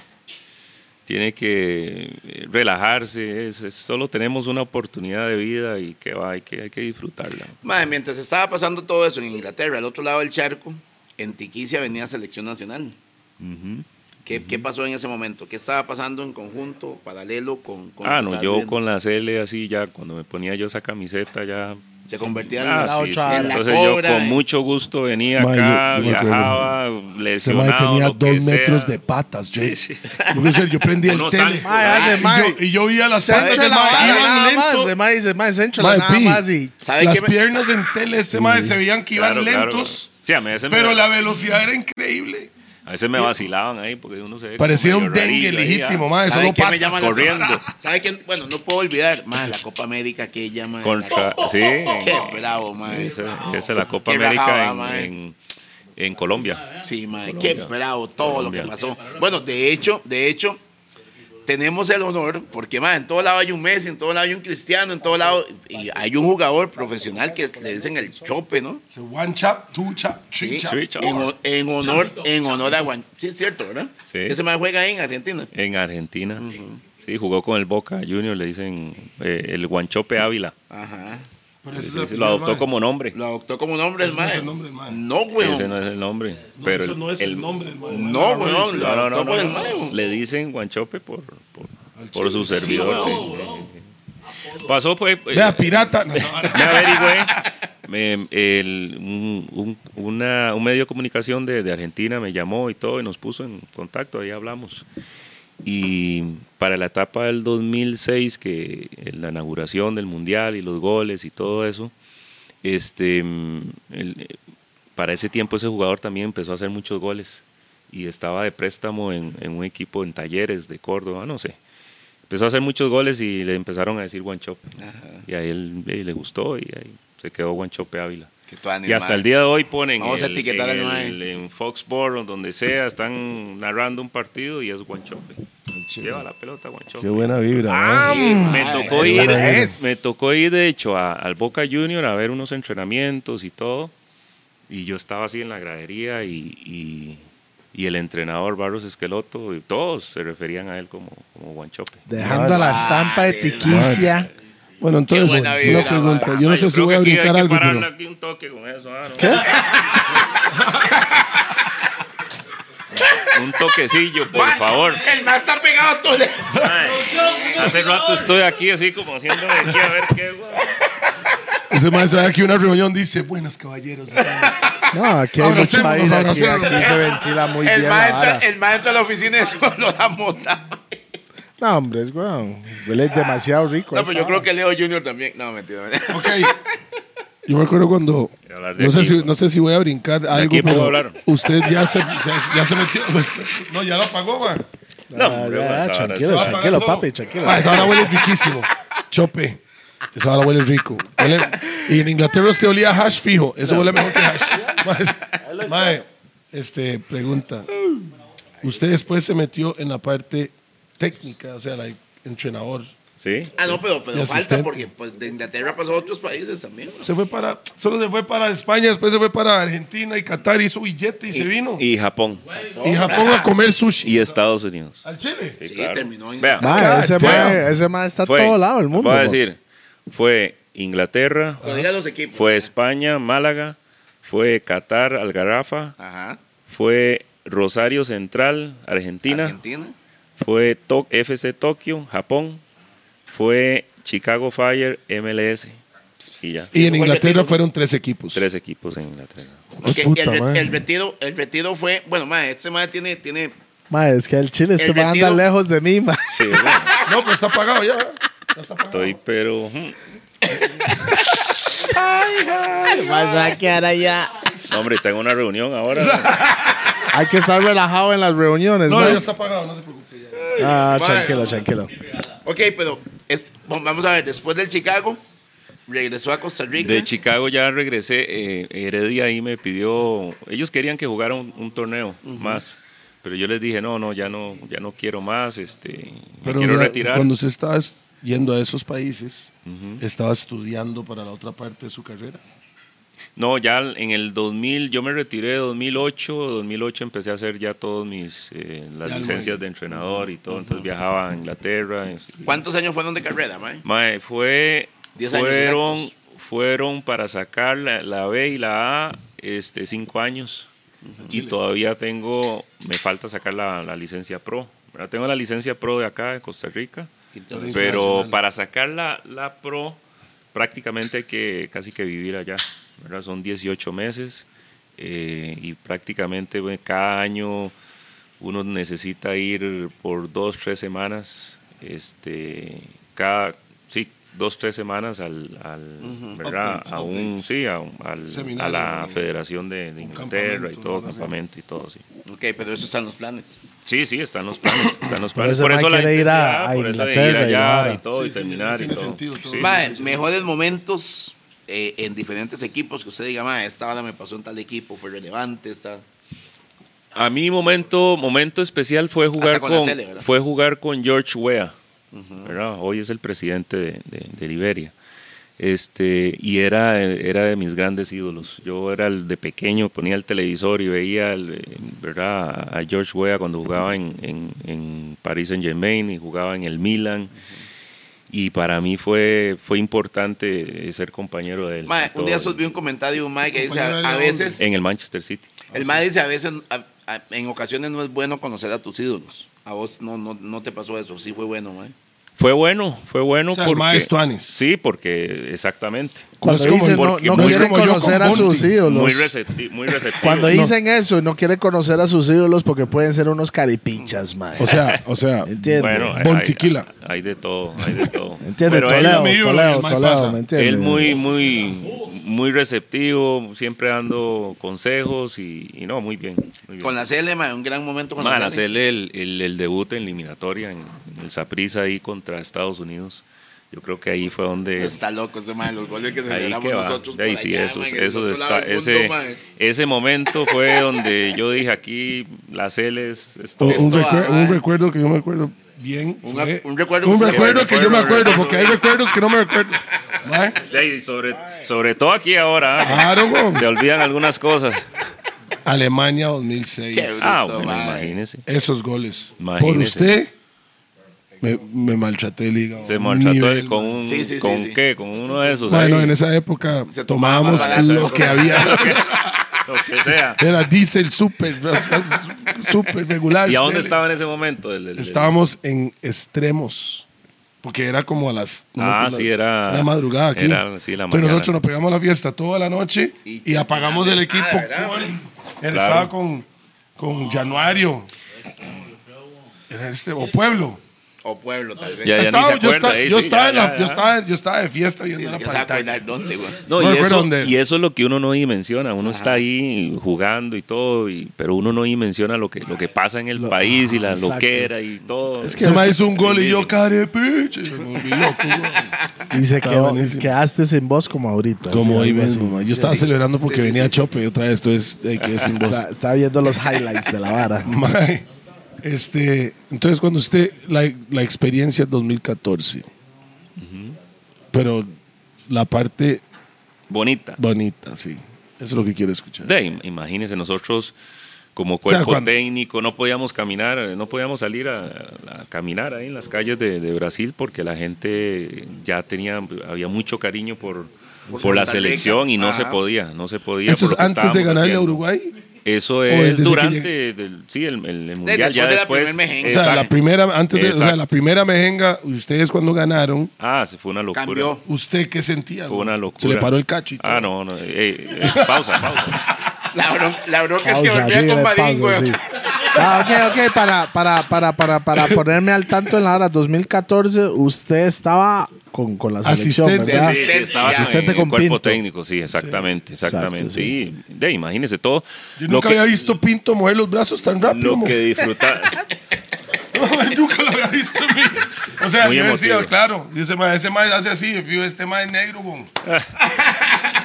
Speaker 4: tiene que eh, relajarse. es- es- solo tenemos una oportunidad de vida y que va, hay que, hay que disfrutarla.
Speaker 3: Mae, mientras estaba pasando todo eso en Inglaterra, al otro lado del charco, en Tiquicia venía selección nacional. ¿Qué, qué pasó en ese momento? ¿Qué estaba pasando en conjunto, paralelo con... con lo
Speaker 4: Ah,
Speaker 3: que
Speaker 4: no,
Speaker 3: estaba
Speaker 4: yo
Speaker 3: viendo?
Speaker 4: con la L así ya, cuando me ponía yo esa camiseta ya...
Speaker 3: Se convertía en
Speaker 4: Ah,
Speaker 3: la
Speaker 4: sí,
Speaker 1: otra
Speaker 4: sí.
Speaker 1: ala.
Speaker 4: Entonces
Speaker 3: En la
Speaker 4: yo
Speaker 3: cobra,
Speaker 4: con
Speaker 3: eh.
Speaker 4: mucho gusto venía
Speaker 2: Ma, yo-
Speaker 4: acá,
Speaker 2: yo me acuerdo.
Speaker 4: viajaba,
Speaker 2: Ese mae
Speaker 4: lesionado,
Speaker 2: tenía
Speaker 4: lo que
Speaker 2: dos metros
Speaker 4: sea.
Speaker 2: de patas, yo,
Speaker 4: Sí, sí.
Speaker 2: Yo qué sé, yo
Speaker 4: <laughs>
Speaker 2: prendí el
Speaker 4: No
Speaker 2: tele.
Speaker 4: sale.
Speaker 1: Mae, hace
Speaker 2: y,
Speaker 1: mae.
Speaker 2: yo, y yo vi a las patas
Speaker 1: Centra
Speaker 2: del
Speaker 1: la
Speaker 2: mae,
Speaker 1: vara
Speaker 2: iban
Speaker 1: nada
Speaker 2: lento.
Speaker 1: más, el mae dice, mae, centra
Speaker 2: Mae,
Speaker 1: nada
Speaker 2: pi.
Speaker 1: más y
Speaker 3: ¿Sabe
Speaker 2: Las
Speaker 3: qué me-
Speaker 2: piernas en tele, ese mae se veían que iban
Speaker 4: Claro, claro.
Speaker 2: lentos.
Speaker 4: Sí, a mí ese me-
Speaker 2: pero la velocidad era increíble.
Speaker 4: A veces me vacilaban ahí porque uno se ve como
Speaker 2: Parecía
Speaker 4: medio
Speaker 2: un dengue
Speaker 4: rarillo ahí,
Speaker 2: legítimo,
Speaker 4: ah.
Speaker 2: mae.
Speaker 3: ¿Sabe
Speaker 2: Solo
Speaker 3: qué me
Speaker 2: patas.
Speaker 3: llama la-
Speaker 4: corriendo.
Speaker 3: ¿Sabe qué? Bueno, no puedo olvidar, mae, la Copa América que llama...
Speaker 4: Contra, sí,
Speaker 3: Qué bravo, mae.
Speaker 4: esa, esa es la Copa
Speaker 3: Qué
Speaker 4: América
Speaker 3: rajada,
Speaker 4: en-
Speaker 3: mae.
Speaker 4: en, en Colombia.
Speaker 3: Sí, mae, qué bravo todo lo que pasó. Bueno, de hecho, de hecho, tenemos el honor, porque mae, en todo lado hay un Messi, en todo lado hay un Cristiano, en todo lado, y hay un jugador profesional que le dicen el chope, ¿no?
Speaker 2: One chap, two chap, three
Speaker 3: Sí,
Speaker 2: chap.
Speaker 4: Sí, chao.
Speaker 3: en, ho- en honor, en honor a Juan. Sí, es cierto, ¿verdad?
Speaker 4: Sí.
Speaker 3: Ese mae juega ahí en Argentina.
Speaker 4: En Argentina. Sí, jugó con el Boca Junior, le dicen eh, el Guanchope Ávila.
Speaker 3: Ajá.
Speaker 2: Pero ese es
Speaker 4: Sí,
Speaker 2: el
Speaker 4: sí, lo
Speaker 2: primer
Speaker 4: adoptó
Speaker 2: mae.
Speaker 4: como nombre.
Speaker 3: Lo adoptó como nombre el
Speaker 2: Ese no es
Speaker 3: mae.
Speaker 2: el nombre del mae.
Speaker 3: No,
Speaker 4: Ese
Speaker 3: weón.
Speaker 4: no es el nombre.
Speaker 2: No,
Speaker 4: pero
Speaker 2: eso no es el nombre del mae.
Speaker 3: No, weón, lo
Speaker 4: No, no,
Speaker 3: adoptó
Speaker 4: no,
Speaker 3: por
Speaker 4: no,
Speaker 3: el
Speaker 4: no.
Speaker 3: mae. weón.
Speaker 4: Le dicen Guanchope por, por,
Speaker 2: Al
Speaker 4: por
Speaker 2: chile.
Speaker 4: su
Speaker 2: Sí,
Speaker 4: servidor.
Speaker 2: weón,
Speaker 4: sí. Pasó pues... eh,
Speaker 2: Vea, pirata. No, no, no.
Speaker 4: me averigüé. me- el- un, un- una- un medio de comunicación de, de Argentina me llamó y todo y nos puso en contacto, ahí hablamos. Y para la etapa del 2006, que en la inauguración del Mundial y los goles y todo eso, este, mm, el- para ese tiempo ese jugador también empezó a hacer muchos goles y estaba de préstamo en, en un equipo en Talleres de Córdoba, no sé. Empezó a hacer muchos goles y le empezaron a decir Guanchope. Y a él eh, le gustó y ahí se quedó Guanchope Ávila.
Speaker 3: Que tú animal.
Speaker 4: Y hasta el día de hoy ponen
Speaker 3: Vamos a
Speaker 4: el-
Speaker 3: etiquetar
Speaker 4: en,
Speaker 3: al
Speaker 4: el- en Foxborough, donde sea, están narrando un partido y es Guanchope. Lleva la pelota, guancho.
Speaker 2: Qué buena vibra.
Speaker 4: Ah,
Speaker 2: mae.
Speaker 4: me tocó
Speaker 1: esa
Speaker 4: ir,
Speaker 1: es.
Speaker 4: me tocó ir de hecho a- al Boca Junior a ver unos entrenamientos y todo. Y yo estaba así en la gradería y, y- y el entrenador Barros Esqueloto y todos se referían a él como, como Guanchope.
Speaker 1: Dejando a la estampa de Tiquicia.
Speaker 2: Bueno, entonces,
Speaker 3: Qué buena vibra,
Speaker 2: una pregunta.
Speaker 3: mae.
Speaker 2: Yo no
Speaker 4: Ah,
Speaker 2: sé si
Speaker 4: creo
Speaker 2: voy
Speaker 4: que
Speaker 2: a
Speaker 4: aquí
Speaker 2: brincar
Speaker 4: hay que
Speaker 2: algo,
Speaker 4: pararle
Speaker 2: pero.
Speaker 4: aquí un toque con eso. ah, no. <laughs> Un toquecillo, por
Speaker 3: Ma,
Speaker 4: favor.
Speaker 3: El más está pegado a todo. el-
Speaker 4: Mae, Hace rato estoy aquí así como haciéndome aquí a ver qué, güey.
Speaker 2: Ese maestro aquí una reunión dice: Buenas caballeros.
Speaker 1: No, aquí hay
Speaker 2: Ahora sí,
Speaker 1: mucho aire.
Speaker 2: ahora
Speaker 1: Aquí,
Speaker 2: sí.
Speaker 1: aquí se ventila muy bien
Speaker 3: El
Speaker 1: la
Speaker 3: más entra,
Speaker 1: vara.
Speaker 3: el mae entra a la oficina <laughs> y solo da mota.
Speaker 1: No, hombre, es weón. Huele demasiado rico.
Speaker 3: No, pero yo
Speaker 1: esta
Speaker 3: creo
Speaker 1: vara.
Speaker 3: que Leo Junior también. No, mentira. mentira.
Speaker 2: ok. Yo me acuerdo cuando.
Speaker 4: hablar de
Speaker 2: No sé,
Speaker 4: equipo.
Speaker 2: si, no sé si voy a brincar algo,
Speaker 4: equipo
Speaker 2: pero
Speaker 4: hablaron.
Speaker 2: usted ya se, se- ya se metió. No, ya lo apagó, man.
Speaker 4: No,
Speaker 1: Ah,
Speaker 4: hombre,
Speaker 1: ya,
Speaker 4: bueno, esa
Speaker 1: tranquilo,
Speaker 4: vara es-
Speaker 1: tranquilo, papi, tranquilo.
Speaker 2: Ah, esa hora huele riquísimo. Chope. Esa hora huele rico. Huele- y en Inglaterra usted olía a hash fijo. Eso huele mejor
Speaker 1: <laughs>
Speaker 2: que hash. Mae, mae, este, pregunta. Usted después se metió en la parte técnica, o sea, la entrenador.
Speaker 4: Sí.
Speaker 3: Ah, no, pero, pero
Speaker 2: Y
Speaker 3: falta
Speaker 2: asistente.
Speaker 3: porque pues, de Inglaterra pasó a otros países también. ¿no?
Speaker 2: Se fue para, solo se fue para España, después se fue para Argentina y Qatar, hizo billete y, se vino. Y,
Speaker 4: Y Japón.
Speaker 2: Japón a comer sushi.
Speaker 4: Y Estados Unidos.
Speaker 2: Al Chile.
Speaker 3: Sí, terminó en-
Speaker 4: Vea,
Speaker 1: Ma, ese
Speaker 2: God
Speaker 1: mae
Speaker 2: damn.
Speaker 1: ese mae está a
Speaker 4: fue-
Speaker 1: todo lado del mundo.
Speaker 4: Voy a
Speaker 1: bro.
Speaker 4: decir, fue Inglaterra,
Speaker 3: Pero diga los equipos.
Speaker 4: fue España, Málaga, fue Qatar, Algarrafa,
Speaker 3: Ajá.
Speaker 4: fue Rosario Central, Argentina,
Speaker 3: Argentina.
Speaker 4: fue To- FC Tokio, Japón, fue Chicago Fire, MLS. Y ya,
Speaker 2: Y en
Speaker 3: Fue
Speaker 2: Inglaterra
Speaker 3: retiro.
Speaker 2: fueron tres equipos.
Speaker 4: tres equipos en Inglaterra.
Speaker 2: Ay,
Speaker 3: Que
Speaker 2: puta,
Speaker 3: el, re-
Speaker 2: mae.
Speaker 3: el retiro, el retiro fue. Bueno, mae, este mae tiene, tiene.
Speaker 1: Ma, es que el chile este
Speaker 3: El
Speaker 1: mae anda
Speaker 3: vestido-
Speaker 1: lejos de mí, <laughs> ma.
Speaker 4: Sí, bueno,
Speaker 2: No, pero está pagado ya. Ya está pagado.
Speaker 4: estoy, pero. hmm.
Speaker 1: Vas a quedar allá.
Speaker 4: No, hombre, tengo una
Speaker 2: <laughs>
Speaker 4: reunión ahora.
Speaker 1: Hay que estar relajado en las reuniones,
Speaker 2: No,
Speaker 1: ma.
Speaker 2: ya está pagado, no se preocupe. ya.
Speaker 1: Ah, tranquilo, tranquilo.
Speaker 3: Ok, pero es- bueno, vamos a ver, después del Chicago, regresó a Costa Rica.
Speaker 4: De Chicago ya regresé. eh, Heredia ahí me pidió. Ellos querían que jugara un, un torneo más. Pero yo les dije, no, no, ya no, ya no quiero más. Este, me
Speaker 2: Pero
Speaker 4: quiero
Speaker 2: mira,
Speaker 4: retirar.
Speaker 2: cuando usted estaba es- yendo a esos países, estaba estudiando para la otra parte de su carrera.
Speaker 4: No, ya en el 2000, yo me retiré de 2008. 2008 empecé a hacer ya todos mis eh, las
Speaker 2: Ya,
Speaker 4: licencias de entrenador y todo. Entonces viajaba a Inglaterra. este,
Speaker 3: ¿Cuántos años fueron de carrera, mae?
Speaker 4: Mae, fue,
Speaker 3: Diez años
Speaker 4: fueron,
Speaker 3: exactos.
Speaker 4: fueron para sacar la, la B y la A este, cinco años. Y todavía tengo, me falta sacar la, la licencia pro. ¿verdad? Tengo la licencia pro de acá, de Costa Rica. Pero
Speaker 2: internacional.
Speaker 4: para sacar la, la pro, prácticamente hay que casi que vivir allá. ¿verdad? Son 18 meses eh, y prácticamente bueno, cada año uno necesita ir por dos, tres semanas, este, cada, sí, dos, tres semanas al, al ¿verdad?
Speaker 2: Updates,
Speaker 4: a un,
Speaker 2: updates.
Speaker 4: sí, a, un- al- a
Speaker 2: Seminario,
Speaker 4: la
Speaker 2: un-
Speaker 4: Federación de, de Inglaterra y
Speaker 2: campamento,
Speaker 4: todo,
Speaker 2: algo así.
Speaker 4: campamento y todo, sí.
Speaker 3: Ok, pero esos están los planes.
Speaker 4: Sí, sí, están los planes, están los
Speaker 1: Por
Speaker 4: planes.
Speaker 1: eso
Speaker 4: Por
Speaker 1: Mike
Speaker 4: eso, la
Speaker 1: quiere
Speaker 4: gente
Speaker 1: ir a-
Speaker 4: ya,
Speaker 1: a
Speaker 4: por eso de
Speaker 1: Inglaterra y
Speaker 4: ir
Speaker 1: la
Speaker 4: allá
Speaker 1: vara.
Speaker 4: y todo
Speaker 2: Sí,
Speaker 4: y
Speaker 2: sí,
Speaker 4: terminar
Speaker 2: tiene
Speaker 4: y todo.
Speaker 2: sentido todo.
Speaker 4: Sí,
Speaker 3: Mae,
Speaker 4: sí, sí.
Speaker 3: mejores momentos eh, en diferentes equipos que usted diga, mae, esta hora me pasó en tal equipo, fue relevante, esta.
Speaker 4: A mi momento, momento especial fue jugar
Speaker 3: Hasta con
Speaker 4: con,
Speaker 3: la Sele, ¿verdad?
Speaker 4: fue jugar con George Weah. ¿verdad? Hoy es el presidente de, de- de Liberia. Este, y era, era de mis grandes ídolos. Yo era el de pequeño, ponía el televisor y veía el, eh, ¿verdad? a George Weah cuando jugaba en, en, en Paris Saint Germain y jugaba en el Milan. Y para mí fue, fue importante eh, ser compañero de él.
Speaker 3: Mae,
Speaker 4: en
Speaker 3: un
Speaker 4: todo
Speaker 3: día
Speaker 4: el-
Speaker 3: vi un comentario de un mae que dice,
Speaker 2: Compañero de
Speaker 3: a, a
Speaker 2: León.
Speaker 3: veces,
Speaker 4: en el Manchester City.
Speaker 3: el mae dice, a veces, a- a- en ocasiones no es bueno conocer a tus ídolos. A vos no, no, no te pasó eso, sí fue bueno, mae.
Speaker 4: Fue bueno, fue bueno
Speaker 2: O sea, el
Speaker 4: porque
Speaker 2: maestro Anis.
Speaker 4: Sí, porque exactamente.
Speaker 1: Cuando
Speaker 2: es como
Speaker 1: dicen no,
Speaker 4: porque
Speaker 1: no
Speaker 4: muy
Speaker 1: quieren
Speaker 2: como yo
Speaker 1: conocer
Speaker 2: con
Speaker 1: a sus
Speaker 2: Monty.
Speaker 1: ídolos.
Speaker 4: Muy receptivo, muy receptivo.
Speaker 1: Cuando dicen eso y no quieren conocer a sus ídolos porque pueden ser unos caripichas, ma.
Speaker 2: O sea, o
Speaker 3: <laughs>
Speaker 2: sea,
Speaker 1: ¿Entiendes?
Speaker 4: Bueno, hay-
Speaker 2: Bontiquila.
Speaker 4: Hay, hay de todo, hay de
Speaker 1: <laughs>
Speaker 4: todo.
Speaker 1: <laughs> ¿Entiendes?
Speaker 4: Pero él-
Speaker 1: Toledo,
Speaker 2: mi ídolo,
Speaker 1: Toledo,
Speaker 2: el mae
Speaker 1: Toledo,
Speaker 2: pasa.
Speaker 1: ¿me
Speaker 4: él,
Speaker 1: entiendes?
Speaker 4: muy, muy, muy receptivo, siempre dando consejos y, y no, muy bien. Muy bien.
Speaker 3: Con la CL, mae, un gran momento con
Speaker 4: Man,
Speaker 3: la CL.
Speaker 4: hacerle el, el- el debut en eliminatoria en, en el Saprissa ahí contra Estados Unidos. Yo creo que ahí fue donde...
Speaker 3: Está loco ese man, los goles que
Speaker 4: Ahí
Speaker 3: celebramos
Speaker 4: que va.
Speaker 3: pues nosotros.
Speaker 4: Ahí
Speaker 3: por
Speaker 4: sí,
Speaker 3: allá,
Speaker 4: eso,
Speaker 3: man, en el
Speaker 4: eso
Speaker 3: otro
Speaker 4: está-
Speaker 3: lado del mundo,
Speaker 4: ese,
Speaker 3: man.
Speaker 4: ese momento fue donde yo dije aquí las L's es todo.
Speaker 2: Un,
Speaker 3: Esto,
Speaker 2: recuer-
Speaker 3: ah,
Speaker 2: un
Speaker 3: ah.
Speaker 2: recuerdo que yo me acuerdo bien.
Speaker 3: Un-
Speaker 2: fue-
Speaker 3: un recuerdo
Speaker 2: un
Speaker 3: que se-
Speaker 2: recuerdo que yo me acuerdo, porque hay recuerdos que no me acuerdo. <laughs> Mae,
Speaker 4: Y sobre, sobre todo aquí ahora. ¿ah?
Speaker 2: Claro, güey.
Speaker 4: Se olvidan algunas cosas.
Speaker 2: Alemania 2006.
Speaker 3: Qué bruto,
Speaker 4: Ah, bueno,
Speaker 3: man.
Speaker 4: imagínese.
Speaker 2: Esos goles. Por
Speaker 4: Imagínese.
Speaker 2: usted, me, me maltraté el hígado.
Speaker 4: Se
Speaker 2: Un
Speaker 4: maltrató
Speaker 2: nivel,
Speaker 4: con
Speaker 2: mae.
Speaker 4: un.
Speaker 3: Sí, sí, sí,
Speaker 4: ¿Con
Speaker 3: sí.
Speaker 4: qué? Con uno de esos.
Speaker 2: Bueno,
Speaker 4: ahí.
Speaker 2: en esa época
Speaker 3: Se tomaba
Speaker 2: tomábamos
Speaker 3: barato.
Speaker 2: lo que había.
Speaker 4: Lo que
Speaker 2: <laughs>
Speaker 4: sea.
Speaker 2: Era diésel súper super regular.
Speaker 4: ¿Y a dónde
Speaker 2: Dele.
Speaker 4: estaba en ese momento? El- el- el-
Speaker 2: Estábamos en extremos. Porque era como a las. no me
Speaker 4: Ah,
Speaker 2: acuerdo,
Speaker 4: sí, era-
Speaker 2: La madrugada aquí.
Speaker 4: era, sí, la
Speaker 2: Entonces
Speaker 4: mañana.
Speaker 2: nosotros nos pegamos la fiesta toda la noche y, apagamos el equipo. Él estaba con, con Januario. Era este, o Pueblo.
Speaker 3: O pueblo, tal vez.
Speaker 4: Ya, ya. ni
Speaker 2: Estaba-
Speaker 4: se
Speaker 2: yo
Speaker 4: acuerda,
Speaker 2: estaba-
Speaker 4: eh,
Speaker 2: yo
Speaker 4: sí,
Speaker 2: estaba
Speaker 4: ya,
Speaker 2: en la-
Speaker 4: ya,
Speaker 2: yo
Speaker 4: ya.
Speaker 2: estaba- yo estaba de fiesta viendo la
Speaker 3: Ya se va a
Speaker 2: pantalla.
Speaker 3: acordar dónde, güey.
Speaker 4: No,
Speaker 2: No
Speaker 4: y,
Speaker 2: recuerdo
Speaker 4: eso,
Speaker 2: dónde.
Speaker 4: y eso es lo que uno no dimensiona. Uno está ahí jugando y todo, y, pero uno no dimensiona lo que, lo que pasa en el país y la
Speaker 1: exacto.
Speaker 4: loquera y todo.
Speaker 1: Es que-
Speaker 2: Se me hizo un gol y yo, carepiche. Me volví loco, güey.
Speaker 1: Y se quedó-
Speaker 2: buenísimo.
Speaker 1: quedaste sin voz como ahorita.
Speaker 2: Como
Speaker 1: sí,
Speaker 2: hoy
Speaker 1: algo así.
Speaker 2: mismo, man. Yo estaba celebrando porque
Speaker 3: Sí, sí,
Speaker 2: venía
Speaker 3: sí, sí.
Speaker 2: Chope otra vez. Esto es, hay que decir voz. <laughs>
Speaker 1: Está- estaba viendo los highlights de la vara.
Speaker 2: Mae, este, entonces cuando usted, la, la experiencia 2014, pero la parte
Speaker 4: Bonita.
Speaker 2: bonita, sí. Eso es lo que quiero escuchar.
Speaker 4: De, im- imagínense, nosotros como cuerpo
Speaker 2: cuando-
Speaker 4: técnico no podíamos caminar, eh, no podíamos salir a, a caminar ahí en las calles de, de Brasil porque la gente ya tenía, había mucho cariño por, por la
Speaker 3: Costa Rica.
Speaker 4: selección y no
Speaker 3: Ajá.
Speaker 4: se podía, no se podía.
Speaker 2: ¿Eso
Speaker 4: por
Speaker 2: es
Speaker 4: lo que
Speaker 2: antes de
Speaker 4: estábamos
Speaker 2: ganarle a
Speaker 4: haciendo.
Speaker 2: Uruguay?
Speaker 4: Eso
Speaker 2: desde
Speaker 4: es
Speaker 2: que
Speaker 4: durante del- sí, el, el- el mundial
Speaker 3: después
Speaker 4: ya
Speaker 3: de la
Speaker 4: después.
Speaker 3: primer mejenga.
Speaker 2: O sea, la
Speaker 4: Exacto.
Speaker 2: primera, antes de, o sea,
Speaker 4: Exacto.
Speaker 2: la primera mejenga, ustedes cuando ganaron,
Speaker 4: Ah, se fue una locura.
Speaker 3: Cambió.
Speaker 2: ¿usted qué sentía?
Speaker 4: Fue
Speaker 2: güey?
Speaker 4: una locura.
Speaker 2: Se le paró el cacho y todo.
Speaker 4: Ah, no, no. eh, eh, pausa, pausa.
Speaker 3: La bronca, la bronca es que
Speaker 1: Pausa,
Speaker 3: volvía
Speaker 1: libre,
Speaker 3: con Marín,
Speaker 1: pausa, sí.
Speaker 3: güey.
Speaker 1: Ah, ok, ok, para, para, para, para, para ponerme al tanto en la hora 2014, usted estaba con, con la selección,
Speaker 2: Asistente.
Speaker 1: ¿verdad?
Speaker 3: Sí, sí, estaba
Speaker 1: Asistente
Speaker 4: en
Speaker 1: con
Speaker 4: cuerpo
Speaker 1: Pinto.
Speaker 4: técnico, sí, exactamente,
Speaker 1: Exacto,
Speaker 4: exactamente. sí. De, imagínese todo.
Speaker 2: Yo nunca había visto Pinto mover los brazos tan rápido.
Speaker 4: lo
Speaker 2: mo.
Speaker 4: que
Speaker 2: <laughs>
Speaker 4: disfruta
Speaker 2: Nunca lo había
Speaker 3: <laughs>
Speaker 2: visto. mire. O sea,
Speaker 4: Muy
Speaker 2: yo decía,
Speaker 4: emotivo.
Speaker 2: claro, ese mae ese mae hace así, fijo, este mae es negro, güey.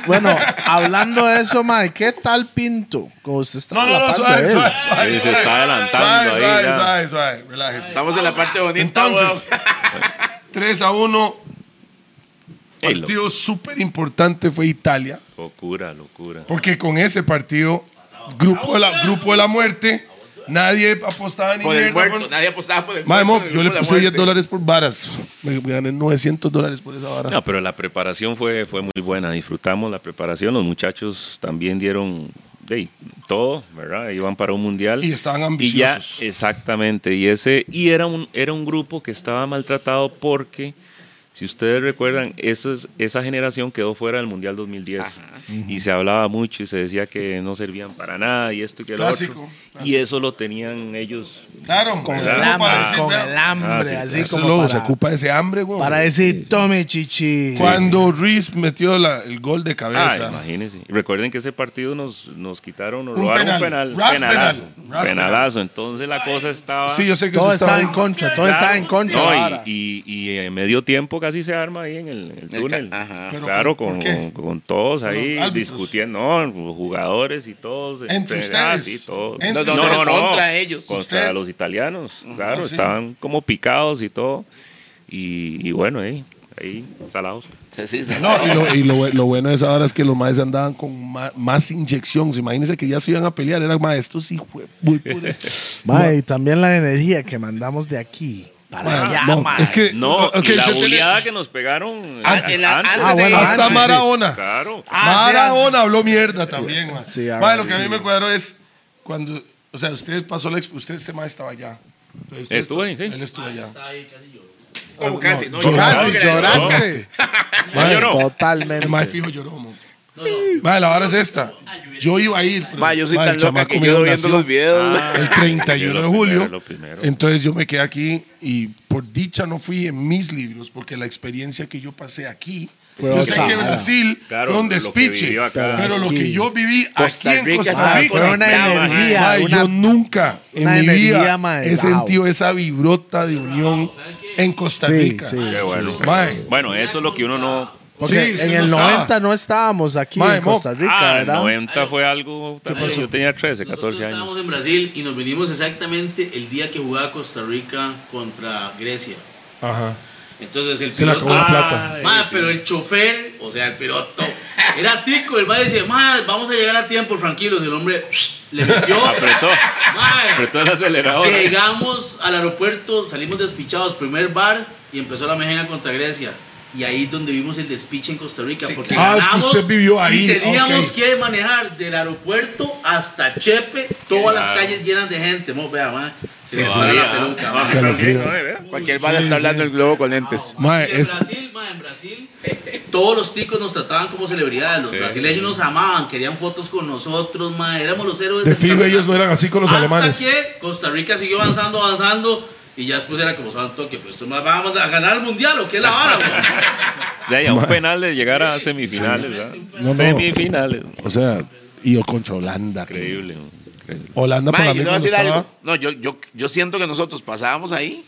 Speaker 1: Bueno, hablando de eso, Mae, ¿qué tal Pinto? Como usted está
Speaker 2: No,
Speaker 1: en
Speaker 2: no,
Speaker 1: la
Speaker 2: no,
Speaker 1: parte
Speaker 2: suave,
Speaker 1: de él.
Speaker 2: suave, suave.
Speaker 4: Sí, se está
Speaker 2: suave.
Speaker 4: adelantando
Speaker 2: Suave,
Speaker 4: ahí
Speaker 2: Suave,
Speaker 4: ya.
Speaker 2: suave, suave, relájese.
Speaker 3: Estamos en la parte bonita,
Speaker 2: Entonces,
Speaker 3: Entonces,
Speaker 2: <laughs> 3 a 1,
Speaker 4: Ey, lo-
Speaker 2: partido súper importante fue Italia,
Speaker 4: locura, locura.
Speaker 2: porque con ese partido, grupo de la, grupo de la muerte, nadie apostaba ni
Speaker 3: Por el
Speaker 2: mierda,
Speaker 3: muerto.
Speaker 2: por-
Speaker 3: Nadie apostaba por el
Speaker 2: Mae, mo,
Speaker 3: muerto. en el
Speaker 2: yo le
Speaker 3: grupo de la
Speaker 2: puse 10
Speaker 3: muerte.
Speaker 2: dólares por varas. Me me gané 900 dólares por esa vara.
Speaker 4: <laughs> No, pero la preparación fue, fue muy buena. Disfrutamos la preparación. Los muchachos también dieron de, todo, ¿verdad? Iban para un mundial.
Speaker 2: Y estaban ambiciosos.
Speaker 4: Y ya, exactamente. Y, ese, y era, un, era un grupo que estaba maltratado porque, si ustedes recuerdan, esa, esa generación quedó fuera del mundial 2010. Y se hablaba mucho y se decía que no servían para nada y esto y que lo
Speaker 2: Clásico,
Speaker 4: otro. Y
Speaker 2: clásico.
Speaker 4: eso lo tenían ellos
Speaker 2: Claro,
Speaker 1: Con
Speaker 2: es
Speaker 1: el
Speaker 2: como para
Speaker 1: hambre,
Speaker 2: decir,
Speaker 1: con
Speaker 2: vea,
Speaker 1: el hambre,
Speaker 4: Ah, sí,
Speaker 1: así
Speaker 2: Ese
Speaker 1: como
Speaker 2: lobo
Speaker 1: para,
Speaker 2: se ocupa de ese hambre, güey.
Speaker 1: para decir, tome chichi.
Speaker 2: Cuando Ruiz metió la- el gol de
Speaker 4: Ah,
Speaker 2: cabeza.
Speaker 4: imagínense. Y Recuerden que ese partido nos, nos quitaron, nos
Speaker 2: Un
Speaker 4: robaron
Speaker 2: penal.
Speaker 4: un penal.
Speaker 2: Ras
Speaker 4: penalazo.
Speaker 2: penal. Ras
Speaker 4: penalazo. Entonces la cosa estaba.
Speaker 2: sí, yo sé que
Speaker 1: Todo
Speaker 2: eso
Speaker 1: estaba
Speaker 2: estaba
Speaker 1: en contra, todo estaba en contra.
Speaker 4: No, y-
Speaker 1: ahora.
Speaker 4: y, y en medio tiempo casi se arma ahí en el, en el
Speaker 3: ca-
Speaker 4: túnel.
Speaker 3: ajá.
Speaker 2: Pero
Speaker 4: Claro,
Speaker 2: ¿por- por
Speaker 4: con,
Speaker 2: qué?
Speaker 4: con, todos
Speaker 2: Con
Speaker 4: ahí
Speaker 2: los árbitros.
Speaker 4: discutiendo. No, los jugadores y todos.
Speaker 2: Entre
Speaker 4: penal,
Speaker 2: ustedes.
Speaker 4: sí, todos.
Speaker 2: Entre
Speaker 4: no,
Speaker 3: ustedes.
Speaker 4: no, no.
Speaker 3: Contra ellos.
Speaker 4: Contra
Speaker 2: Usted.
Speaker 4: los italianos. Claro,
Speaker 2: sí.
Speaker 4: estaban como picados y todo. Y, y bueno, ahí, ahí, salados.
Speaker 3: Sí, sí, sí.
Speaker 2: No, y lo, y lo bue- lo bueno de esa hora es que los maes andaban con ma- más inyecciones. Imagínense que ya se iban a pelear. Eran maestros y
Speaker 4: <laughs>
Speaker 1: Mae, y también la energía que mandamos de aquí para allá. mae.
Speaker 2: Es que.
Speaker 4: No,
Speaker 2: ok,
Speaker 4: y la
Speaker 2: yo tenía-
Speaker 4: buleada que nos pegaron.
Speaker 3: Ah, en la-
Speaker 4: antes.
Speaker 1: Ah, bueno,
Speaker 2: Hasta
Speaker 1: antes, sí.
Speaker 2: Maradona.
Speaker 4: Claro.
Speaker 1: Ah, sí,
Speaker 2: Maradona habló mierda también, man.
Speaker 1: Sí, ah,
Speaker 2: Mae, lo que a
Speaker 1: sí.
Speaker 2: mí me cuadró es cuando, o sea, ustedes pasó la exp- usted este mae estaba allá. Entonces, usted-
Speaker 4: Estuve, sí.
Speaker 2: Él estuvo allá.
Speaker 3: Como casi. No,
Speaker 1: Lloraste,
Speaker 3: lloraba,
Speaker 1: lloraste.
Speaker 2: Mae,
Speaker 4: lloró.
Speaker 2: El mae
Speaker 1: Totalmente.
Speaker 2: fijo lloró, mo. Mae, la hora es esta. Ah, Yo iba a ir. pero,
Speaker 3: Ma, yo soy
Speaker 2: mae,
Speaker 3: tan
Speaker 2: el
Speaker 3: loca
Speaker 2: chamaco
Speaker 3: que
Speaker 2: mío
Speaker 3: yo viendo
Speaker 2: nació
Speaker 3: los videos.
Speaker 4: Ah.
Speaker 2: El 31
Speaker 4: Lo
Speaker 2: de
Speaker 4: primero,
Speaker 2: julio.
Speaker 4: lo primero.
Speaker 2: Entonces yo me quedé aquí y por dicha no fui en mis libros porque la experiencia que yo pasé aquí
Speaker 1: Fue
Speaker 2: Yo
Speaker 1: otra
Speaker 2: sé que
Speaker 1: vara.
Speaker 2: Brasil
Speaker 4: Claro,
Speaker 2: fue un
Speaker 4: lo que
Speaker 2: despiche,
Speaker 4: vivió acá.
Speaker 2: pero lo que yo viví
Speaker 3: Costa
Speaker 2: aquí en
Speaker 3: Rica
Speaker 2: Costa
Speaker 3: estaba
Speaker 2: Rica,
Speaker 3: con
Speaker 2: mae,
Speaker 3: una
Speaker 1: energía,
Speaker 2: mae,
Speaker 1: una-
Speaker 2: yo nunca en
Speaker 1: una
Speaker 2: mi
Speaker 1: energía,
Speaker 2: vida
Speaker 1: mae,
Speaker 2: he
Speaker 1: wow.
Speaker 2: sentido esa vibrota de unión en Costa
Speaker 1: Sí,
Speaker 2: Rica.
Speaker 1: sí.
Speaker 4: Qué bueno.
Speaker 2: Mae.
Speaker 4: Bueno, eso es lo que uno no.
Speaker 2: Sí,
Speaker 1: Porque
Speaker 2: usted
Speaker 1: en
Speaker 2: no
Speaker 1: el
Speaker 2: estaba.
Speaker 1: 90 no estábamos aquí
Speaker 2: Mae,
Speaker 1: en
Speaker 2: mo-
Speaker 1: Costa Rica,
Speaker 4: Ah, el
Speaker 1: ¿verdad?
Speaker 4: 90 fue algo. Yo tenía 13,
Speaker 6: Nosotros
Speaker 4: 14 años.
Speaker 6: estábamos en Brasil y nos venimos exactamente el día que jugaba Costa Rica contra Grecia.
Speaker 2: Ajá.
Speaker 6: Entonces el
Speaker 2: Se le
Speaker 4: Ah.
Speaker 2: acabó la plata.
Speaker 4: Ay,
Speaker 6: Ma,
Speaker 4: sí.
Speaker 6: pero el chofer, o sea, el piloto, era tico. El va decía, ma, vamos a llegar a tiempo, tranquilos. El hombre le metió.
Speaker 4: <laughs> Apretó.
Speaker 6: Ma,
Speaker 4: Apretó el acelerador.
Speaker 6: Llegamos al aeropuerto, salimos despichados, primer bar y empezó la mejena contra Grecia. Y ahí es donde vimos el despiche en Costa Rica.
Speaker 2: Sí,
Speaker 6: porque
Speaker 2: claro. Ah, es que
Speaker 6: ganamos
Speaker 2: usted vivió ahí,
Speaker 6: Y teníamos
Speaker 2: ok.
Speaker 6: que manejar del aeropuerto hasta Chepe, todas las
Speaker 4: Claro.
Speaker 6: calles llenas de gente. Mo, vea, ma, se me
Speaker 4: Sí,
Speaker 6: para la
Speaker 4: ah.
Speaker 6: peluca. ma.
Speaker 2: Escalofrío.
Speaker 3: Cualquier bala está hablando el globo con lentes.
Speaker 2: Mae,
Speaker 6: Y en
Speaker 2: es-
Speaker 6: Brasil, mae, en Brasil, todos los ticos nos trataban como celebridades. Los brasileños nos amaban, querían fotos con nosotros, mae, éramos los héroes.
Speaker 2: De
Speaker 6: del
Speaker 2: fijo
Speaker 6: campeonato.
Speaker 2: ellos no eran así con los
Speaker 6: Hasta
Speaker 2: alemanes.
Speaker 6: que Costa Rica siguió avanzando, avanzando. Y ya después era como santo toque, pues estos más vamos a ganar el mundial o qué es la
Speaker 2: <laughs>
Speaker 6: vara, güey?"
Speaker 4: De ahí a un penal de llegar a semifinales. ¿verdad?
Speaker 2: No, no.
Speaker 4: Semifinales.
Speaker 2: O sea, y yo contra Holanda.
Speaker 4: Increíble. man. Increíble.
Speaker 2: Holanda
Speaker 3: Mae,
Speaker 2: para
Speaker 3: yo
Speaker 2: mí
Speaker 3: le voy a
Speaker 2: cuando
Speaker 3: decir
Speaker 2: estaba-
Speaker 3: algo. No, yo, yo, yo siento que nosotros pasábamos ahí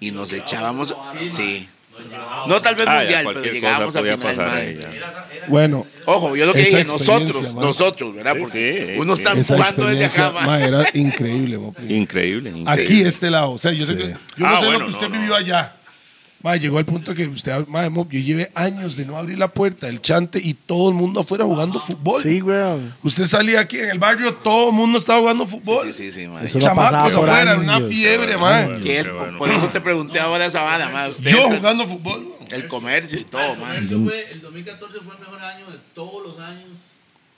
Speaker 3: y nos echábamos. Sí. No tal vez
Speaker 4: Ah, ya,
Speaker 3: mundial, pero
Speaker 4: cualquier cosa
Speaker 3: llegábamos a
Speaker 4: podía
Speaker 3: final.
Speaker 4: pasar
Speaker 3: mae.
Speaker 4: ahí, ya.
Speaker 2: Bueno,
Speaker 3: Ojo, yo lo que
Speaker 2: Esa
Speaker 3: dije,
Speaker 2: experiencia,
Speaker 3: nosotros,
Speaker 2: mae.
Speaker 3: nosotros, ¿verdad?
Speaker 4: Sí,
Speaker 3: Porque
Speaker 4: sí,
Speaker 3: uno
Speaker 4: sí.
Speaker 3: está
Speaker 2: esa
Speaker 3: empujando desde
Speaker 2: experiencia
Speaker 3: acá, mae.
Speaker 2: mae, era increíble. mo.
Speaker 4: Increíble. increíble.
Speaker 2: Aquí, este lado. O sea, yo, sé
Speaker 1: Sí.
Speaker 2: que, yo no
Speaker 4: Ah,
Speaker 2: sé lo
Speaker 4: bueno,
Speaker 2: que usted
Speaker 4: no, no.
Speaker 2: vivió allá. Mae, llegó al punto que usted, mae, mo, yo llevé años de no abrir la puerta del chante y todo el mundo afuera jugando fútbol.
Speaker 1: Sí, weón.
Speaker 2: Usted salía aquí en el barrio, todo el mundo estaba jugando fútbol.
Speaker 3: Sí, sí, sí, mae.
Speaker 1: Eso no
Speaker 2: Chamacos
Speaker 1: pasaba por
Speaker 2: afuera,
Speaker 1: años.
Speaker 2: una
Speaker 4: Ah,
Speaker 2: fiebre, mae.
Speaker 3: Que es- Por eso te pregunté ahora esa vara, mae. Usted
Speaker 2: Yo
Speaker 3: está-
Speaker 2: jugando fútbol. mo.
Speaker 3: el comercio y todo, mae.
Speaker 6: Comercio fue- El 2014 fue el mejor año de todos los años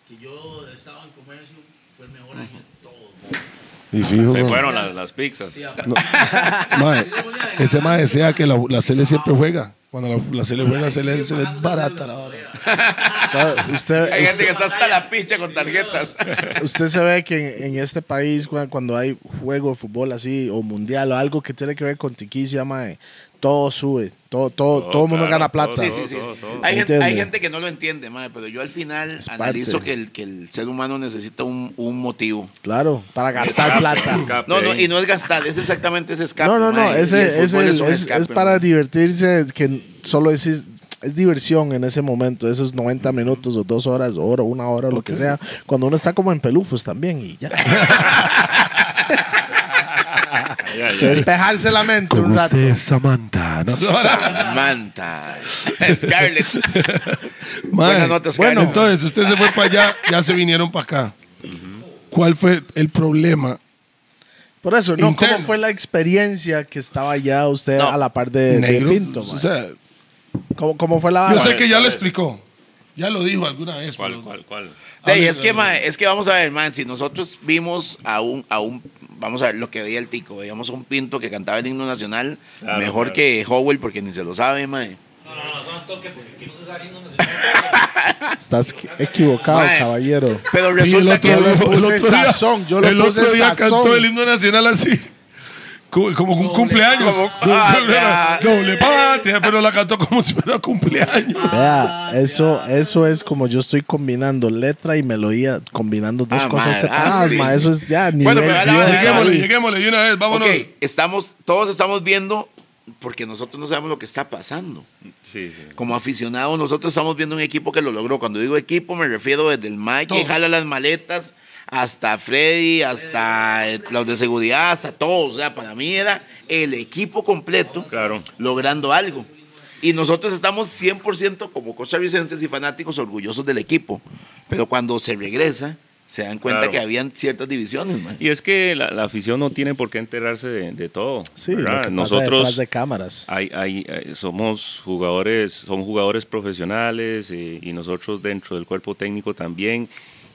Speaker 6: que yo estaba en comercio. Fue el mejor año de todos.
Speaker 2: Y fijo,
Speaker 4: Se
Speaker 2: mae.
Speaker 4: fueron las, las pizzas.
Speaker 2: Mae, ese mae desea que la, la Cele siempre juega. Cuando la, la Cele juega, se le, se le es barata la hora.
Speaker 1: Claro, Usted,
Speaker 3: Hay gente
Speaker 1: usted,
Speaker 3: que está hasta la picha con tarjetas.
Speaker 1: usted se ve que en, en este país, cua- cuando hay juego de fútbol así, o mundial, o algo que tiene que ver con tiquicia, mae, todo sube. Todo, todo, todo el mundo
Speaker 4: Oh, claro,
Speaker 1: gana plata.
Speaker 3: Sí, <laughs> sí,
Speaker 4: Todo,
Speaker 3: sí.
Speaker 4: todo, todo.
Speaker 3: Hay, gente,
Speaker 1: Entiende.
Speaker 3: hay gente que no lo entiende, mae, pero yo al final
Speaker 1: parte.
Speaker 3: analizo que el, que el ser humano necesita un, un motivo.
Speaker 1: Claro, para gastar plata.
Speaker 4: Escape.
Speaker 3: No, no, y no es gastar, es exactamente ese escape.
Speaker 1: No, no, no,
Speaker 3: mae, y el
Speaker 1: ese, ese
Speaker 3: fútbol
Speaker 1: es,
Speaker 3: un
Speaker 1: es-
Speaker 3: escape,
Speaker 1: es para
Speaker 3: mae.
Speaker 1: divertirse, que solo es, es diversión en ese momento, esos 90 minutos o dos horas, o hora, una hora, o lo que sea, cuando uno está como en pelufos también y
Speaker 3: <laughs>
Speaker 1: ya.
Speaker 4: Ya, ya.
Speaker 1: Despejarse la mente un
Speaker 2: Con
Speaker 1: rato.
Speaker 2: usted, Samantha. <laughs> ¿no?
Speaker 3: Samantha. <laughs> Scarlett.
Speaker 2: Mae,
Speaker 3: Buenas notas,
Speaker 2: bueno,
Speaker 3: Karen.
Speaker 2: entonces usted se fue para allá, ya se vinieron para acá. ¿Cuál fue el problema?
Speaker 1: Por eso, ¿no?
Speaker 2: Interno.
Speaker 1: ¿Cómo fue la experiencia que estaba ya usted
Speaker 3: No.
Speaker 1: a la par Eh, de, de
Speaker 2: Negro.
Speaker 1: Pinto? Ah,
Speaker 2: o
Speaker 1: man?
Speaker 2: sea,
Speaker 1: ¿Cómo, cómo fue la
Speaker 2: yo
Speaker 1: vara?
Speaker 2: sé que ya lo explicó. Ya lo dijo alguna vez.
Speaker 4: ¿Cuál,
Speaker 2: pero-
Speaker 4: cuál, cuál?
Speaker 3: De ahí,
Speaker 2: Háblale,
Speaker 3: es que,
Speaker 2: háblale.
Speaker 3: mae, es que vamos a ver, man, si nosotros vimos a un, a un, vamos a ver lo que veía el tico, veíamos a un pinto que cantaba el himno nacional,
Speaker 4: Claro,
Speaker 3: mejor
Speaker 4: claro.
Speaker 3: que Howell porque ni se lo sabe, mae.
Speaker 7: No, no, no, son toque porque aquí no se sabe
Speaker 6: <laughs>
Speaker 7: no
Speaker 1: Estás equivocado,
Speaker 3: Mae.
Speaker 1: caballero.
Speaker 3: Pero
Speaker 2: Y el
Speaker 3: resulta
Speaker 2: otro
Speaker 3: que
Speaker 1: yo
Speaker 2: día,
Speaker 1: le
Speaker 2: el
Speaker 1: puse
Speaker 2: otro día-
Speaker 1: sazón, yo le
Speaker 2: el
Speaker 1: puse
Speaker 2: otro día
Speaker 1: sazón.
Speaker 2: cantó el himno nacional así. Como, como un cumpleaños.
Speaker 3: Como- Ah, ya.
Speaker 2: <laughs> Doble patria, pero la cantó como si fuera cumpleaños.
Speaker 1: Vea, eso, eso es como yo estoy combinando letra y melodía, combinando dos
Speaker 3: Ah,
Speaker 1: cosas
Speaker 3: mae,
Speaker 1: separadas,
Speaker 3: ah, sí,
Speaker 1: mae,
Speaker 3: sí.
Speaker 1: Eso es ya nivel
Speaker 3: Bueno, pero
Speaker 4: Ah,
Speaker 3: a la
Speaker 1: Dios
Speaker 3: hora de-
Speaker 2: Lleguémosle,
Speaker 1: ahí.
Speaker 2: lleguémosle de una vez, vámonos.
Speaker 3: Ok, estamos, todos estamos viendo porque nosotros no sabemos lo que está pasando.
Speaker 4: Sí, sí.
Speaker 3: Como aficionados, nosotros estamos viendo un equipo que lo logró. Cuando digo equipo, me refiero desde el Mike que
Speaker 2: Todos.
Speaker 3: jala las maletas hasta Freddy, hasta eh, los de seguridad, hasta todos. O sea, para mí era el equipo completo
Speaker 4: Claro.
Speaker 3: logrando algo. Y nosotros estamos 100% como costarricenses y fanáticos orgullosos del equipo. Pero cuando se regresa, se dan cuenta
Speaker 4: Claro.
Speaker 3: que habían ciertas divisiones. man.
Speaker 4: Y es que la, la afición no tiene por qué enterarse de, de todo.
Speaker 1: Sí, lo que
Speaker 4: ¿verdad?
Speaker 1: pasa
Speaker 4: Nosotros
Speaker 1: detrás de cámaras.
Speaker 4: hay- hay- hay- somos jugadores, son jugadores profesionales eh, y nosotros dentro del cuerpo técnico también.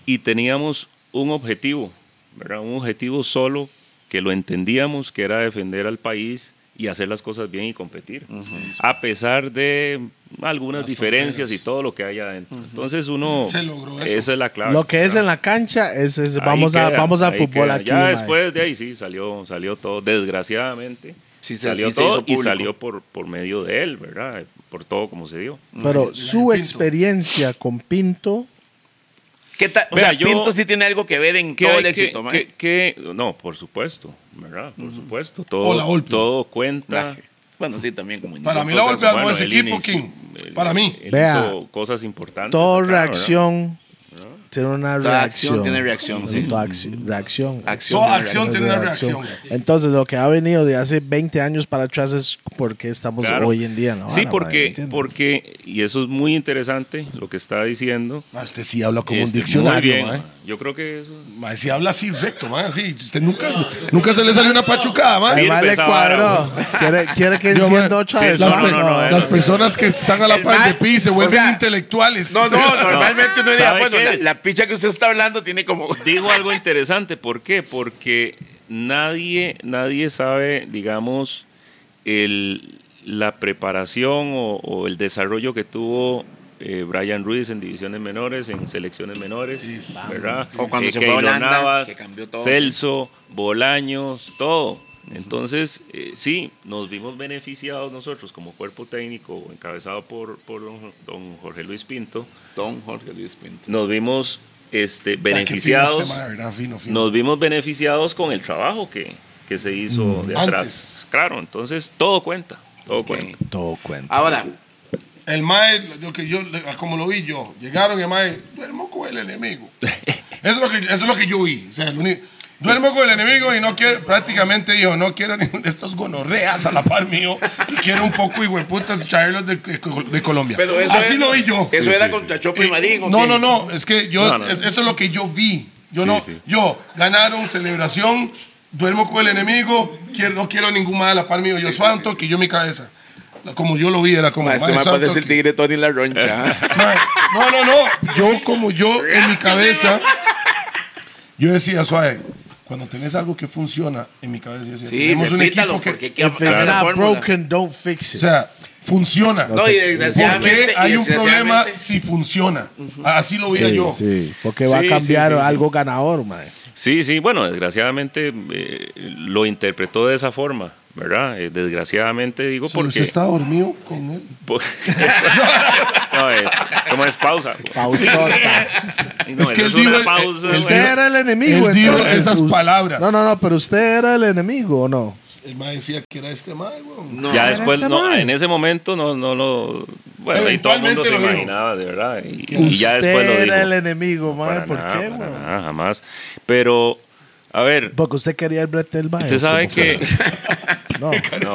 Speaker 4: Y teníamos un objetivo, ¿verdad? Un objetivo solo que lo entendíamos, que era defender al país y hacer las cosas bien y competir, a pesar de algunas diferencias y todo lo que hay adentro. Entonces uno...
Speaker 2: Se logró eso.
Speaker 4: Esa es la clave.
Speaker 1: Lo que es
Speaker 4: ¿verdad?
Speaker 1: en la cancha es, es-
Speaker 4: Ahí
Speaker 1: Pues vamos a
Speaker 4: queda,
Speaker 1: vamos a
Speaker 4: ahí
Speaker 1: fútbol
Speaker 4: queda.
Speaker 1: aquí.
Speaker 4: Ya
Speaker 1: mae.
Speaker 4: después de ahí sí salió, salió todo, desgraciadamente.
Speaker 3: Sí, se-
Speaker 4: salió
Speaker 3: sí se
Speaker 4: todo
Speaker 3: hizo
Speaker 4: y
Speaker 3: público.
Speaker 4: salió por, por medio de él, ¿verdad? Por todo como se dio.
Speaker 1: Pero su
Speaker 2: Pinto.
Speaker 1: experiencia con Pinto,
Speaker 3: ¿Qué tal? O
Speaker 4: Vea,
Speaker 3: sea,
Speaker 4: yo-
Speaker 3: Pinto sí tiene algo que ver en
Speaker 4: ¿Qué
Speaker 3: todo
Speaker 4: hay
Speaker 3: el
Speaker 4: que-
Speaker 3: éxito, man.
Speaker 4: que- que- no, por supuesto, ¿verdad? Por supuesto,
Speaker 2: O la
Speaker 4: todo,
Speaker 2: Volpe.
Speaker 4: todo
Speaker 3: Ah,
Speaker 4: cuenta.
Speaker 3: Bueno, sí, también como
Speaker 2: Para
Speaker 3: inició
Speaker 2: mí la
Speaker 3: cosas.
Speaker 2: golpea- Bueno, ese
Speaker 4: él
Speaker 2: equipo,
Speaker 4: inició-
Speaker 2: King.
Speaker 4: él-
Speaker 2: Para mí.
Speaker 4: él
Speaker 1: Vea.
Speaker 4: hizo cosas importantes.
Speaker 1: toda
Speaker 4: acá, ¿verdad?
Speaker 1: reacción tiene una
Speaker 3: Toda
Speaker 1: reacción.
Speaker 3: acción tiene reacción, sí.
Speaker 1: Toda acci- reacción.
Speaker 3: Acción.
Speaker 2: Toda
Speaker 3: tiene
Speaker 2: acción tiene una reacción.
Speaker 1: Entonces, lo que ha venido de hace 20 años para atrás es porque estamos
Speaker 4: Claro.
Speaker 1: pues, hoy en día. en la vara,
Speaker 4: Sí,
Speaker 1: madre,
Speaker 4: porque,
Speaker 1: ¿entiende?
Speaker 4: porque, y eso es muy interesante lo que está diciendo.
Speaker 2: Ma, usted sí habla como
Speaker 4: Este,
Speaker 2: un diccionario,
Speaker 4: muy bien,
Speaker 2: ma.
Speaker 4: Yo creo que eso.
Speaker 2: Ma, sí habla así recto, ma, sí. Usted nunca, nunca se le salió una pachucada, ma.
Speaker 1: Ay,
Speaker 4: Sí,
Speaker 1: mae, le
Speaker 4: empezaba
Speaker 1: cuadró.
Speaker 4: ahora,
Speaker 1: ¿Quiere, quiere que
Speaker 2: Yo, ma,
Speaker 1: encienda otra
Speaker 4: sí,
Speaker 1: vez?
Speaker 4: no,
Speaker 2: Las,
Speaker 1: mae?
Speaker 2: pe-
Speaker 4: no, no,
Speaker 2: las
Speaker 4: no, no.
Speaker 2: personas que están a la
Speaker 3: El
Speaker 2: par de
Speaker 3: ma-
Speaker 2: pi se vuelven
Speaker 3: o sea,
Speaker 2: intelectuales.
Speaker 3: No,
Speaker 4: <laughs>
Speaker 3: no, normalmente uno diría,
Speaker 4: ¿Sabe
Speaker 3: bueno,
Speaker 4: qué
Speaker 3: la,
Speaker 4: es?
Speaker 3: la picha que usted está hablando tiene como. <laughs>
Speaker 4: Dijo algo interesante. ¿Por qué? Porque nadie, nadie sabe, digamos, el, la preparación o, o el desarrollo que tuvo eh, Brian Ruiz en divisiones menores, en selecciones menores, ¿verdad?
Speaker 3: O cuando
Speaker 4: Eh,
Speaker 3: se fue a
Speaker 4: Keylor
Speaker 3: Holanda,
Speaker 4: Navas,
Speaker 3: que cambió todo.
Speaker 4: Celso, Bolaños, todo. Entonces, eh, sí, nos vimos beneficiados nosotros como cuerpo técnico encabezado por, por don, don Jorge Luis Pinto.
Speaker 3: Don Jorge Luis Pinto.
Speaker 4: Nos vimos este,
Speaker 2: Ma, qué fino este,
Speaker 4: beneficiados
Speaker 2: ma, de verdad, fino, fino.
Speaker 4: nos vimos beneficiados con el trabajo que, que se hizo de atrás.
Speaker 2: antes.
Speaker 4: Claro, entonces todo cuenta, todo cuenta.
Speaker 1: Todo cuenta.
Speaker 3: Ahora,
Speaker 2: El mae, lo que yo, como lo vi yo, llegaron y el mae, duermo con el
Speaker 4: <laughs>
Speaker 2: enemigo. Eso es lo que, eso es lo que yo vi. O sea, el uni- duermo con el enemigo y no quiero, prácticamente dijo, no quiero ninguno <laughs> de estos gonorreas a la par mío y quiero un poco hijueputas charlos de, de, de Colombia.
Speaker 3: pero eso.
Speaker 2: Así
Speaker 3: era-
Speaker 2: lo vi yo. Eh,
Speaker 3: Eso era contra Chopo y Marín. ¿o
Speaker 2: No,
Speaker 3: qué?
Speaker 2: no, no, es que yo,
Speaker 4: No, no, no.
Speaker 2: es- eso es lo que yo vi. Yo
Speaker 4: Sí,
Speaker 2: no,
Speaker 4: sí.
Speaker 2: yo, ganaron, celebración, duermo con el enemigo, quiero, no quiero ningún más a la par mío. Yo,
Speaker 3: Sí, sí,
Speaker 2: suave un
Speaker 3: sí,
Speaker 2: toque, yo mi cabeza. Como yo lo vi, era como.
Speaker 3: Ma, Este
Speaker 2: "Mae,
Speaker 3: me
Speaker 2: suave un
Speaker 3: parece el
Speaker 2: toque".
Speaker 3: tigre Tony La
Speaker 4: <laughs>
Speaker 3: Roncha.
Speaker 2: Mae, No, no, no. Yo, como yo, en mi cabeza, yo decía, suave, cuando tenés algo que funciona, en mi cabeza, yo decía,
Speaker 3: Sí,
Speaker 2: tenemos un
Speaker 3: repítalo,
Speaker 2: equipo que.
Speaker 3: porque
Speaker 1: If it's
Speaker 3: la
Speaker 1: not
Speaker 3: fórmula.
Speaker 1: broken, don't fix
Speaker 2: O
Speaker 1: it.
Speaker 2: sea, funciona.
Speaker 3: No, y
Speaker 2: Porque
Speaker 3: desgraciadamente. y
Speaker 2: hay un
Speaker 3: desgraciadamente-
Speaker 2: problema si funciona. Así lo veía
Speaker 1: Sí,
Speaker 2: yo.
Speaker 1: sí, porque va a
Speaker 4: Sí,
Speaker 1: cambiar
Speaker 4: sí, sí, sí.
Speaker 1: algo ganador, mae.
Speaker 4: Sí, sí, bueno, desgraciadamente eh, lo interpretó de esa forma, ¿verdad? Eh, desgraciadamente digo
Speaker 2: Pero
Speaker 4: porque...
Speaker 2: usted está dormido con él.
Speaker 4: por- <laughs> no, es, ¿cómo es pausa?
Speaker 1: Pausota.
Speaker 4: <laughs> No,
Speaker 2: Es que
Speaker 4: esa
Speaker 2: él dijo-
Speaker 4: una
Speaker 2: eh,
Speaker 4: <laughs> pausa.
Speaker 2: él
Speaker 1: usted
Speaker 4: bueno.
Speaker 1: era el enemigo,
Speaker 2: Él dijo
Speaker 1: entonces.
Speaker 2: esas
Speaker 1: us-
Speaker 2: palabras.
Speaker 1: No, no, no, pero usted era el enemigo, ¿o no?
Speaker 2: El mae decía que era este mae, weón.
Speaker 3: No,
Speaker 4: ya
Speaker 1: era
Speaker 4: después,
Speaker 1: este
Speaker 4: no,
Speaker 1: man.
Speaker 4: en ese momento no, no lo... Bueno, ahí todo el
Speaker 2: Eventualmente
Speaker 4: mundo se
Speaker 2: lo dijo.
Speaker 4: imaginaba, de verdad. Y, y
Speaker 1: Usted
Speaker 4: ya después lo dijo.
Speaker 1: era el enemigo,
Speaker 4: No,
Speaker 1: mae.
Speaker 4: para
Speaker 1: ¿Por
Speaker 4: nada,
Speaker 1: qué,
Speaker 4: para
Speaker 1: weón?
Speaker 4: nada, jamás. Pero, a ver,
Speaker 1: Porque usted quería el brete del mae.
Speaker 4: usted sabe que...
Speaker 1: No.
Speaker 4: <laughs> No,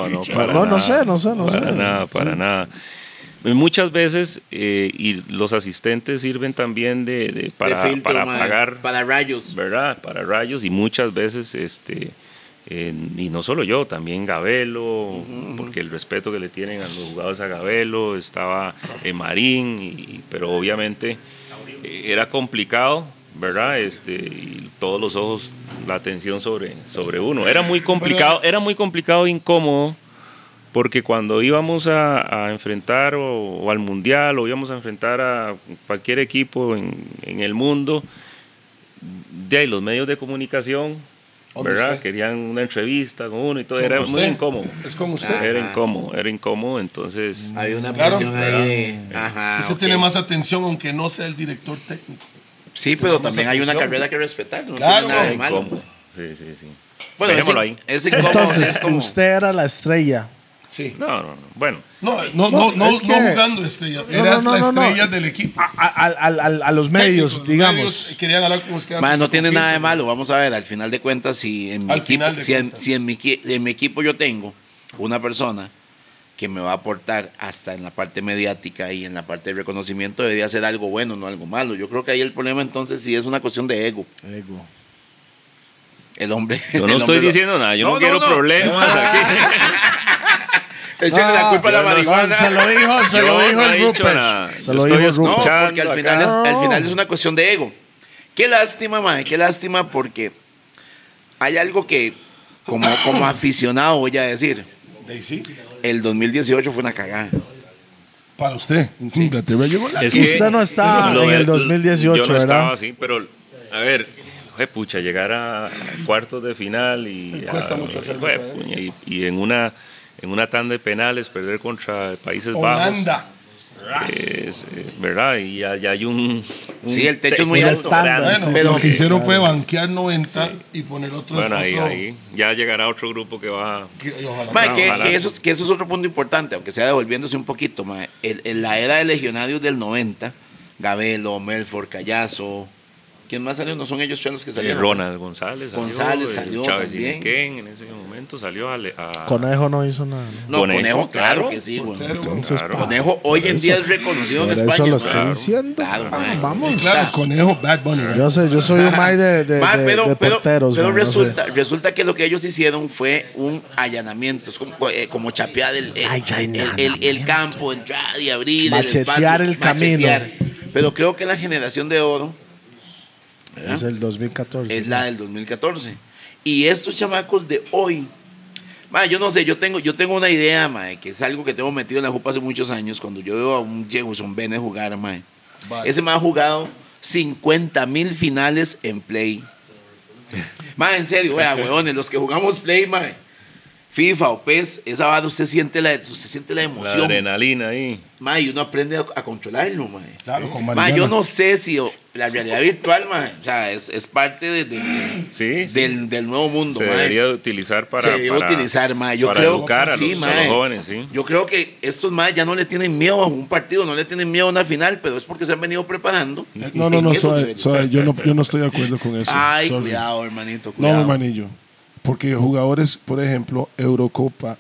Speaker 4: no,
Speaker 1: Picha.
Speaker 4: para
Speaker 1: No, no
Speaker 4: nada.
Speaker 1: sé, no sé, no
Speaker 4: Para
Speaker 1: sé.
Speaker 4: nada,
Speaker 1: Sí.
Speaker 4: para nada. Y Muchas veces, eh, y los asistentes sirven también de, de- para,
Speaker 3: de filtro,
Speaker 4: para
Speaker 3: ma,
Speaker 4: pagar,
Speaker 3: Para rayos.
Speaker 4: ¿verdad? Para rayos, y muchas veces, este, en- y no solo yo, también Gabelo, porque el respeto que le tienen a los jugadores a Gabelo, estaba eh, Marín, y- pero obviamente eh, era complicado. ¿Verdad? Este, y todos los ojos, la atención sobre, sobre uno. Era muy complicado, era muy complicado e incómodo, porque cuando íbamos a, a enfrentar o, o al mundial o íbamos a enfrentar a cualquier equipo en, en el mundo, de ahí los medios de comunicación,
Speaker 2: Hombre,
Speaker 4: ¿verdad?
Speaker 2: usted.
Speaker 4: Querían una entrevista con uno y todo,
Speaker 2: Como
Speaker 4: era muy
Speaker 2: usted.
Speaker 4: incómodo.
Speaker 2: Es como usted.
Speaker 4: Era incómodo, era incómodo, entonces...
Speaker 3: Hay una
Speaker 2: Claro.
Speaker 3: presión ahí de. Ajá.
Speaker 2: Usted
Speaker 3: Ah, ok.
Speaker 2: tiene más atención, aunque no sea el director técnico.
Speaker 3: Sí, pero
Speaker 2: más
Speaker 3: también hay una
Speaker 2: atención.
Speaker 3: carrera que respetar. No
Speaker 2: Claro.
Speaker 3: tiene nada
Speaker 4: Era
Speaker 3: de malo.
Speaker 4: incómodo. Sí, sí, sí.
Speaker 3: Bueno, es,
Speaker 4: Dejémoslo
Speaker 3: in-
Speaker 4: ahí.
Speaker 3: es incómodo. es
Speaker 1: Entonces,
Speaker 3: como,
Speaker 1: usted era la estrella.
Speaker 2: Sí.
Speaker 4: No, no, no. Bueno,
Speaker 2: No, no, no, no,
Speaker 1: es
Speaker 2: no
Speaker 1: que-
Speaker 2: jugando estrella.
Speaker 1: No,
Speaker 2: Eras
Speaker 1: no, no,
Speaker 2: la
Speaker 1: no, no.
Speaker 2: estrella del equipo.
Speaker 1: A, a- al- al- a los
Speaker 2: Técnicos,
Speaker 1: medios,
Speaker 2: los
Speaker 1: digamos.
Speaker 2: medios querían hablar con usted.
Speaker 3: Ma,
Speaker 2: antes
Speaker 3: no
Speaker 2: de
Speaker 3: tiene
Speaker 2: cumplir.
Speaker 3: nada de malo. Vamos a ver, al final de cuentas, si en mi,
Speaker 2: Al
Speaker 3: equipo,
Speaker 2: final de
Speaker 3: si en,
Speaker 2: cuentas.
Speaker 3: si en mi, equi- en mi equipo yo tengo una persona que me va a aportar hasta en la parte mediática y en la parte de reconocimiento, debería ser algo bueno, no algo malo. Yo creo que ahí el problema entonces sí es una cuestión de ego.
Speaker 1: Ego.
Speaker 3: El hombre.
Speaker 4: yo no
Speaker 3: el hombre
Speaker 4: estoy
Speaker 3: lo-
Speaker 4: diciendo nada, yo no, quiero problemas aquí.
Speaker 3: Échenle la
Speaker 1: Ah,
Speaker 3: culpa a la
Speaker 4: yo no-
Speaker 3: marihuana.
Speaker 1: Se lo dijo, se lo
Speaker 4: Yo
Speaker 1: dijo
Speaker 4: no
Speaker 1: el
Speaker 4: he dicho
Speaker 1: Rupert.
Speaker 4: nada.
Speaker 1: Se
Speaker 4: Yo
Speaker 1: lo
Speaker 4: estoy
Speaker 1: dijo el
Speaker 3: No,
Speaker 1: Rupert.
Speaker 4: escuchando.
Speaker 3: porque al
Speaker 4: acá.
Speaker 3: final, es, al
Speaker 1: No.
Speaker 3: final es una cuestión de ego. Qué lástima, mae, qué lástima, porque hay algo que, como, como aficionado, voy a decir,
Speaker 2: De ahí sí.
Speaker 3: el 2018 fue una cagada.
Speaker 2: Para usted. Inglaterra Mm, llegó la-
Speaker 4: Es
Speaker 1: Usted no estaba
Speaker 4: lo
Speaker 1: en el
Speaker 4: de-
Speaker 1: 2018,
Speaker 4: Yo no
Speaker 1: ¿verdad?
Speaker 4: estaba así, pero a ver, pucha, llegar a cuartos de final y.
Speaker 5: Cuesta
Speaker 4: a-
Speaker 5: mucho hacer
Speaker 4: jue-
Speaker 5: muchas veces.
Speaker 4: puña, y, y en una en una tanda de penales perder contra Países
Speaker 5: Holanda.
Speaker 4: Bajos. es, eh, ¿Verdad? Y ya, ya hay un, un
Speaker 3: Sí, el techo es muy
Speaker 4: un
Speaker 3: alto.
Speaker 4: grande.
Speaker 5: Bueno,
Speaker 1: Sí,
Speaker 3: pero-
Speaker 5: lo que
Speaker 1: sí,
Speaker 5: hicieron
Speaker 1: claro.
Speaker 5: fue banquear 90 y poner otros.
Speaker 4: Bueno, ahí,
Speaker 5: otro-
Speaker 4: ahí. Ya llegará otro grupo que va.
Speaker 5: que- y ojalá-
Speaker 3: Mae, que,
Speaker 4: ojalá.
Speaker 3: que eso, es- que eso es otro punto importante, aunque sea devolviéndose un poquito. mae. El- en la era de legionarios del 90, Gabelo, Melford, Callazo, ¿quién más salió? No son ellos tres los que
Speaker 4: eh,
Speaker 3: salieron.
Speaker 4: Ronald González salió.
Speaker 3: González
Speaker 4: eh,
Speaker 3: salió
Speaker 4: Chávez
Speaker 3: también.
Speaker 4: Inequén en ese momento salió a. le- a-
Speaker 1: Conejo no hizo nada. ¿no?
Speaker 3: No, Conejo,
Speaker 4: Conejo,
Speaker 3: claro
Speaker 4: claro.
Speaker 3: que sí, güey.
Speaker 5: Pero-
Speaker 1: Entonces,
Speaker 4: Claro.
Speaker 1: pa,
Speaker 3: Conejo hoy en
Speaker 1: eso-
Speaker 3: día es reconocido en
Speaker 1: por
Speaker 3: España.
Speaker 1: eso lo
Speaker 3: mae.
Speaker 1: estoy
Speaker 4: claro.
Speaker 1: diciendo.
Speaker 3: Claro,
Speaker 1: Ah,
Speaker 3: mae.
Speaker 1: vamos.
Speaker 5: Claro, conejo, Bad Bunny. ¿verdad?
Speaker 1: Yo sé, yo soy un mae de, de,
Speaker 3: Mae,
Speaker 1: de-
Speaker 3: pero,
Speaker 1: de
Speaker 3: pero-
Speaker 1: porteros.
Speaker 3: pero
Speaker 1: mae, no sé.
Speaker 3: resulta, resulta que lo que ellos hicieron fue un allanamiento, es como, eh, como chapear el, el-
Speaker 1: Allanamiento.
Speaker 3: el- el- el campo, entrar y abrir
Speaker 1: Machetear
Speaker 3: el espacio.
Speaker 1: el camino.
Speaker 3: Pero creo que la generación de oro
Speaker 1: Es el 2014.
Speaker 3: ¿eh? es la del 2014. Y estos chamacos de hoy, ma, yo no sé, yo tengo, yo tengo una idea, ma, que es algo que tengo metido en la jupa hace muchos años, cuando yo veo a un Jefferson Bennett jugar, ma. Ese me ha jugado 50 mil finales en Play. ma, en serio, vea, huevones, los que jugamos Play, ma, FIFA o PES, esa vara usted siente la, usted siente la
Speaker 4: La
Speaker 3: emoción,
Speaker 4: adrenalina ahí.
Speaker 3: ma, y uno aprende a, a controlarlo, ma.
Speaker 5: Claro, con
Speaker 3: Ma,
Speaker 5: Mariana.
Speaker 3: yo no sé si o- la realidad virtual, ma, o sea, es, es parte de- de- de-
Speaker 4: Sí. sí.
Speaker 3: del, del nuevo mundo,
Speaker 4: se
Speaker 3: ma.
Speaker 4: debería de utilizar para,
Speaker 3: Se debería
Speaker 4: para-
Speaker 3: utilizar, ma. Yo
Speaker 4: para
Speaker 3: creo-
Speaker 4: educar a los,
Speaker 3: sí,
Speaker 4: a
Speaker 3: ma.
Speaker 4: los jóvenes, sí.
Speaker 3: Yo creo que estos más ya no le tienen miedo a un partido, no le tienen miedo a una final, pero es porque se han venido preparando.
Speaker 2: No, no,
Speaker 3: En
Speaker 2: no,
Speaker 3: eso
Speaker 2: suave,
Speaker 3: debería
Speaker 2: suave,
Speaker 3: ser.
Speaker 2: yo no, yo no estoy de acuerdo con eso.
Speaker 3: Ay,
Speaker 2: sorry.
Speaker 3: cuidado, hermanito, cuidado.
Speaker 2: No, hermanillo. Porque jugadores, por ejemplo, Eurocopa,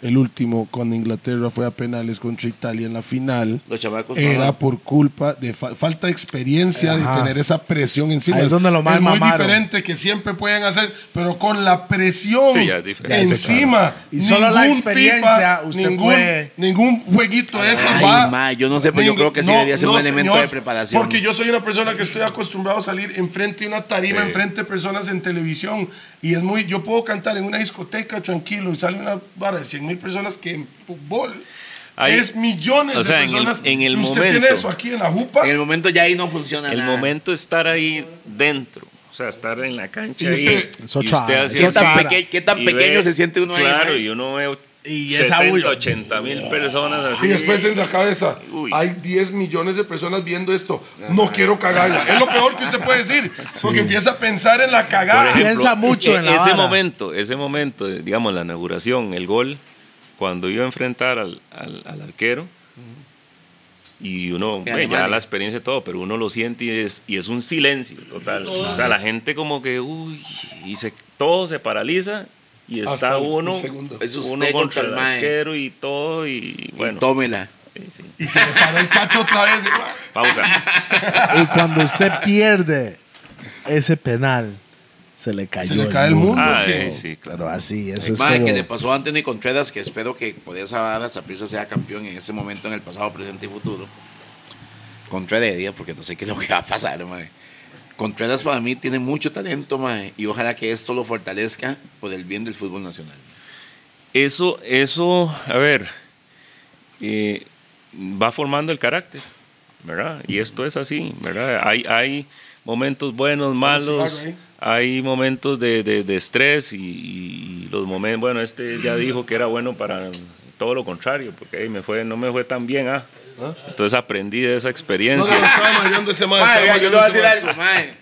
Speaker 2: el último, cuando Inglaterra fue a penales contra Italia en la final,
Speaker 3: Los chamacos.
Speaker 2: era
Speaker 3: no,
Speaker 2: por culpa de fa- falta de experiencia
Speaker 1: Ajá.
Speaker 2: de tener esa presión encima.
Speaker 1: Ahí es donde lo más
Speaker 2: muy
Speaker 1: mamaron.
Speaker 2: diferente que siempre pueden hacer, pero con la presión
Speaker 4: Sí, ya es diferente.
Speaker 2: encima.
Speaker 1: Y solo la
Speaker 2: ningún
Speaker 1: experiencia usted
Speaker 2: ningún,
Speaker 1: puede-
Speaker 2: ningún jueguito de esos
Speaker 3: Ay,
Speaker 2: va.
Speaker 3: ma, yo no sé, pero yo creo que sí debería ser un elemento de preparación.
Speaker 5: Porque yo soy una persona que estoy acostumbrado a salir enfrente de una tarima, enfrente de personas en televisión. Y es muy. Yo puedo cantar en una discoteca tranquilo y sale una vara de 100 mil personas que en fútbol.
Speaker 4: Ahí-
Speaker 5: es millones
Speaker 4: o sea,
Speaker 5: de
Speaker 4: en el-
Speaker 5: personas.
Speaker 4: en el
Speaker 5: Y usted
Speaker 4: momento.
Speaker 5: tiene eso aquí en la jupa.
Speaker 3: En el momento ya ahí no funciona
Speaker 4: El
Speaker 3: nada.
Speaker 4: momento de estar ahí dentro, o sea, estar en la cancha
Speaker 5: Y usted-
Speaker 4: ahí.
Speaker 1: Es otra- es
Speaker 3: ¿Qué
Speaker 1: otra
Speaker 3: tan,
Speaker 1: vara.
Speaker 3: peque- qué tan
Speaker 4: y
Speaker 3: pequeño
Speaker 4: ve-
Speaker 3: se siente uno
Speaker 4: Claro,
Speaker 3: ahí?
Speaker 4: y uno ve
Speaker 1: Y esa
Speaker 4: 70,
Speaker 1: bulla.
Speaker 4: 80 mil personas así.
Speaker 5: Y después en la cabeza,
Speaker 4: Uy.
Speaker 5: hay 10 millones de personas viendo esto. No quiero cagarla. Es lo peor que usted puede decir. Porque empieza a pensar en la
Speaker 4: Por
Speaker 5: cagada.
Speaker 4: ejemplo,
Speaker 1: Ah,
Speaker 4: e-,
Speaker 1: Piensa mucho en la
Speaker 4: Ese
Speaker 1: vara.
Speaker 4: momento, ese momento, eh, digamos, la inauguración, el gol, cuando iba a enfrentar al, al- al arquero, y uno,
Speaker 3: De
Speaker 4: ve, ya
Speaker 3: Alemania.
Speaker 4: la experiencia y todo, pero uno lo siente y es, y es un silencio total. O sea, la gente como que, uy, y se, todo se paraliza y está
Speaker 5: Hasta el-
Speaker 4: uno,
Speaker 5: un segundo.
Speaker 3: Es usted
Speaker 4: uno
Speaker 3: contra
Speaker 4: contra
Speaker 3: el
Speaker 4: el
Speaker 3: mae.
Speaker 4: arquero y todo, y bueno.
Speaker 3: Tómela.
Speaker 4: sí, sí.
Speaker 5: Y se le paró el cacho otra vez.
Speaker 3: <laughs>
Speaker 4: Pausa.
Speaker 1: Y cuando usted pierde ese penal, se le cayó
Speaker 5: le cae el mundo.
Speaker 4: Ah,
Speaker 5: que-
Speaker 4: eh, sí, claro.
Speaker 1: Pero así, eso es
Speaker 3: Mae,
Speaker 1: como-
Speaker 3: que le pasó a Anthony Contreras, que espero que por esa vara Saprissa sea campeón en ese momento, en el pasado, presente y futuro. Contra Heredia, porque no sé qué es lo que va a pasar, mae. Contreras para mí tiene mucho talento, mae, y ojalá que esto lo fortalezca por el bien del fútbol nacional.
Speaker 4: Eso, eso, a ver, eh, va formando el carácter, ¿verdad? Y esto es así, ¿verdad? Hay, hay momentos buenos, malos,
Speaker 5: cigarro
Speaker 4: hay momentos de, de- de estrés y, y los momentos, bueno, este ya dijo que era bueno para todo lo contrario, porque ahí me fue, no me fue tan bien, ah. Entonces aprendí de esa
Speaker 5: No,
Speaker 4: experiencia.
Speaker 5: no, estaba mareando ese mae,
Speaker 3: Mae,
Speaker 5: estaba
Speaker 3: vea, yo le
Speaker 5: mareando
Speaker 3: voy a
Speaker 5: ese
Speaker 3: decir
Speaker 5: mae.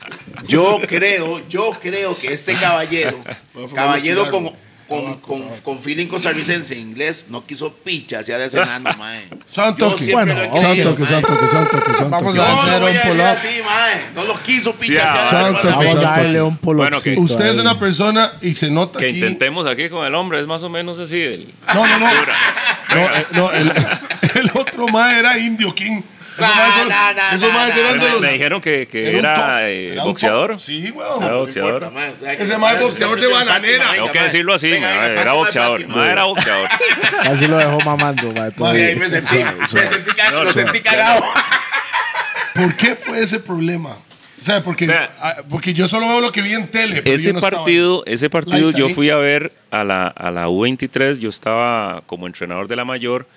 Speaker 3: algo, mae. Yo creo, yo creo que este caballero,
Speaker 5: Voy a fumar
Speaker 3: caballero
Speaker 5: un
Speaker 3: con,
Speaker 5: cigarro.
Speaker 3: con, con, con feeling costarricense en inglés, no quiso picha, se ha desenando, mae.
Speaker 2: Santo
Speaker 3: Yo
Speaker 2: que-
Speaker 3: siempre
Speaker 1: Bueno,
Speaker 3: lo he querido,
Speaker 2: Santo que,
Speaker 3: mae.
Speaker 2: santo que, santo que, santo
Speaker 1: Vamos
Speaker 2: que.
Speaker 1: a
Speaker 3: No,
Speaker 1: hacer
Speaker 3: no
Speaker 1: un
Speaker 3: voy a decir
Speaker 1: pull-up.
Speaker 3: así, mae. No lo quiso
Speaker 4: Sí,
Speaker 3: pichar.
Speaker 4: ah,
Speaker 2: santo
Speaker 1: Vamos a darle un
Speaker 4: Bueno, que-
Speaker 1: poloxito.
Speaker 2: Usted es
Speaker 1: ahí.
Speaker 2: una persona y se nota
Speaker 4: que
Speaker 2: aquí-
Speaker 4: intentemos aquí con el hombre, es más o menos así. el-
Speaker 2: No, no, no.
Speaker 4: Dura.
Speaker 2: No, eh, no,
Speaker 5: <laughs>
Speaker 2: el, el otro más era Indio King. Esos
Speaker 3: Nah,
Speaker 2: maes son-
Speaker 3: nah, nah,
Speaker 2: esos
Speaker 3: nah,
Speaker 2: maes
Speaker 3: nah,
Speaker 2: eran de
Speaker 4: me,
Speaker 2: los-
Speaker 4: me dijeron que, que
Speaker 2: un top,
Speaker 4: era, eh,
Speaker 2: era un
Speaker 4: boxeador. Ah,
Speaker 2: top. Sí, weón.
Speaker 4: Era boxeador.
Speaker 5: Ese mae boxeador de bananera.
Speaker 4: Tengo que decirlo así, ma, era boxeador. ma, era boxeador.
Speaker 1: Así lo dejó mamando, mae, todo
Speaker 3: Sí, ahí
Speaker 1: bien. <laughs>
Speaker 3: me sentí, me
Speaker 1: Suave, suave.
Speaker 3: sentí ca-
Speaker 4: No,
Speaker 3: lo
Speaker 4: suave.
Speaker 3: sentí cagado.
Speaker 2: ¿Por qué fue ese problema?
Speaker 5: O sea, porque,
Speaker 4: Vea.
Speaker 5: ah, porque yo solo veo lo que vi en tele. pero yo
Speaker 4: Ese
Speaker 5: no estaba
Speaker 4: partido, ese partido
Speaker 5: Laita,
Speaker 4: yo
Speaker 5: ¿eh?
Speaker 4: fui a ver a la, a la U23, yo estaba como entrenador de la mayor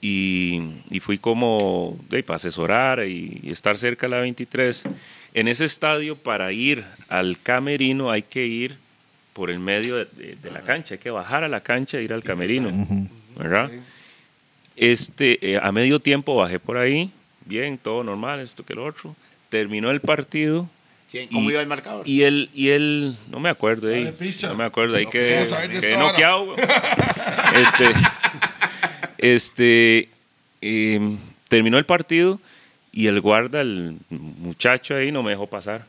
Speaker 4: y, y fui como de, para asesorar y, y estar cerca de la 23 En ese estadio, para ir al camerino, hay que ir por el medio de, de- de la cancha, hay que bajar a la cancha e ir al camerino, ¿verdad? Este, eh, a medio tiempo bajé por ahí, bien, todo normal, esto que lo otro. Terminó el partido
Speaker 3: ¿Quién- ¿Cómo
Speaker 4: Y-
Speaker 3: iba el marcador?
Speaker 4: y él, y él, no me acuerdo, ahí,
Speaker 2: Dale, picha.
Speaker 4: no me acuerdo, ahí que,
Speaker 2: queremos saber de
Speaker 4: quedé
Speaker 2: esta hora.
Speaker 4: noqueado.
Speaker 2: <laughs>
Speaker 4: güey. este, este, em, terminó el partido y el guarda, el muchacho ahí, no me dejó pasar.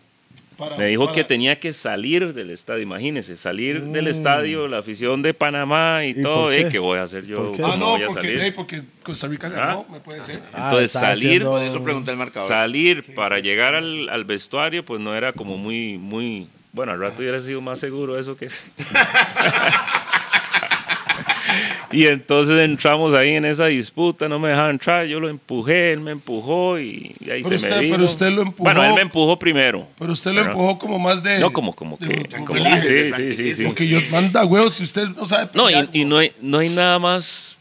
Speaker 2: Para-
Speaker 4: Me dijo
Speaker 2: para-
Speaker 4: que tenía que salir del estadio, imagínense, salir del
Speaker 2: Mm.
Speaker 4: estadio, la afición de Panamá y,
Speaker 1: ¿Y
Speaker 4: todo.
Speaker 1: por
Speaker 4: eh,
Speaker 1: qué?
Speaker 4: ¿Qué voy a hacer yo?
Speaker 1: ¿Por qué?
Speaker 4: ¿Cómo
Speaker 2: Ah, no,
Speaker 4: voy a
Speaker 2: porque,
Speaker 4: salir? Ah.
Speaker 2: eh, porque Costa Rica ganó, me puede ser.
Speaker 4: Entonces,
Speaker 1: estaba Ah,
Speaker 4: salir
Speaker 1: haciendo-
Speaker 3: Por eso pregunté el marcador.
Speaker 4: salir para llegar al, al vestuario, pues no era como muy, muy. Bueno, al rato hubiera sido más seguro eso que. <laughs> y entonces entramos ahí en esa disputa, no me dejaban entrar, yo lo empujé, él me empujó y, y ahí
Speaker 2: Pero
Speaker 4: se
Speaker 2: usted-
Speaker 4: me vino.
Speaker 2: pero usted lo empujó.
Speaker 4: Bueno, él me empujó primero.
Speaker 2: Pero usted lo
Speaker 4: Pero-
Speaker 2: empujó como más de.
Speaker 4: No, como, como que.
Speaker 2: de-
Speaker 4: como-
Speaker 3: Tranquilícese,
Speaker 4: sí, sí, sí,
Speaker 3: tranquilícese.
Speaker 4: sí.
Speaker 2: Porque yo manda huevos si usted no sabe.
Speaker 4: No,
Speaker 2: pelear,
Speaker 4: y, y no, hay, no hay nada más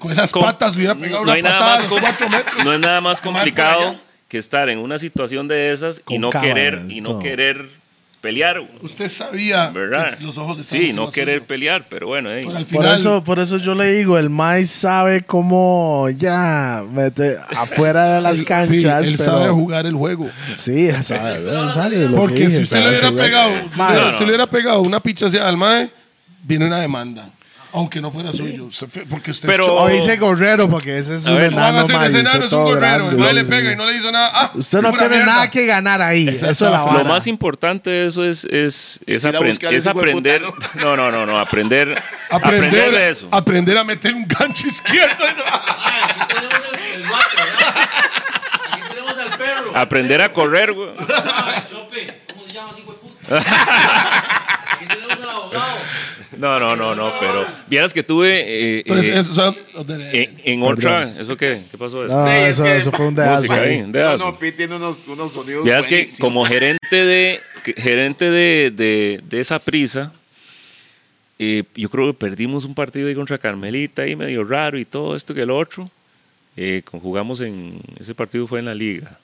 Speaker 2: Con esas
Speaker 4: com-
Speaker 2: patas le hubiera pegado
Speaker 4: no
Speaker 2: una
Speaker 4: hay nada
Speaker 2: patada a
Speaker 4: más
Speaker 2: los
Speaker 4: com-
Speaker 2: cuatro metros.
Speaker 4: no es nada más
Speaker 2: Mal por allá.
Speaker 4: complicado que estar en una situación de esas y
Speaker 1: Con
Speaker 4: no
Speaker 1: cámaras,
Speaker 4: querer y no
Speaker 1: todo.
Speaker 4: querer pelear,
Speaker 2: Usted sabía
Speaker 4: ¿verdad?
Speaker 2: que los ojos estaban.
Speaker 4: sí, no querer pelear, pero bueno, eh,
Speaker 2: Pero al
Speaker 1: Por
Speaker 2: final,
Speaker 1: eso, por eso yo le digo, el Mai sabe cómo ya mete afuera de las
Speaker 2: él-
Speaker 1: canchas,
Speaker 2: Él
Speaker 1: pero
Speaker 2: sabe jugar el juego.
Speaker 1: sí, sabe, sabe lo que
Speaker 2: Porque
Speaker 1: dije,
Speaker 2: si usted le
Speaker 1: sabe jugar.
Speaker 2: hubiera pegado, si
Speaker 1: Mae,
Speaker 2: usted-
Speaker 4: no.
Speaker 2: si le hubiera pegado una picha hacia al mae, viene una demanda. Aunque no fuera suyo. Usted fue- Porque usted
Speaker 4: Pero-
Speaker 2: es
Speaker 1: O dice gorrero, porque ese es
Speaker 4: A
Speaker 1: un
Speaker 4: ver,
Speaker 2: No van a
Speaker 1: enano,
Speaker 2: hacer
Speaker 1: mae,
Speaker 2: ese
Speaker 1: usted
Speaker 2: enano, es un
Speaker 1: todo
Speaker 2: gorrero. El
Speaker 1: grande,
Speaker 2: mae le
Speaker 1: sí,
Speaker 2: pega
Speaker 1: sí.
Speaker 2: y no le hizo nada. Ah,
Speaker 1: Usted no
Speaker 2: pura
Speaker 1: tiene
Speaker 2: mierda.
Speaker 1: nada que ganar ahí, eso es la vara.
Speaker 4: lo más importante de eso es, es, es,
Speaker 3: ir a
Speaker 4: apren-
Speaker 3: buscar
Speaker 4: es
Speaker 3: ese hijo de
Speaker 4: aprender.
Speaker 3: puta,
Speaker 4: No, no, no, no,
Speaker 2: <laughs>
Speaker 4: aprender, aprender,
Speaker 2: Aprender,
Speaker 4: de eso.
Speaker 2: aprender a meter un gancho
Speaker 4: <laughs>
Speaker 2: izquierdo.
Speaker 6: Ah, aquí tenemos el, el guapo, ¿verdad? Aquí tenemos al perro.
Speaker 4: Aprender a correr, güey.
Speaker 8: Ah, Chope, ¿cómo se llama ese hijo de puta?
Speaker 6: Aquí tenemos al abogado.
Speaker 4: No, no, no, no, pero vieras que tuve eh,
Speaker 2: Entonces,
Speaker 4: eh,
Speaker 2: eso, o sea, de- de-
Speaker 4: en, en otra, ¿eso qué? ¿Qué pasó? Eso?
Speaker 1: No,
Speaker 3: Sí, es
Speaker 1: eso,
Speaker 3: que-
Speaker 1: eso fue un
Speaker 4: Música
Speaker 1: dedazo
Speaker 4: ahí,
Speaker 1: ahí.
Speaker 3: No,
Speaker 4: dedazo.
Speaker 3: no, Pi tiene unos, unos sonidos.
Speaker 4: Veas que
Speaker 3: buenísimos.
Speaker 4: como gerente de que- gerente de, de, de esa prisa, eh, yo creo que perdimos un partido ahí contra Carmelita ahí medio raro y todo esto que lo otro. Eh, con- jugamos en ese partido fue en la liga.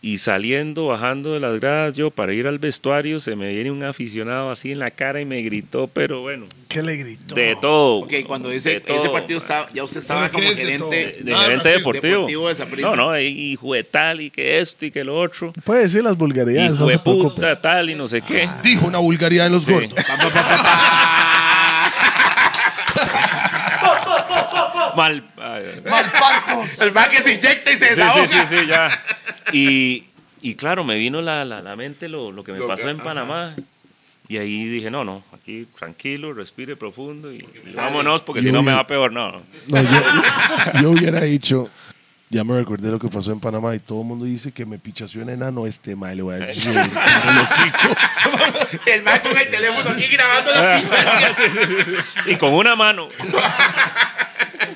Speaker 4: Y saliendo, bajando de las gradas, yo para ir al vestuario, se me viene un aficionado así en la cara y me gritó, pero bueno,
Speaker 1: ¿Qué le gritó?
Speaker 4: de todo.
Speaker 3: Ok, cuando
Speaker 4: de
Speaker 3: dice ese
Speaker 4: todo,
Speaker 3: partido, estaba, ya usted estaba
Speaker 2: Pero
Speaker 3: como
Speaker 2: ¿qué es de
Speaker 3: gerente.
Speaker 2: todo?
Speaker 4: de- de
Speaker 2: Ah,
Speaker 4: gerente
Speaker 2: sí,
Speaker 4: deportivo.
Speaker 3: deportivo de esa prisa.
Speaker 4: no, no, y juguetal y que esto y que lo otro.
Speaker 1: Puede decir las vulgaridades,
Speaker 4: Hijo
Speaker 1: no
Speaker 4: de
Speaker 1: se preocupe. Ah,
Speaker 4: puta, tal y no sé qué.
Speaker 2: dijo una vulgaridad en los gordos.
Speaker 1: <laughs>
Speaker 4: Mal. ay, ay.
Speaker 3: <laughs> El man que se inyecta y se
Speaker 4: Sí,
Speaker 3: desahoga.
Speaker 4: sí, sí, sí, ya. Y, y claro, me vino la, la, la mente lo, lo que me
Speaker 3: Lo que-
Speaker 4: pasó en Panamá. Y ahí dije, no, no, aquí tranquilo, respire profundo y, y vámonos porque si no me va peor, no.
Speaker 9: No, yo, yo hubiera dicho, ya me recordé lo que pasó en Panamá y todo el mundo dice que me pichació en enano este mal.
Speaker 3: El man con el teléfono aquí grabando
Speaker 4: <laughs>
Speaker 3: la
Speaker 4: Sí,
Speaker 3: pinche.
Speaker 4: sí, sí, sí. Y con
Speaker 3: <laughs>
Speaker 4: una mano.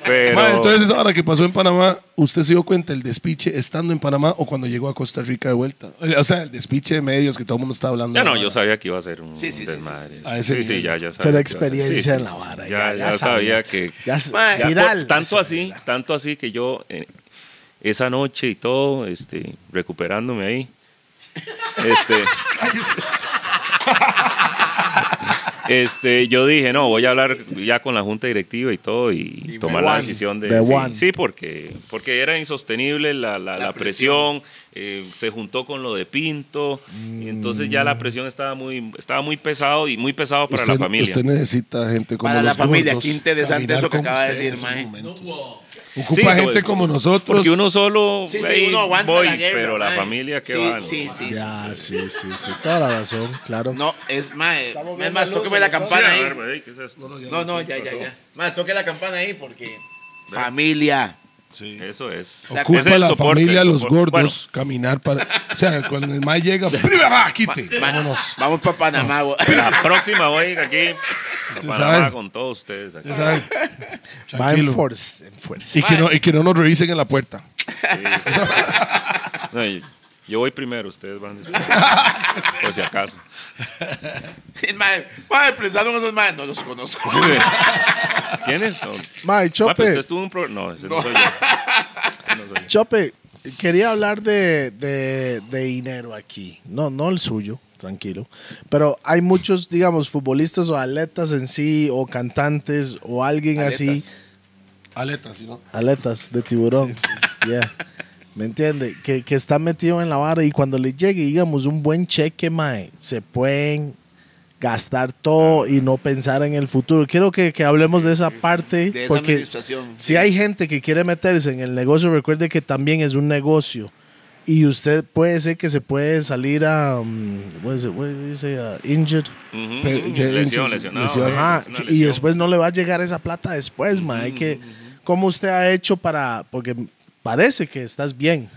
Speaker 4: Pero
Speaker 2: Mae, entonces, ahora que pasó en Panamá, ¿usted se dio cuenta el despiche estando en Panamá o cuando llegó a Costa Rica de vuelta? O sea, el despiche de medios que todo el mundo está hablando.
Speaker 4: ya no, yo sabía que iba a ser un
Speaker 3: Sí, sí, sí, sí,
Speaker 4: desmadre.
Speaker 3: sí, sí.
Speaker 2: A ese
Speaker 4: Sí, sí,
Speaker 2: nivel.
Speaker 4: ya, ya
Speaker 1: Será
Speaker 4: sabía. que iba a ser.
Speaker 1: experiencia
Speaker 4: Sí,
Speaker 1: en
Speaker 4: sí,
Speaker 1: la
Speaker 4: sí.
Speaker 1: vara.
Speaker 4: Ya, ya sabía que
Speaker 1: Ya se-
Speaker 3: Mae,
Speaker 4: Ya,
Speaker 3: por-
Speaker 1: viral.
Speaker 4: tanto así, tanto así que yo eh, esa noche y todo, este, recuperándome ahí. Este, este, yo dije, no, voy a hablar ya con la junta directiva y todo y, tomar la
Speaker 3: one.
Speaker 4: decisión de...
Speaker 1: The
Speaker 4: sí,
Speaker 1: one.
Speaker 4: sí, porque, porque era insostenible la, la- la presión, eh, se juntó con lo de Pinto, y entonces ya la presión estaba muy, estaba muy pesado y muy pesado para
Speaker 2: Mm. usted,
Speaker 4: la familia.
Speaker 2: usted necesita gente como
Speaker 3: Para la
Speaker 2: los
Speaker 3: familia,
Speaker 2: gordos,
Speaker 3: qué interesante
Speaker 2: caminar
Speaker 3: eso que
Speaker 2: como
Speaker 3: acaba de
Speaker 2: ustedes
Speaker 3: decir,
Speaker 2: en
Speaker 3: mae.
Speaker 2: esos momentos.
Speaker 4: Sí,
Speaker 2: Ocupa gente
Speaker 4: porque-
Speaker 2: como nosotros.
Speaker 4: Porque uno solo.
Speaker 3: Sí, sí,
Speaker 4: ahí
Speaker 3: uno aguanta
Speaker 4: voy,
Speaker 3: la guerra,
Speaker 4: Pero la
Speaker 3: mae.
Speaker 4: familia que
Speaker 3: Sí,
Speaker 4: va.
Speaker 3: Sí, sí, sí.
Speaker 1: Ya, sí, sí, sí. Toda la razón, claro.
Speaker 3: No, es mae. Es
Speaker 1: viendo
Speaker 3: más,
Speaker 1: luz,
Speaker 3: tóqueme la
Speaker 1: entonces.
Speaker 3: campana ahí.
Speaker 4: ¿qué es esto?
Speaker 3: No, no, ya, ya, ya. Mae, toque la campana ahí porque. Familia.
Speaker 4: Eso es.
Speaker 3: sea,
Speaker 2: Ocupa
Speaker 4: ese es el
Speaker 2: la
Speaker 4: soporte,
Speaker 2: familia,
Speaker 4: el
Speaker 2: los
Speaker 4: soporte.
Speaker 2: gordos, caminar
Speaker 4: <laughs>
Speaker 2: para. O sea, cuando el mae llega, ¡prima, quite!
Speaker 3: Ma-
Speaker 2: Vámonos.
Speaker 3: Vamos para Panamá. güey.
Speaker 4: Bueno, la próxima voy aquí.
Speaker 2: Usted
Speaker 4: a Panamá
Speaker 2: sabe.
Speaker 4: con todos ustedes. aquí.
Speaker 2: Usted sabe.
Speaker 1: Va en
Speaker 2: Tranquilo.
Speaker 1: fuerza. En fuerza.
Speaker 2: Y que, no, y que no nos revisen en la puerta.
Speaker 4: No, yo, yo voy primero, ustedes van después. por si acaso.
Speaker 3: <laughs> Es mae, mae, pensando en esos mae, no los conozco.
Speaker 4: ¿Quiénes son?
Speaker 1: Mae,
Speaker 4: Ah, pero
Speaker 1: Chope,
Speaker 4: usted estuvo en un programa. No, ese no soy yo.
Speaker 1: Chope, quería hablar de, de- de dinero aquí. No, no el suyo, tranquilo. Pero hay muchos, digamos, futbolistas o atletas en sí, o cantantes, o alguien así.
Speaker 3: Aletas.
Speaker 5: Aletas, ¿sí, ¿no?
Speaker 1: Aletas de tiburón. Yeah. ¿Me entiende? Que, que está metido en la vara y cuando le llegue, digamos, un buen cheque, mae, se pueden gastar todo y no pensar en el futuro. Quiero que, que hablemos de esa parte.
Speaker 3: De esa
Speaker 1: porque
Speaker 3: administración.
Speaker 1: si hay gente que quiere meterse en el negocio, recuerde que también es un negocio. Y usted puede ser que se puede salir a. um, what is it? What is it? Uh, injured.
Speaker 4: Ujú.
Speaker 2: Pero, ya,
Speaker 4: lesión,
Speaker 2: en-
Speaker 4: lesionado.
Speaker 2: lesión.
Speaker 4: eh,
Speaker 1: Ajá, Ah,
Speaker 4: es una
Speaker 1: y
Speaker 4: lesión. Mm,
Speaker 1: después no le va a llegar esa plata después, ma. Hay que, ¿Cómo usted ha hecho para.? Porque parece que estás bien.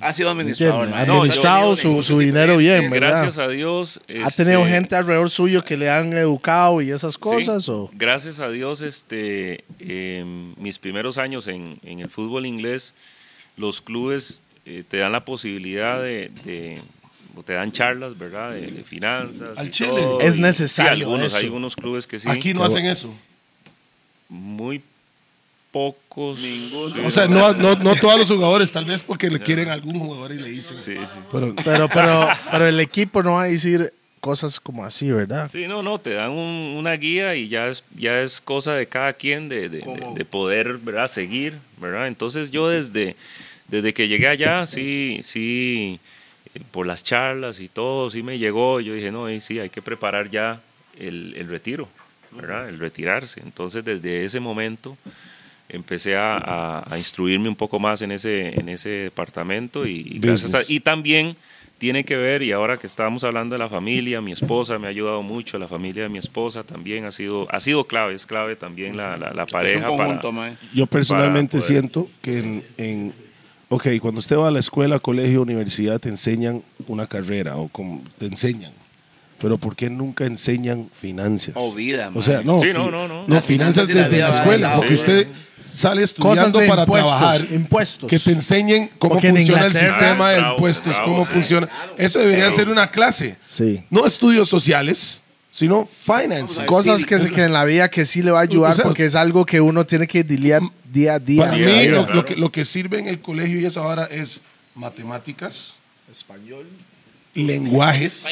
Speaker 3: Ha sido
Speaker 1: ¿entiende?
Speaker 3: administrador.
Speaker 1: Ha
Speaker 3: mae.
Speaker 4: No, yo-
Speaker 1: administrado su, su dinero bien, ¿verdad?
Speaker 4: Gracias a Dios.
Speaker 1: ¿Ha tenido
Speaker 4: este,
Speaker 1: gente alrededor suyo que le han educado y esas cosas?
Speaker 4: Sí. <laughs>
Speaker 1: o?
Speaker 4: Gracias a Dios, este, eh, mis primeros años en, en el fútbol inglés, los clubes eh, te dan la posibilidad de, de- o te dan charlas, ¿verdad? De, de finanzas.
Speaker 5: Al
Speaker 4: y
Speaker 5: chile.
Speaker 4: todo,
Speaker 1: Es
Speaker 4: y- sí,
Speaker 1: necesario
Speaker 4: algunos,
Speaker 1: eso.
Speaker 4: hay algunos clubes que sí.
Speaker 5: Aquí no
Speaker 1: Qué
Speaker 5: hacen
Speaker 1: bueno.
Speaker 5: eso.
Speaker 4: Muy pocos.
Speaker 5: O sea, no, no, no todos los jugadores, tal vez porque le quieren a algún jugador y le dicen.
Speaker 4: Sí, sí.
Speaker 5: Pero,
Speaker 1: Pero,
Speaker 4: <laughs>
Speaker 1: pero, pero el equipo no va a decir cosas como así, ¿verdad?
Speaker 4: Sí, no, no, te dan un- una guía y ya es, ya es cosa de cada quien de, de- de- de poder ¿verdad? seguir, ¿verdad? Entonces yo desde, desde que llegué allá, sí, sí, eh, por las charlas y todo, sí me llegó, yo dije, no, eh, sí, hay que preparar ya el, el retiro, ¿verdad? El retirarse. Entonces desde ese momento empecé a, a- a instruirme un poco más en ese, en ese departamento y, y gracias a-
Speaker 2: Business.
Speaker 4: y también tiene que ver, y ahora que estábamos hablando de la familia, mi esposa me ha ayudado mucho, la familia de mi esposa también ha sido, ha sido clave, es clave también la, la, la
Speaker 3: Es
Speaker 4: pareja.
Speaker 3: un
Speaker 4: para-
Speaker 3: conjunto, mae.
Speaker 2: Yo personalmente
Speaker 4: poder-
Speaker 2: siento que en, en- Ok, cuando usted va a la escuela, colegio, universidad, te enseñan una carrera o como, te enseñan. Pero ¿por qué nunca enseñan finanzas?
Speaker 3: O vida,
Speaker 2: O sea,
Speaker 3: man.
Speaker 2: no.
Speaker 4: Sí,
Speaker 2: fi-
Speaker 4: no, no, no.
Speaker 2: No,
Speaker 3: Las
Speaker 2: finanzas
Speaker 3: finanzas y la
Speaker 2: desde
Speaker 3: vida
Speaker 2: la
Speaker 3: va de
Speaker 2: escuela.
Speaker 3: lado,
Speaker 2: Porque
Speaker 3: sí.
Speaker 2: usted sale
Speaker 1: Cosas
Speaker 2: estudiando
Speaker 1: de
Speaker 2: para
Speaker 1: impuestos.
Speaker 2: trabajar.
Speaker 1: Impuestos.
Speaker 2: Que te enseñen cómo
Speaker 1: Porque en
Speaker 2: funciona el
Speaker 1: Inglaterra-
Speaker 2: sistema de
Speaker 4: Bravo,
Speaker 2: impuestos,
Speaker 4: bravo,
Speaker 2: cómo
Speaker 4: sí.
Speaker 2: funciona. Eso debería
Speaker 4: Bravo.
Speaker 2: ser una clase.
Speaker 1: Sí.
Speaker 2: No estudios sociales, sino finanzas.
Speaker 1: Cosas que, se- que en la vida que sí le va a ayudar
Speaker 2: O sea, Pues,
Speaker 1: porque es algo que uno tiene que lidiar día a día.
Speaker 2: Para
Speaker 4: Día
Speaker 2: mí,
Speaker 4: a día,
Speaker 2: lo,
Speaker 4: claro.
Speaker 2: lo que, lo que sirve en el colegio y esa hora es matemáticas,
Speaker 1: Español.
Speaker 2: lenguajes.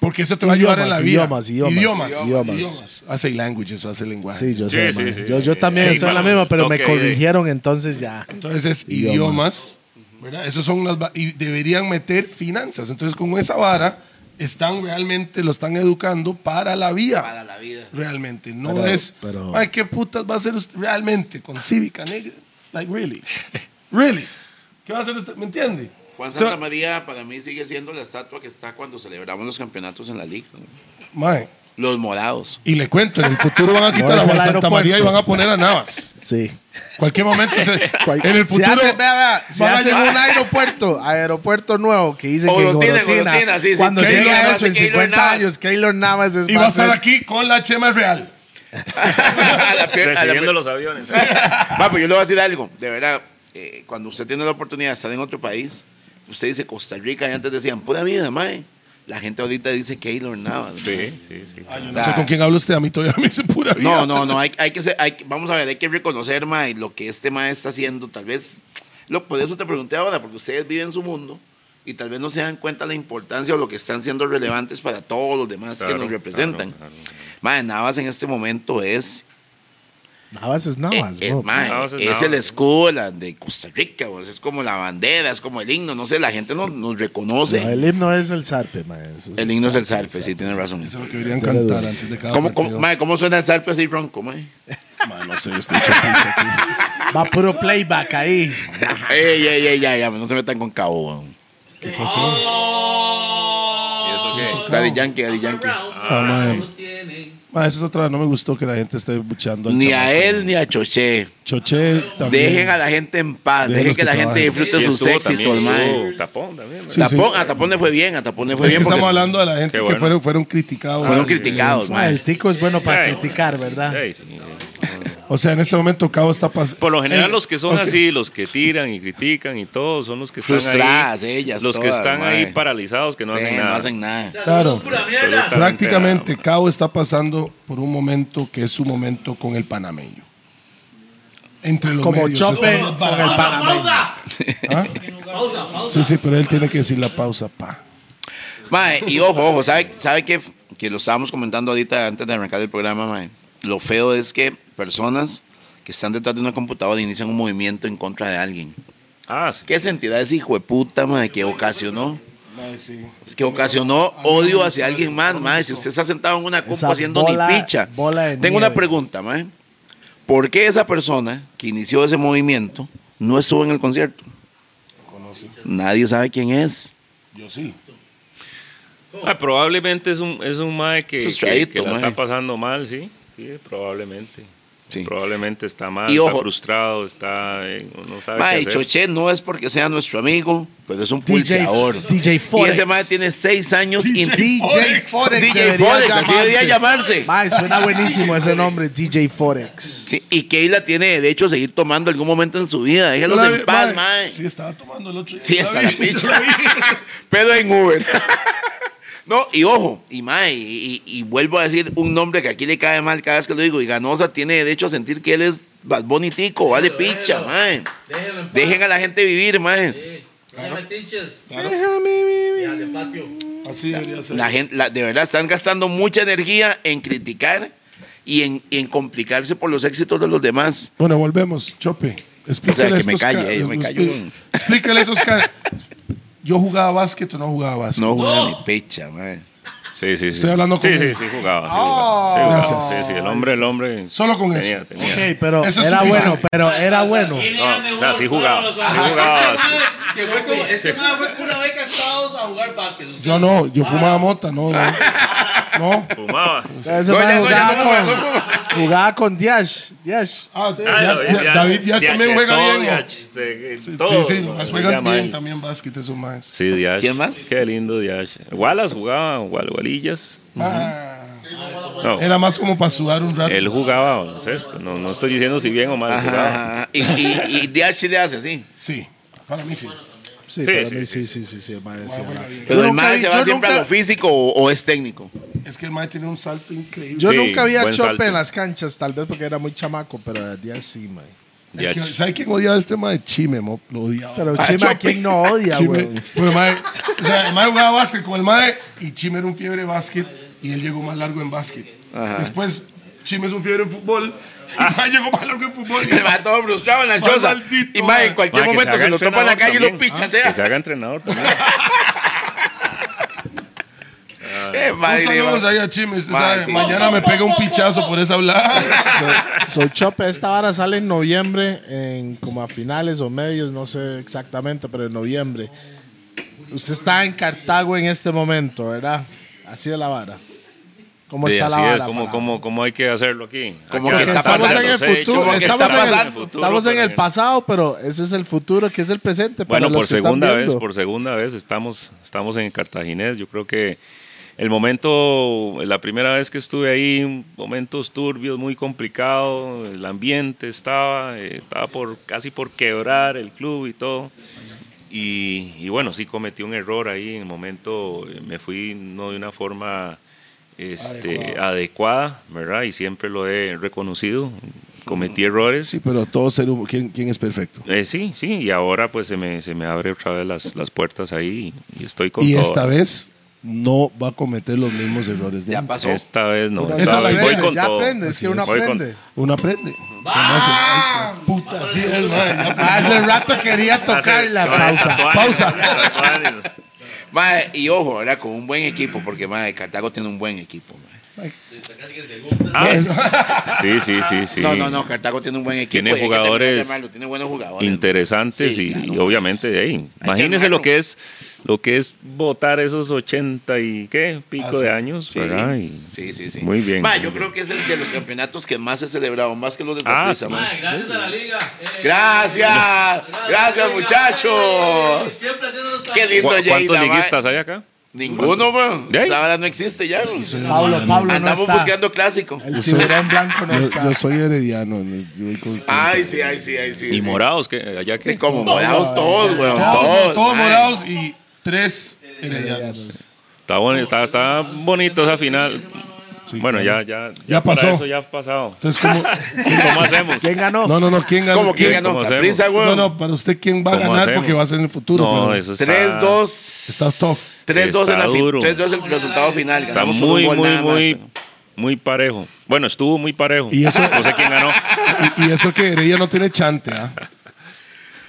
Speaker 2: Porque eso te va a ayudar en la vida.
Speaker 1: Idiomas, idiomas,
Speaker 2: idiomas.
Speaker 1: idiomas.
Speaker 2: idiomas. Hace languages o hace lenguajes.
Speaker 1: Sí, yo
Speaker 4: Sí,
Speaker 1: sé.
Speaker 4: sí,
Speaker 1: man.
Speaker 4: sí.
Speaker 1: Yo, yo también
Speaker 4: Sí,
Speaker 1: estoy en la
Speaker 4: vamos,
Speaker 1: misma, pero me
Speaker 4: toque de-
Speaker 1: corrigieron, entonces ya.
Speaker 2: Entonces,
Speaker 1: Idiomas.
Speaker 2: idiomas. ¿verdad? Esos son las. va- Y deberían meter finanzas. Entonces, con esa vara, están realmente, lo están educando para la vida.
Speaker 3: Para la vida.
Speaker 2: Realmente. No
Speaker 1: Pero-
Speaker 2: es.
Speaker 1: pero-
Speaker 2: Ay, qué putas va a hacer usted realmente con cívica, nigga. Like, really. really. ¿Qué va a hacer usted? ¿Me entiende?
Speaker 3: Juan
Speaker 2: Usted-
Speaker 3: Santa María para mí sigue siendo la estatua que está cuando celebramos los campeonatos en la liga. ¿no?
Speaker 2: Mae.
Speaker 3: Los morados.
Speaker 2: Y le cuento, en el futuro
Speaker 1: <laughs>
Speaker 2: van a quitar
Speaker 1: Ahora
Speaker 2: a
Speaker 1: es
Speaker 2: Juan
Speaker 1: el
Speaker 2: Santa
Speaker 1: aeropuerto.
Speaker 2: María y van a poner a Navas.
Speaker 1: Sí.
Speaker 2: Cualquier momento. se-
Speaker 1: <laughs> Cual-
Speaker 2: en
Speaker 1: se
Speaker 2: el futuro.
Speaker 1: hace- vea, vea, se
Speaker 2: van a
Speaker 1: hace
Speaker 2: llevar-
Speaker 1: un aeropuerto, aeropuerto nuevo que dicen
Speaker 3: Golotina,
Speaker 1: que Golotina,
Speaker 3: Golotina, sí, sí,
Speaker 1: cuando
Speaker 3: Keylor
Speaker 1: llega
Speaker 3: Navas,
Speaker 1: eso en
Speaker 3: Keylor
Speaker 1: 50
Speaker 3: Navas.
Speaker 1: años, Keylor Navas es
Speaker 2: y va a
Speaker 1: más
Speaker 2: estar aquí con la Chema Real.
Speaker 3: a la pier- a la pier-
Speaker 4: Recibiendo los aviones.
Speaker 3: Va, pues yo le voy a decir algo. De verdad, eh, cuando usted tiene la oportunidad de estar en otro país, usted dice Costa Rica y antes decían, pura vida, mae. La gente ahorita dice Keylor Navas. mae.
Speaker 4: Sí, sí, sí.
Speaker 2: Yo no sé con quién habla usted, a mí todavía <laughs> me dice pura vida.
Speaker 3: No, no, no, hay, hay que ser- hay que- vamos a ver, hay que reconocer, mae, lo que este mae está haciendo. Tal vez, lo, por eso te pregunté ahora, porque ustedes viven su mundo y tal vez no se dan cuenta la importancia o lo que están siendo relevantes para todos los demás
Speaker 4: Claro,
Speaker 3: que nos representan.
Speaker 4: claro, claro.
Speaker 3: Mae, Navas en este momento es
Speaker 1: Navas es
Speaker 3: Eh,
Speaker 1: Navas,
Speaker 3: eh,
Speaker 1: bro.
Speaker 3: mae,
Speaker 4: Navas es
Speaker 3: es
Speaker 4: Navas.
Speaker 3: el escudo de la- de Costa Rica, vos, es como la bandera, es como el himno, no sé, la gente no, nos reconoce.
Speaker 1: No,
Speaker 3: el,
Speaker 1: el himno es el zarpe, mae. Eso es
Speaker 3: himno es el zarpe, sí, tienes razón.
Speaker 2: Eso es lo que deberían
Speaker 1: Yo le doy.
Speaker 2: cantar antes de cada
Speaker 3: ¿Cómo, cómo-
Speaker 2: partido.
Speaker 3: mae, ¿cómo suena el zarpe así ronco,
Speaker 2: <laughs>
Speaker 3: mae?
Speaker 2: Ma, no sé, yo estoy chapicho aquí.
Speaker 1: Va puro playback ahí.
Speaker 3: ey, ey, ey, ya, ya, no se metan con cabo, weón.
Speaker 4: ¿Y eso qué?
Speaker 3: Daddy Yankee, Daddy Yankee.
Speaker 2: Ah, mae.
Speaker 10: no tienen.
Speaker 2: Ma, eso es otra, no me gustó que la gente esté buchando. al
Speaker 3: Ni
Speaker 2: chamaco.
Speaker 3: a él ni a Choché.
Speaker 2: Choché también.
Speaker 3: Dejen a la gente en paz,
Speaker 2: Déjenlos
Speaker 3: dejen que
Speaker 2: que
Speaker 3: la gente
Speaker 2: trabajen.
Speaker 3: disfrute
Speaker 4: Y
Speaker 3: sus
Speaker 4: estuvo
Speaker 3: éxitos,
Speaker 4: también,
Speaker 3: mae.
Speaker 4: estuvo Tapón también. ¿verdad?
Speaker 2: Sí, sí.
Speaker 3: Tapón, a Tapón le fue bien, a Tapón le fue
Speaker 2: Es
Speaker 3: bien
Speaker 2: que
Speaker 3: porque
Speaker 2: estamos hablando de la gente
Speaker 4: Qué bueno.
Speaker 2: que fueron, fueron criticados.
Speaker 3: fueron
Speaker 2: Sí.
Speaker 3: criticados,
Speaker 1: Ah, el
Speaker 3: Pues, mae.
Speaker 1: tico es bueno para
Speaker 4: Ay,
Speaker 1: criticar, ¿verdad?
Speaker 4: Sí, sí, sí.
Speaker 2: O sea, en este momento Cabo está eh, pasando.
Speaker 4: Por lo general los que son así, los que tiran y critican y todo, son los que están
Speaker 3: Frustradas,
Speaker 4: ahí.
Speaker 3: ellas
Speaker 4: los que
Speaker 3: todas,
Speaker 4: están
Speaker 3: mae.
Speaker 4: ahí paralizados que no
Speaker 3: Sí,
Speaker 4: hacen
Speaker 3: No
Speaker 4: nada.
Speaker 3: hacen nada.
Speaker 10: O sea,
Speaker 2: Claro.
Speaker 10: somos pura mierda.
Speaker 4: Absoluta.
Speaker 2: Prácticamente Cabo está pasando por un momento que es su momento con el panameño. entre los
Speaker 1: Como
Speaker 2: medios.
Speaker 1: Chope
Speaker 2: Está
Speaker 1: con
Speaker 2: más
Speaker 1: el
Speaker 2: barato.
Speaker 1: panameño.
Speaker 11: ¡Pausa!
Speaker 2: ¿Ah?
Speaker 11: ¡Pausa, pausa!
Speaker 2: Sí, sí, pero él tiene que decir la pausa, pa.
Speaker 3: Mae, y ojo, ojo, ¿sabe, sabe que, que lo estábamos comentando ahorita antes de arrancar el programa, mae? Lo feo es que personas que están detrás de una computadora inician un movimiento en contra de alguien.
Speaker 4: Ah, sí.
Speaker 3: ¿Qué sentirá ese hijo de puta, mae, que ocasionó? Que ocasionó odio hacia alguien más, mae. Si usted está sentado en una
Speaker 1: Esa
Speaker 3: compa haciendo
Speaker 1: bola-
Speaker 3: ni picha.
Speaker 1: bola de
Speaker 3: Tengo
Speaker 1: nieve.
Speaker 3: una pregunta, mae. ¿Por qué esa persona que inició ese movimiento no estuvo en el concierto? Nadie sabe quién es.
Speaker 12: Yo sí.
Speaker 4: Ah, probablemente es un, es un mae que,
Speaker 3: Pues
Speaker 4: que-
Speaker 3: chaito,
Speaker 4: que la
Speaker 3: mae.
Speaker 4: está pasando mal, sí. Sí, probablemente.
Speaker 3: Sí.
Speaker 4: Probablemente está mal,
Speaker 3: Y
Speaker 4: está
Speaker 3: ojo.
Speaker 4: frustrado, está. eh, no sabe
Speaker 3: Mae,
Speaker 4: qué hacer.
Speaker 3: Choché no es porque sea nuestro amigo, pero es un
Speaker 1: DJ,
Speaker 3: pulseador.
Speaker 1: DJ
Speaker 3: Y
Speaker 1: Forex.
Speaker 3: ese mae tiene seis años in-
Speaker 1: DJ
Speaker 2: Forex.
Speaker 1: Forex.
Speaker 3: DJ Forex, así debería llamarse.
Speaker 1: Mae, suena buenísimo ese nombre, DJ Forex.
Speaker 3: Sí, y Keila tiene derecho a seguir tomando algún momento en su vida. Déjenlos
Speaker 2: Yo la vi-
Speaker 3: en paz,
Speaker 2: mae,
Speaker 3: mae.
Speaker 2: Sí, estaba tomando el otro día.
Speaker 3: Sí,
Speaker 2: Yo
Speaker 3: esa
Speaker 2: vi,
Speaker 3: la
Speaker 2: yo
Speaker 3: picha.
Speaker 2: vi.
Speaker 3: Pero en Uber. <laughs> no, y ojo, y mae, y, y- y vuelvo a decir un nombre que aquí le cae mal cada vez que lo digo. Y Ganosa tiene derecho a sentir que él es Bad Bunny Tico, vale picha, mae.
Speaker 6: Déjenlo en paz.
Speaker 3: Dejen a la gente vivir, mae.
Speaker 6: Sí, no se metiches.
Speaker 1: Déjame vivir.
Speaker 6: Ya, de patio.
Speaker 2: <laughs> Así debería ser.
Speaker 3: La gente, la- de verdad, están gastando mucha energía en criticar y en, y en complicarse por los éxitos de los demás.
Speaker 2: Bueno, volvemos, Chope. Explícale
Speaker 3: O sea, que
Speaker 2: estos
Speaker 3: me calle,
Speaker 2: ca-
Speaker 3: eh, me
Speaker 2: los-
Speaker 3: callo.
Speaker 2: los- Explícale esos caras. Yo jugaba básquet o no jugaba básquet.
Speaker 3: No juegan
Speaker 4: Oh.
Speaker 11: No.
Speaker 3: ni pecha, mae.
Speaker 4: Sí, sí, sí.
Speaker 2: Estoy hablando con
Speaker 4: Sí,
Speaker 2: él. Oh,
Speaker 4: sí, sí, jugaba. Sí, jugaba. Sí, jugaba.
Speaker 2: gracias.
Speaker 4: Sí, sí, el hombre, el hombre.
Speaker 2: Solo con
Speaker 4: tenía,
Speaker 2: eso.
Speaker 4: tenía.
Speaker 1: Ok, pero
Speaker 2: Eso es
Speaker 1: era
Speaker 2: suficiente.
Speaker 1: bueno, pero era bueno.
Speaker 11: ¿Quién
Speaker 4: No,
Speaker 11: era mejor?
Speaker 4: o sea, sí jugaba. Sí
Speaker 11: Ajá.
Speaker 4: jugaba. sí.
Speaker 6: Se fue como, este mae fue con una beca a Estados a jugar básquet.
Speaker 2: Yo no, yo fumaba mota, no. No. no.
Speaker 4: Fumaba.
Speaker 1: Ese
Speaker 3: Goya,
Speaker 1: mae
Speaker 3: Goya,
Speaker 1: jugaba
Speaker 3: ¿cómo
Speaker 1: con, jugaba con Diash. Diash.
Speaker 2: Ah,
Speaker 1: Sí.
Speaker 2: ya-
Speaker 4: lo de
Speaker 2: ya-
Speaker 4: Diach,
Speaker 2: David ya
Speaker 4: Diach,
Speaker 2: también juega
Speaker 4: todo,
Speaker 2: bien. ¿no?
Speaker 4: Diach, eh,
Speaker 2: Sí,
Speaker 4: todo,
Speaker 2: sí, sí,
Speaker 4: ¿no?
Speaker 2: más
Speaker 4: Juega
Speaker 2: juegan bien
Speaker 4: mal.
Speaker 2: también básquet esos más.
Speaker 4: Sí, Diach.
Speaker 3: ¿Quién más?
Speaker 4: Qué lindo Diach. Wallace jugaba, Wal- Walillas. No,
Speaker 2: Ah, Era más como para sudar un rato.
Speaker 4: él jugaba baloncesto. No, no estoy diciendo si bien o mal jugaba.
Speaker 3: Ajá. Y, y, y DH le hace así.
Speaker 2: Sí, para mí sí.
Speaker 1: Sí, para
Speaker 4: sí,
Speaker 1: mí sí, sí, sí, sí, el mae decía, mae.
Speaker 3: Pero
Speaker 1: Yo
Speaker 3: el
Speaker 1: nunca
Speaker 3: mae
Speaker 1: vi-
Speaker 3: se va
Speaker 1: yo
Speaker 3: siempre a
Speaker 1: nunca-
Speaker 3: lo físico o, o es técnico.
Speaker 2: Es que el Mae tiene un salto increíble.
Speaker 1: Yo
Speaker 4: Sí,
Speaker 1: nunca vi a
Speaker 4: buen
Speaker 1: Chope
Speaker 4: salto.
Speaker 1: en las canchas, tal vez porque era muy chamaco, pero a Diash sí, mae.
Speaker 2: El que-
Speaker 4: Diach.
Speaker 2: ¿Sabe quién odiaba a este Mae? Chime, mo, lo odiaba.
Speaker 1: Pero
Speaker 3: Ah,
Speaker 1: Chima,
Speaker 3: Chope.
Speaker 1: ¿quién no odia,
Speaker 2: Chime,
Speaker 1: güey?
Speaker 2: bueno, mae, o sea, el mae jugaba básquet con el mae y Chime era un fiebre de básquet y él llegó más largo en básquet. Después, Chime es un fiebre en fútbol y el mae llegó más largo en fútbol.
Speaker 3: <laughs> <laughs> El mae todo frustrado en la
Speaker 2: Mae
Speaker 3: choza.
Speaker 2: maldito,
Speaker 3: Y mae, en
Speaker 2: mae.
Speaker 3: cualquier
Speaker 4: Ma, que
Speaker 3: momento
Speaker 4: haga
Speaker 3: se lo topa en la
Speaker 4: entrenador
Speaker 3: calle y lo
Speaker 4: también.
Speaker 3: picha.
Speaker 4: Ah,
Speaker 3: sea.
Speaker 4: Que se haga entrenador también.
Speaker 3: Eh,
Speaker 2: Un
Speaker 3: mae,
Speaker 2: saludos
Speaker 3: mae.
Speaker 2: ahí a Chime. usted
Speaker 3: Mae,
Speaker 2: sabe,
Speaker 3: sí.
Speaker 2: Mañana me pega un pichazo por esa hablada. <laughs>
Speaker 1: So, Chope, esta vara sale en noviembre, en como a finales o medios, no sé exactamente, pero en noviembre. Usted está en Cartago en este momento, ¿verdad? Así es la vara. ¿Cómo
Speaker 4: Sí,
Speaker 1: está la
Speaker 4: así
Speaker 1: vara?
Speaker 4: es, ¿cómo,
Speaker 1: para-
Speaker 4: cómo, cómo hay que hacerlo aquí?
Speaker 3: Como
Speaker 4: Hay
Speaker 3: que está
Speaker 4: aceptar
Speaker 1: estamos
Speaker 3: pasando,
Speaker 1: en el
Speaker 4: los hechos,
Speaker 1: futuro,
Speaker 4: como que
Speaker 1: estamos,
Speaker 3: está
Speaker 1: en, el-
Speaker 3: pasando.
Speaker 4: futuro,
Speaker 1: estamos en
Speaker 4: pero
Speaker 1: el pasado, pero ese es el futuro, que es el presente. para
Speaker 4: Bueno,
Speaker 1: los
Speaker 4: por
Speaker 1: que están
Speaker 4: segunda vez,
Speaker 1: viendo.
Speaker 4: por segunda vez estamos, estamos en Cartaginés. Yo creo que el momento, la primera vez que estuve ahí, momentos turbios, muy complicado, el ambiente estaba, eh, estaba por, casi por quebrar el club y todo. Y, y bueno, sí cometí un error ahí en el momento, eh, me fui no de una forma este, adecuada. ¿verdad? Y siempre lo he reconocido, cometí errores.
Speaker 2: pero todo ser humano, ¿quién, es perfecto?
Speaker 4: Eh, sí, sí, y ahora pues se me, se me abre otra vez las, las puertas ahí y estoy con
Speaker 2: Y
Speaker 4: todo.
Speaker 2: esta vez no va a cometer los mismos errores de
Speaker 3: Ya
Speaker 2: antes.
Speaker 3: pasó.
Speaker 4: Esta vez no.
Speaker 1: Uno
Speaker 4: esta
Speaker 2: aprende,
Speaker 4: vez voy con
Speaker 1: ya
Speaker 4: todo.
Speaker 1: aprende, es que
Speaker 4: Así
Speaker 1: uno
Speaker 4: es. Voy con- <laughs>
Speaker 1: aprende.
Speaker 2: Uno aprende. Conoce. Ay, qué Puta, sí, es, mae, ya <laughs> aprendí.
Speaker 1: Hace rato quería tocar
Speaker 4: Hacer-
Speaker 1: la
Speaker 4: tatuajes,
Speaker 1: pausa.
Speaker 2: Pausa.
Speaker 4: tatuajes, <laughs> tatuajes.
Speaker 3: Mae, y ojo, era con un buen equipo, porque mae, Cartago tiene un buen equipo. mae.
Speaker 4: Ah, Sí, sí, sí, sí.
Speaker 3: No, no, no, Cartago tiene un buen equipo.
Speaker 4: Tiene
Speaker 3: y hay que terminar de
Speaker 4: jugadores
Speaker 3: armarlo, tiene buenos jugadores.
Speaker 4: Interesantes
Speaker 3: Sí,
Speaker 4: y,
Speaker 3: claro.
Speaker 4: y obviamente de ahí. Imagínense
Speaker 3: armarlo.
Speaker 4: lo que es lo que es votar esos 80 y qué pico
Speaker 2: Ah, sí.
Speaker 4: de años,
Speaker 3: Sí.
Speaker 4: ¿verdad? Y-
Speaker 3: Sí, sí, sí.
Speaker 4: Muy bien.
Speaker 3: Mae, yo creo que es el de los campeonatos que más he celebrado, más que los de
Speaker 4: Ah,
Speaker 3: Saprissa,
Speaker 4: sí.
Speaker 3: mae.
Speaker 6: Mae, gracias a la liga. Eh,
Speaker 3: Gracias, gracias muchachos.
Speaker 6: Siempre haciendo los
Speaker 3: Qué
Speaker 4: ¿Cu-
Speaker 3: lindo,
Speaker 4: ¿Cuántos
Speaker 3: Lleida, mae.
Speaker 4: liguistas hay acá?
Speaker 3: Ninguno, weón.
Speaker 4: ¿De ahí?
Speaker 3: Esa hora no existe ya, weón.
Speaker 1: Pablo, Pablo
Speaker 3: Andamos
Speaker 1: no está.
Speaker 3: buscando clásico.
Speaker 1: El tiburón blanco no
Speaker 2: Yo,
Speaker 1: está.
Speaker 2: yo soy herediano. yo- yo voy con-
Speaker 3: Ay, sí, ay, sí, ay, sí.
Speaker 4: Y
Speaker 3: sí.
Speaker 4: morados, que allá que
Speaker 3: Sí, como morados todos, weón.
Speaker 2: Todos,
Speaker 3: Todos.
Speaker 2: todos
Speaker 3: mae.
Speaker 2: morados y tres heredianos.
Speaker 4: Está, boni- está, está bonito esa final. bueno, ya, ya, ya,
Speaker 2: Ya
Speaker 4: para
Speaker 2: pasó.
Speaker 4: eso ya ha pasado.
Speaker 2: Entonces, ¿cómo,
Speaker 4: ¿Cómo hacemos?
Speaker 1: ¿Quién ganó?
Speaker 2: no, no, no, ¿quién gana? Eh,
Speaker 3: ¿Cómo quién
Speaker 4: ¿Qué?
Speaker 3: ganó?
Speaker 4: ¿Cómo
Speaker 3: Saprisa,
Speaker 2: No,
Speaker 3: güey.
Speaker 2: no, para usted, ¿quién va a
Speaker 4: ¿Cómo
Speaker 2: ganar?
Speaker 4: hacemos?
Speaker 2: Porque va a ser en el futuro.
Speaker 4: No,
Speaker 2: pero
Speaker 4: eso está...
Speaker 3: 3-2.
Speaker 2: Está tough.
Speaker 3: 3-2 en la
Speaker 4: pues, ah, Está
Speaker 3: fi-
Speaker 4: duro.
Speaker 3: 3-2 en el resultado final.
Speaker 4: Está
Speaker 3: Ganamos con un
Speaker 4: muy,
Speaker 3: gol
Speaker 4: muy,
Speaker 3: nada más,
Speaker 4: muy,
Speaker 3: pero-
Speaker 4: muy parejo. Bueno, estuvo muy parejo.
Speaker 2: Y eso-
Speaker 4: No sé quién ganó.
Speaker 2: Y, y eso que Heredia no tiene chante, ¿ah?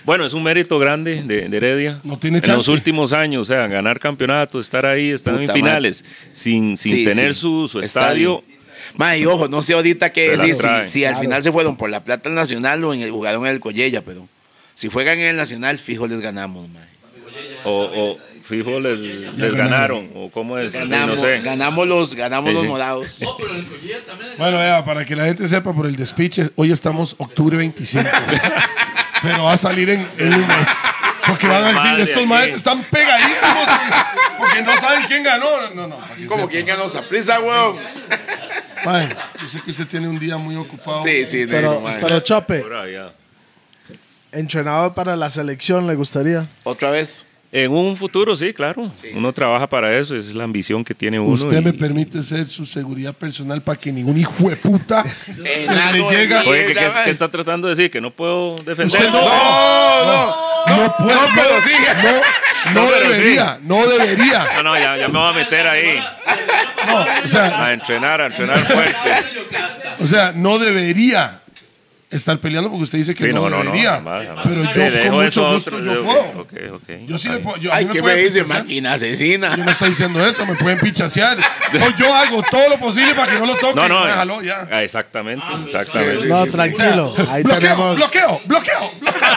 Speaker 4: Bueno, es un mérito grande de, de Heredia.
Speaker 2: No tiene
Speaker 4: en
Speaker 2: chance.
Speaker 4: los últimos años, o sea, ganar campeonatos, estar ahí, estar
Speaker 3: Puta
Speaker 4: en finales, sin, sin
Speaker 3: Sí,
Speaker 4: tener
Speaker 3: sí.
Speaker 4: su, su
Speaker 3: Estadio.
Speaker 4: estadio.
Speaker 3: Ma, y ojo, no sé ahorita qué
Speaker 4: Se las
Speaker 3: decir, si,
Speaker 4: traen.
Speaker 3: si al final se fueron por la plata al Nacional o en el jugaron en el Collella, pero si juegan en el Nacional, fijo, les ganamos, ma.
Speaker 4: O, o fijo, les, les
Speaker 2: ganaron.
Speaker 4: ganaron. O cómo es,
Speaker 3: Ganamos,
Speaker 4: no sé.
Speaker 3: ganamos los, ganamos
Speaker 4: Sí,
Speaker 3: los
Speaker 4: sí.
Speaker 3: morados.
Speaker 6: No, pero en el Collilla también.
Speaker 2: Bueno, Eva, para que la gente sepa por el despiche, hoy estamos octubre 25. pero va a salir en, en un mes. Porque van a decir,
Speaker 4: Madre,
Speaker 2: estos
Speaker 4: aquí.
Speaker 2: madres están pegadísimos porque- porque no saben quién ganó. No, no, para que
Speaker 3: Como
Speaker 2: sepa.
Speaker 3: quién ganó Saprisa, weón.
Speaker 2: Mae, yo sé que usted tiene un día muy ocupado.
Speaker 3: Sí, sí, de eso,
Speaker 1: Pero,
Speaker 3: ma.
Speaker 1: pero Chope,
Speaker 4: Por allá.
Speaker 1: entrenador para la selección, ¿le gustaría?
Speaker 3: Otra vez.
Speaker 4: En un futuro, sí, claro. uno trabaja para eso, esa es la ambición que tiene uno.
Speaker 2: Usted
Speaker 4: y-
Speaker 2: me permite ser su seguridad personal para que ningún hijo de puta se le
Speaker 3: Enano de
Speaker 2: llega.
Speaker 3: mierda.
Speaker 4: Oye, ¿qué, qué-
Speaker 3: man.
Speaker 4: qué está tratando de decir? ¿Que no puedo
Speaker 2: Usted
Speaker 4: defenderlo?
Speaker 2: no,
Speaker 3: No, no.
Speaker 2: no, puede-
Speaker 3: no, pero siga.
Speaker 2: No, no
Speaker 4: No, pero sí.
Speaker 2: debería, no debería.
Speaker 4: No, no, ya, ya me voy a meter ahí.
Speaker 2: No, o sea,
Speaker 4: A entrenar, a entrenar fuerte.
Speaker 2: O sea, no debería estar peleando porque usted dice que
Speaker 4: Sí,
Speaker 2: no,
Speaker 4: no, no, no.
Speaker 2: debería.
Speaker 4: jamás, jamás.
Speaker 2: Pero
Speaker 4: Sí, le
Speaker 2: yo
Speaker 4: dejo
Speaker 2: con
Speaker 4: eso
Speaker 2: mucho
Speaker 4: a
Speaker 2: gusto
Speaker 4: otro,
Speaker 2: yo
Speaker 4: yo-
Speaker 2: puedo.
Speaker 4: ok, ok,
Speaker 2: Yo sí
Speaker 4: está
Speaker 2: le
Speaker 4: bien.
Speaker 2: puedo. Yo, a
Speaker 3: Ay,
Speaker 2: mí me
Speaker 3: ¿qué me
Speaker 2: pueden
Speaker 3: dice?
Speaker 2: pichasear.
Speaker 3: Máquina
Speaker 2: Yo
Speaker 3: asesina.
Speaker 2: no estoy diciendo eso, me pueden pichasear. No, yo hago todo lo posible para que no lo toque.
Speaker 4: No, no.
Speaker 2: Déjalo ya.
Speaker 4: ah, Exactamente, exactamente.
Speaker 1: No, tranquilo. Ahí
Speaker 2: bloqueo,
Speaker 1: tenemos,
Speaker 2: bloqueo, bloqueo, bloqueo.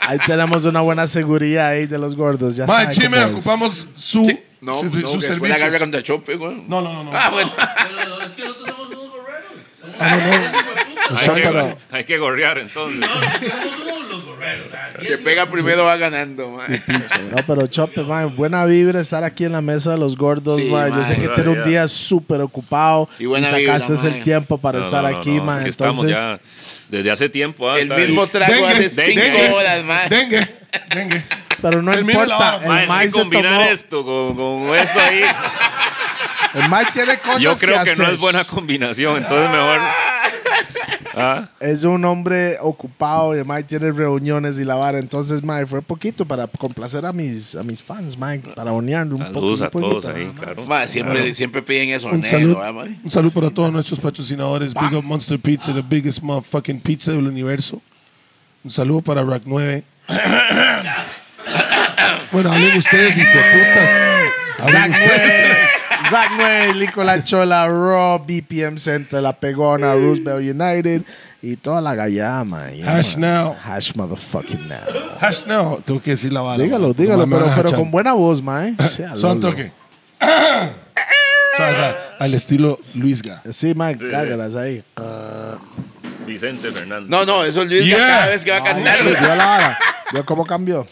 Speaker 1: ahí tenemos una buena seguridad ahí de los gordos. Ya
Speaker 2: Mae,
Speaker 1: saben
Speaker 2: Chime,
Speaker 1: cómo es.
Speaker 2: ocupamos su,
Speaker 3: pues. Sí. No,
Speaker 2: su-
Speaker 3: no, que
Speaker 2: sus
Speaker 3: después la agarra
Speaker 2: servicios.
Speaker 3: contra Chope, weón.
Speaker 2: No, no, no, no.
Speaker 3: Ah,
Speaker 2: <laughs>
Speaker 3: bueno.
Speaker 6: Pero es que nosotros somos unos gorreros. Somos
Speaker 1: Ah,
Speaker 6: unos
Speaker 4: Hay que,
Speaker 1: Pero-
Speaker 4: hay que gorrear entonces.
Speaker 6: los gorreros.
Speaker 3: Que pega primero va ganando, man.
Speaker 2: <laughs>
Speaker 1: No, pero Chope, man, buena vibra estar aquí en la mesa de los gordos,
Speaker 3: Sí,
Speaker 1: man. Yo
Speaker 3: man,
Speaker 1: sé que
Speaker 4: buena
Speaker 1: tiene un
Speaker 4: vibra.
Speaker 1: día súper ocupado
Speaker 3: Y
Speaker 1: y,
Speaker 3: buena
Speaker 1: sacaste
Speaker 3: vibra, man.
Speaker 1: el tiempo para
Speaker 4: No,
Speaker 1: estar
Speaker 4: no, no,
Speaker 1: aquí,
Speaker 4: no,
Speaker 1: man.
Speaker 4: aquí
Speaker 1: Entonces,
Speaker 4: estamos ya desde hace tiempo. ah,
Speaker 3: El
Speaker 4: está-
Speaker 3: mismo trago
Speaker 2: Dengue,
Speaker 3: hace
Speaker 4: dengue,
Speaker 3: cinco
Speaker 4: dengue.
Speaker 3: horas, man.
Speaker 2: Dengue, dengue.
Speaker 1: pero no
Speaker 2: Termina la
Speaker 1: importa.
Speaker 2: hora,
Speaker 4: Ma,
Speaker 1: El
Speaker 4: es que
Speaker 1: Mike se
Speaker 4: combinar
Speaker 1: tomó-
Speaker 4: esto con, con esto ahí,
Speaker 1: el Mike tiene cosas
Speaker 4: yo creo que, no
Speaker 1: hacer.
Speaker 4: es buena combinación,
Speaker 3: <laughs>
Speaker 4: entonces mejor. Ah,
Speaker 1: Es un hombre ocupado y el Mike tiene reuniones y la vara. Entonces, Mike, fue poquito para complacer a mis, a mis fans, Mike, para onear un poco.
Speaker 4: saludos a
Speaker 1: un poquito,
Speaker 4: todos ahí,
Speaker 1: nada más.
Speaker 4: claro.
Speaker 3: Man, siempre, siempre piden eso,
Speaker 2: Un
Speaker 3: negro,
Speaker 2: saludo,
Speaker 3: ah, man.
Speaker 2: un saludo para todos nuestros patrocinadores. Big Up Monster Pizza, the biggest motherfucking pizza del universo. Un saludo para Rack 9. bueno, hablen ustedes, hijo de putas. Hablen ustedes.
Speaker 1: Ragnway, Nicola Chola, Raw, BPM Center, La Pegona, Roosevelt United y toda la gallama.
Speaker 2: Hash now.
Speaker 1: Hash motherfucking now.
Speaker 2: Hash now. Tengo que decir la vara.
Speaker 1: Dígalo,
Speaker 2: No
Speaker 1: dígalo,
Speaker 2: mames,
Speaker 1: pero,
Speaker 2: me
Speaker 1: pero
Speaker 2: hachan.
Speaker 1: con buena voz, mae. Sea
Speaker 2: Solo un
Speaker 1: lolo.
Speaker 2: toque. <coughs> Suave, suave. al estilo Luisga.
Speaker 1: Sí, mae, cárgalas ahí.
Speaker 4: Vicente Fernández.
Speaker 3: No, no, eso es Luis
Speaker 2: Yeah.
Speaker 3: cada vez que
Speaker 4: Ah,
Speaker 3: va a cantar.
Speaker 1: Sí, yo la vara. Yo cómo cambió.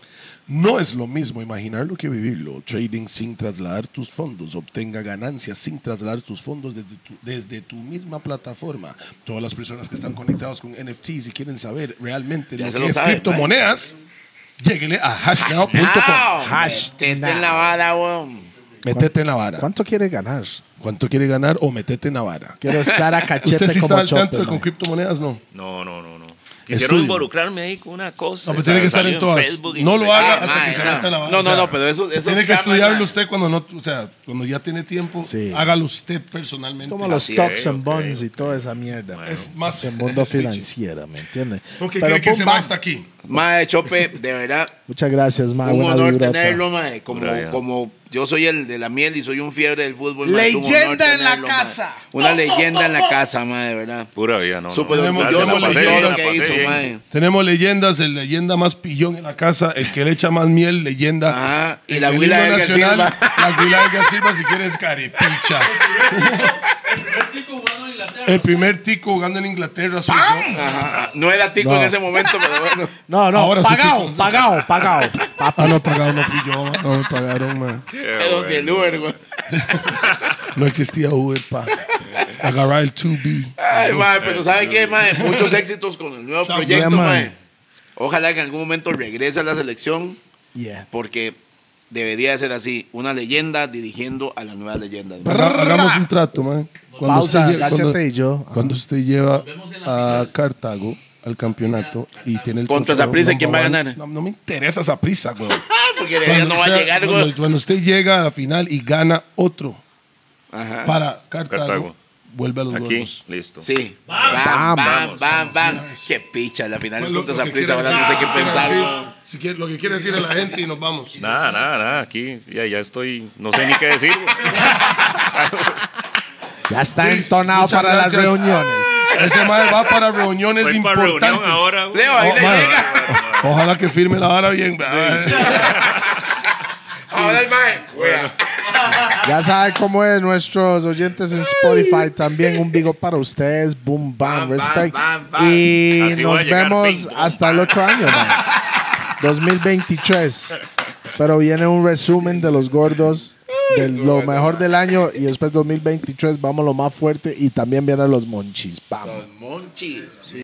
Speaker 2: No es lo mismo imaginarlo que vivirlo. Trading sin trasladar tus fondos. Obtenga ganancias sin trasladar tus fondos desde tu, desde tu misma plataforma. Todas las personas que están conectados con NFTs y quieren saber realmente
Speaker 3: Ya
Speaker 2: lo
Speaker 3: se
Speaker 2: que
Speaker 3: lo
Speaker 2: es
Speaker 3: saben, pues.
Speaker 2: criptomonedas, lléguele a hashnow.com.
Speaker 3: Now,
Speaker 1: Hash
Speaker 3: metete en
Speaker 1: now.
Speaker 3: la vara, weón.
Speaker 2: Metete en la vara.
Speaker 1: ¿Cuánto quiere ganar?
Speaker 2: ¿Cuánto quiere ganar o metete en la vara? <laughs>
Speaker 1: Quiero estar a cachete
Speaker 2: ¿Usted sí está
Speaker 1: como
Speaker 2: al tanto
Speaker 1: chope,
Speaker 2: de con
Speaker 1: mae.
Speaker 2: criptomonedas? No.
Speaker 4: No, no, no, no. Quisieron
Speaker 2: Estudio.
Speaker 4: involucrarme ahí con una cosa.
Speaker 2: No, pues tiene que estar
Speaker 4: salió
Speaker 2: en todas.
Speaker 4: Facebook y
Speaker 2: No lo
Speaker 4: sé
Speaker 2: haga
Speaker 3: Ah,
Speaker 2: hasta
Speaker 3: mae,
Speaker 2: que se
Speaker 3: no.
Speaker 2: meta la vara.
Speaker 3: No,
Speaker 2: O sea,
Speaker 3: no, no, pero eso- eso
Speaker 2: tiene
Speaker 3: es
Speaker 2: que
Speaker 3: cama,
Speaker 2: estudiarlo
Speaker 3: mae.
Speaker 2: usted cuando no, o sea, cuando ya tiene tiempo,
Speaker 1: Sí.
Speaker 2: hágalo usted personalmente.
Speaker 1: Es como los
Speaker 3: Así
Speaker 1: stocks
Speaker 4: es,
Speaker 1: and
Speaker 4: ok,
Speaker 1: bonds y toda esa mierda. mae.
Speaker 2: Es más-
Speaker 1: el mundo
Speaker 2: es piche.
Speaker 1: financiero, ¿me entiendes?
Speaker 2: Porque
Speaker 1: Pero
Speaker 2: cree que
Speaker 1: pum,
Speaker 2: se
Speaker 1: bam.
Speaker 2: va hasta aquí.
Speaker 3: Mae, Chope, de verdad,
Speaker 1: <laughs> Muchas gracias, mae.
Speaker 3: un
Speaker 1: Ah, buena
Speaker 3: honor
Speaker 1: vibrota.
Speaker 3: tenerlo, mae. Como,
Speaker 4: Pura vida.
Speaker 3: como yo soy el de la miel y soy un fiebre del fútbol, mae, es un honor
Speaker 1: Leyenda en la
Speaker 3: tenerlo, mae.
Speaker 1: casa.
Speaker 3: Una leyenda en la casa, mae, de verdad.
Speaker 4: Pura vida, no.
Speaker 3: Súper
Speaker 4: no.
Speaker 2: Tenemos-
Speaker 3: orgulloso de
Speaker 4: Gracias, la
Speaker 2: tenemos
Speaker 4: pasé,
Speaker 3: todo
Speaker 4: la
Speaker 3: lo que
Speaker 4: pasé
Speaker 3: hizo,
Speaker 4: bien.
Speaker 3: mae.
Speaker 2: Tenemos leyendas, el leyenda más pillón en la casa, el que le echa más miel, leyenda.
Speaker 3: Ajá, Ah, y
Speaker 2: El
Speaker 3: la
Speaker 2: del
Speaker 3: huila
Speaker 2: himno
Speaker 3: de Edgar Silva.
Speaker 2: La huila de Edgar Silva, si quieres, caripicha. El primer tico jugando en Inglaterra, soy yo.
Speaker 3: Ajá, No era tico
Speaker 1: No.
Speaker 3: en ese momento, pero bueno.
Speaker 1: No, no,
Speaker 2: Ahora sí
Speaker 1: pagado,
Speaker 2: que-
Speaker 1: pagado, pagado.
Speaker 2: Ah, no pagaron, no fui yo, no me pagaron, man.
Speaker 4: <laughs> Qué
Speaker 3: <laughs> Pero que el
Speaker 4: bueno.
Speaker 3: Uber, güey.
Speaker 2: No existía Uber, pa. Agarrar el 2B.
Speaker 3: Ay, mae, pero
Speaker 4: eh,
Speaker 3: ¿sabe qué, mae? Muchos éxitos con el nuevo
Speaker 2: Sabía,
Speaker 3: proyecto,
Speaker 1: mae.
Speaker 3: mae. Ojalá que en algún momento regrese a la selección,
Speaker 1: Yeah.
Speaker 3: porque debería de ser así. Una leyenda dirigiendo a la nueva leyenda. mae.
Speaker 2: Haga- Hagamos un trato, man.
Speaker 1: Pausa,
Speaker 2: lle-
Speaker 1: agáchate y yo.
Speaker 2: Cuando usted lleva
Speaker 6: vemos en la
Speaker 2: a
Speaker 6: final.
Speaker 2: Cartago al campeonato y tiene el
Speaker 3: Contra
Speaker 2: trofeo
Speaker 3: Saprissa,
Speaker 2: number
Speaker 3: ¿quién va a
Speaker 2: one,
Speaker 3: ganar?
Speaker 2: No, no me interesa esa prisa,
Speaker 3: <laughs>
Speaker 2: güey.
Speaker 3: Porque de allá no va a llegar, güey.
Speaker 2: cuando, cuando usted llega a la final y gana otro
Speaker 3: Ajá.
Speaker 2: para Cartago,
Speaker 4: Cartago.
Speaker 2: vuelve a los
Speaker 4: Aquí,
Speaker 2: gordos.
Speaker 4: listo.
Speaker 3: Sí. Bam, bam, bam, bam. Qué picha, la final es
Speaker 5: Bueno,
Speaker 3: contra
Speaker 5: lo que
Speaker 3: Saprissa,
Speaker 5: quiere-
Speaker 3: ahora no sé qué
Speaker 5: Ah,
Speaker 3: pensar.
Speaker 5: sí.
Speaker 3: güey.
Speaker 5: Si quiere- lo que quiere decir a la gente y nos
Speaker 4: <laughs>
Speaker 5: vamos.
Speaker 4: Nada, nada, nada. Aquí ya, ya estoy. No sé ni qué decir.
Speaker 3: <laughs>
Speaker 4: güey.
Speaker 1: Ya está
Speaker 5: Luis,
Speaker 1: entonado
Speaker 5: muchas
Speaker 1: para las
Speaker 5: gracias.
Speaker 1: reuniones.
Speaker 5: Ese mae va para reuniones
Speaker 4: Voy para
Speaker 5: importantes.
Speaker 4: reunión ahora. güey.
Speaker 3: Leo, ahí le Ah,
Speaker 2: mae.
Speaker 3: llega.
Speaker 2: Ojalá que firme la vara bien. ¿verdad?
Speaker 3: Ahora el mae. Bueno.
Speaker 1: Ya saben cómo es nuestros oyentes en Spotify también. Un bigo para ustedes. Boom, bam,
Speaker 3: Bam,
Speaker 1: respect.
Speaker 3: bam, bam, bam.
Speaker 1: Y
Speaker 4: Así voy
Speaker 1: nos
Speaker 4: a llegar,
Speaker 1: vemos
Speaker 4: bing, bum,
Speaker 1: hasta el otro año, man. 2023. Pero viene un resumen de los gordos, de lo mejor del año. Y después 2023 vamos lo más fuerte. Y también vienen los monchis. Vamos.
Speaker 3: Monchis.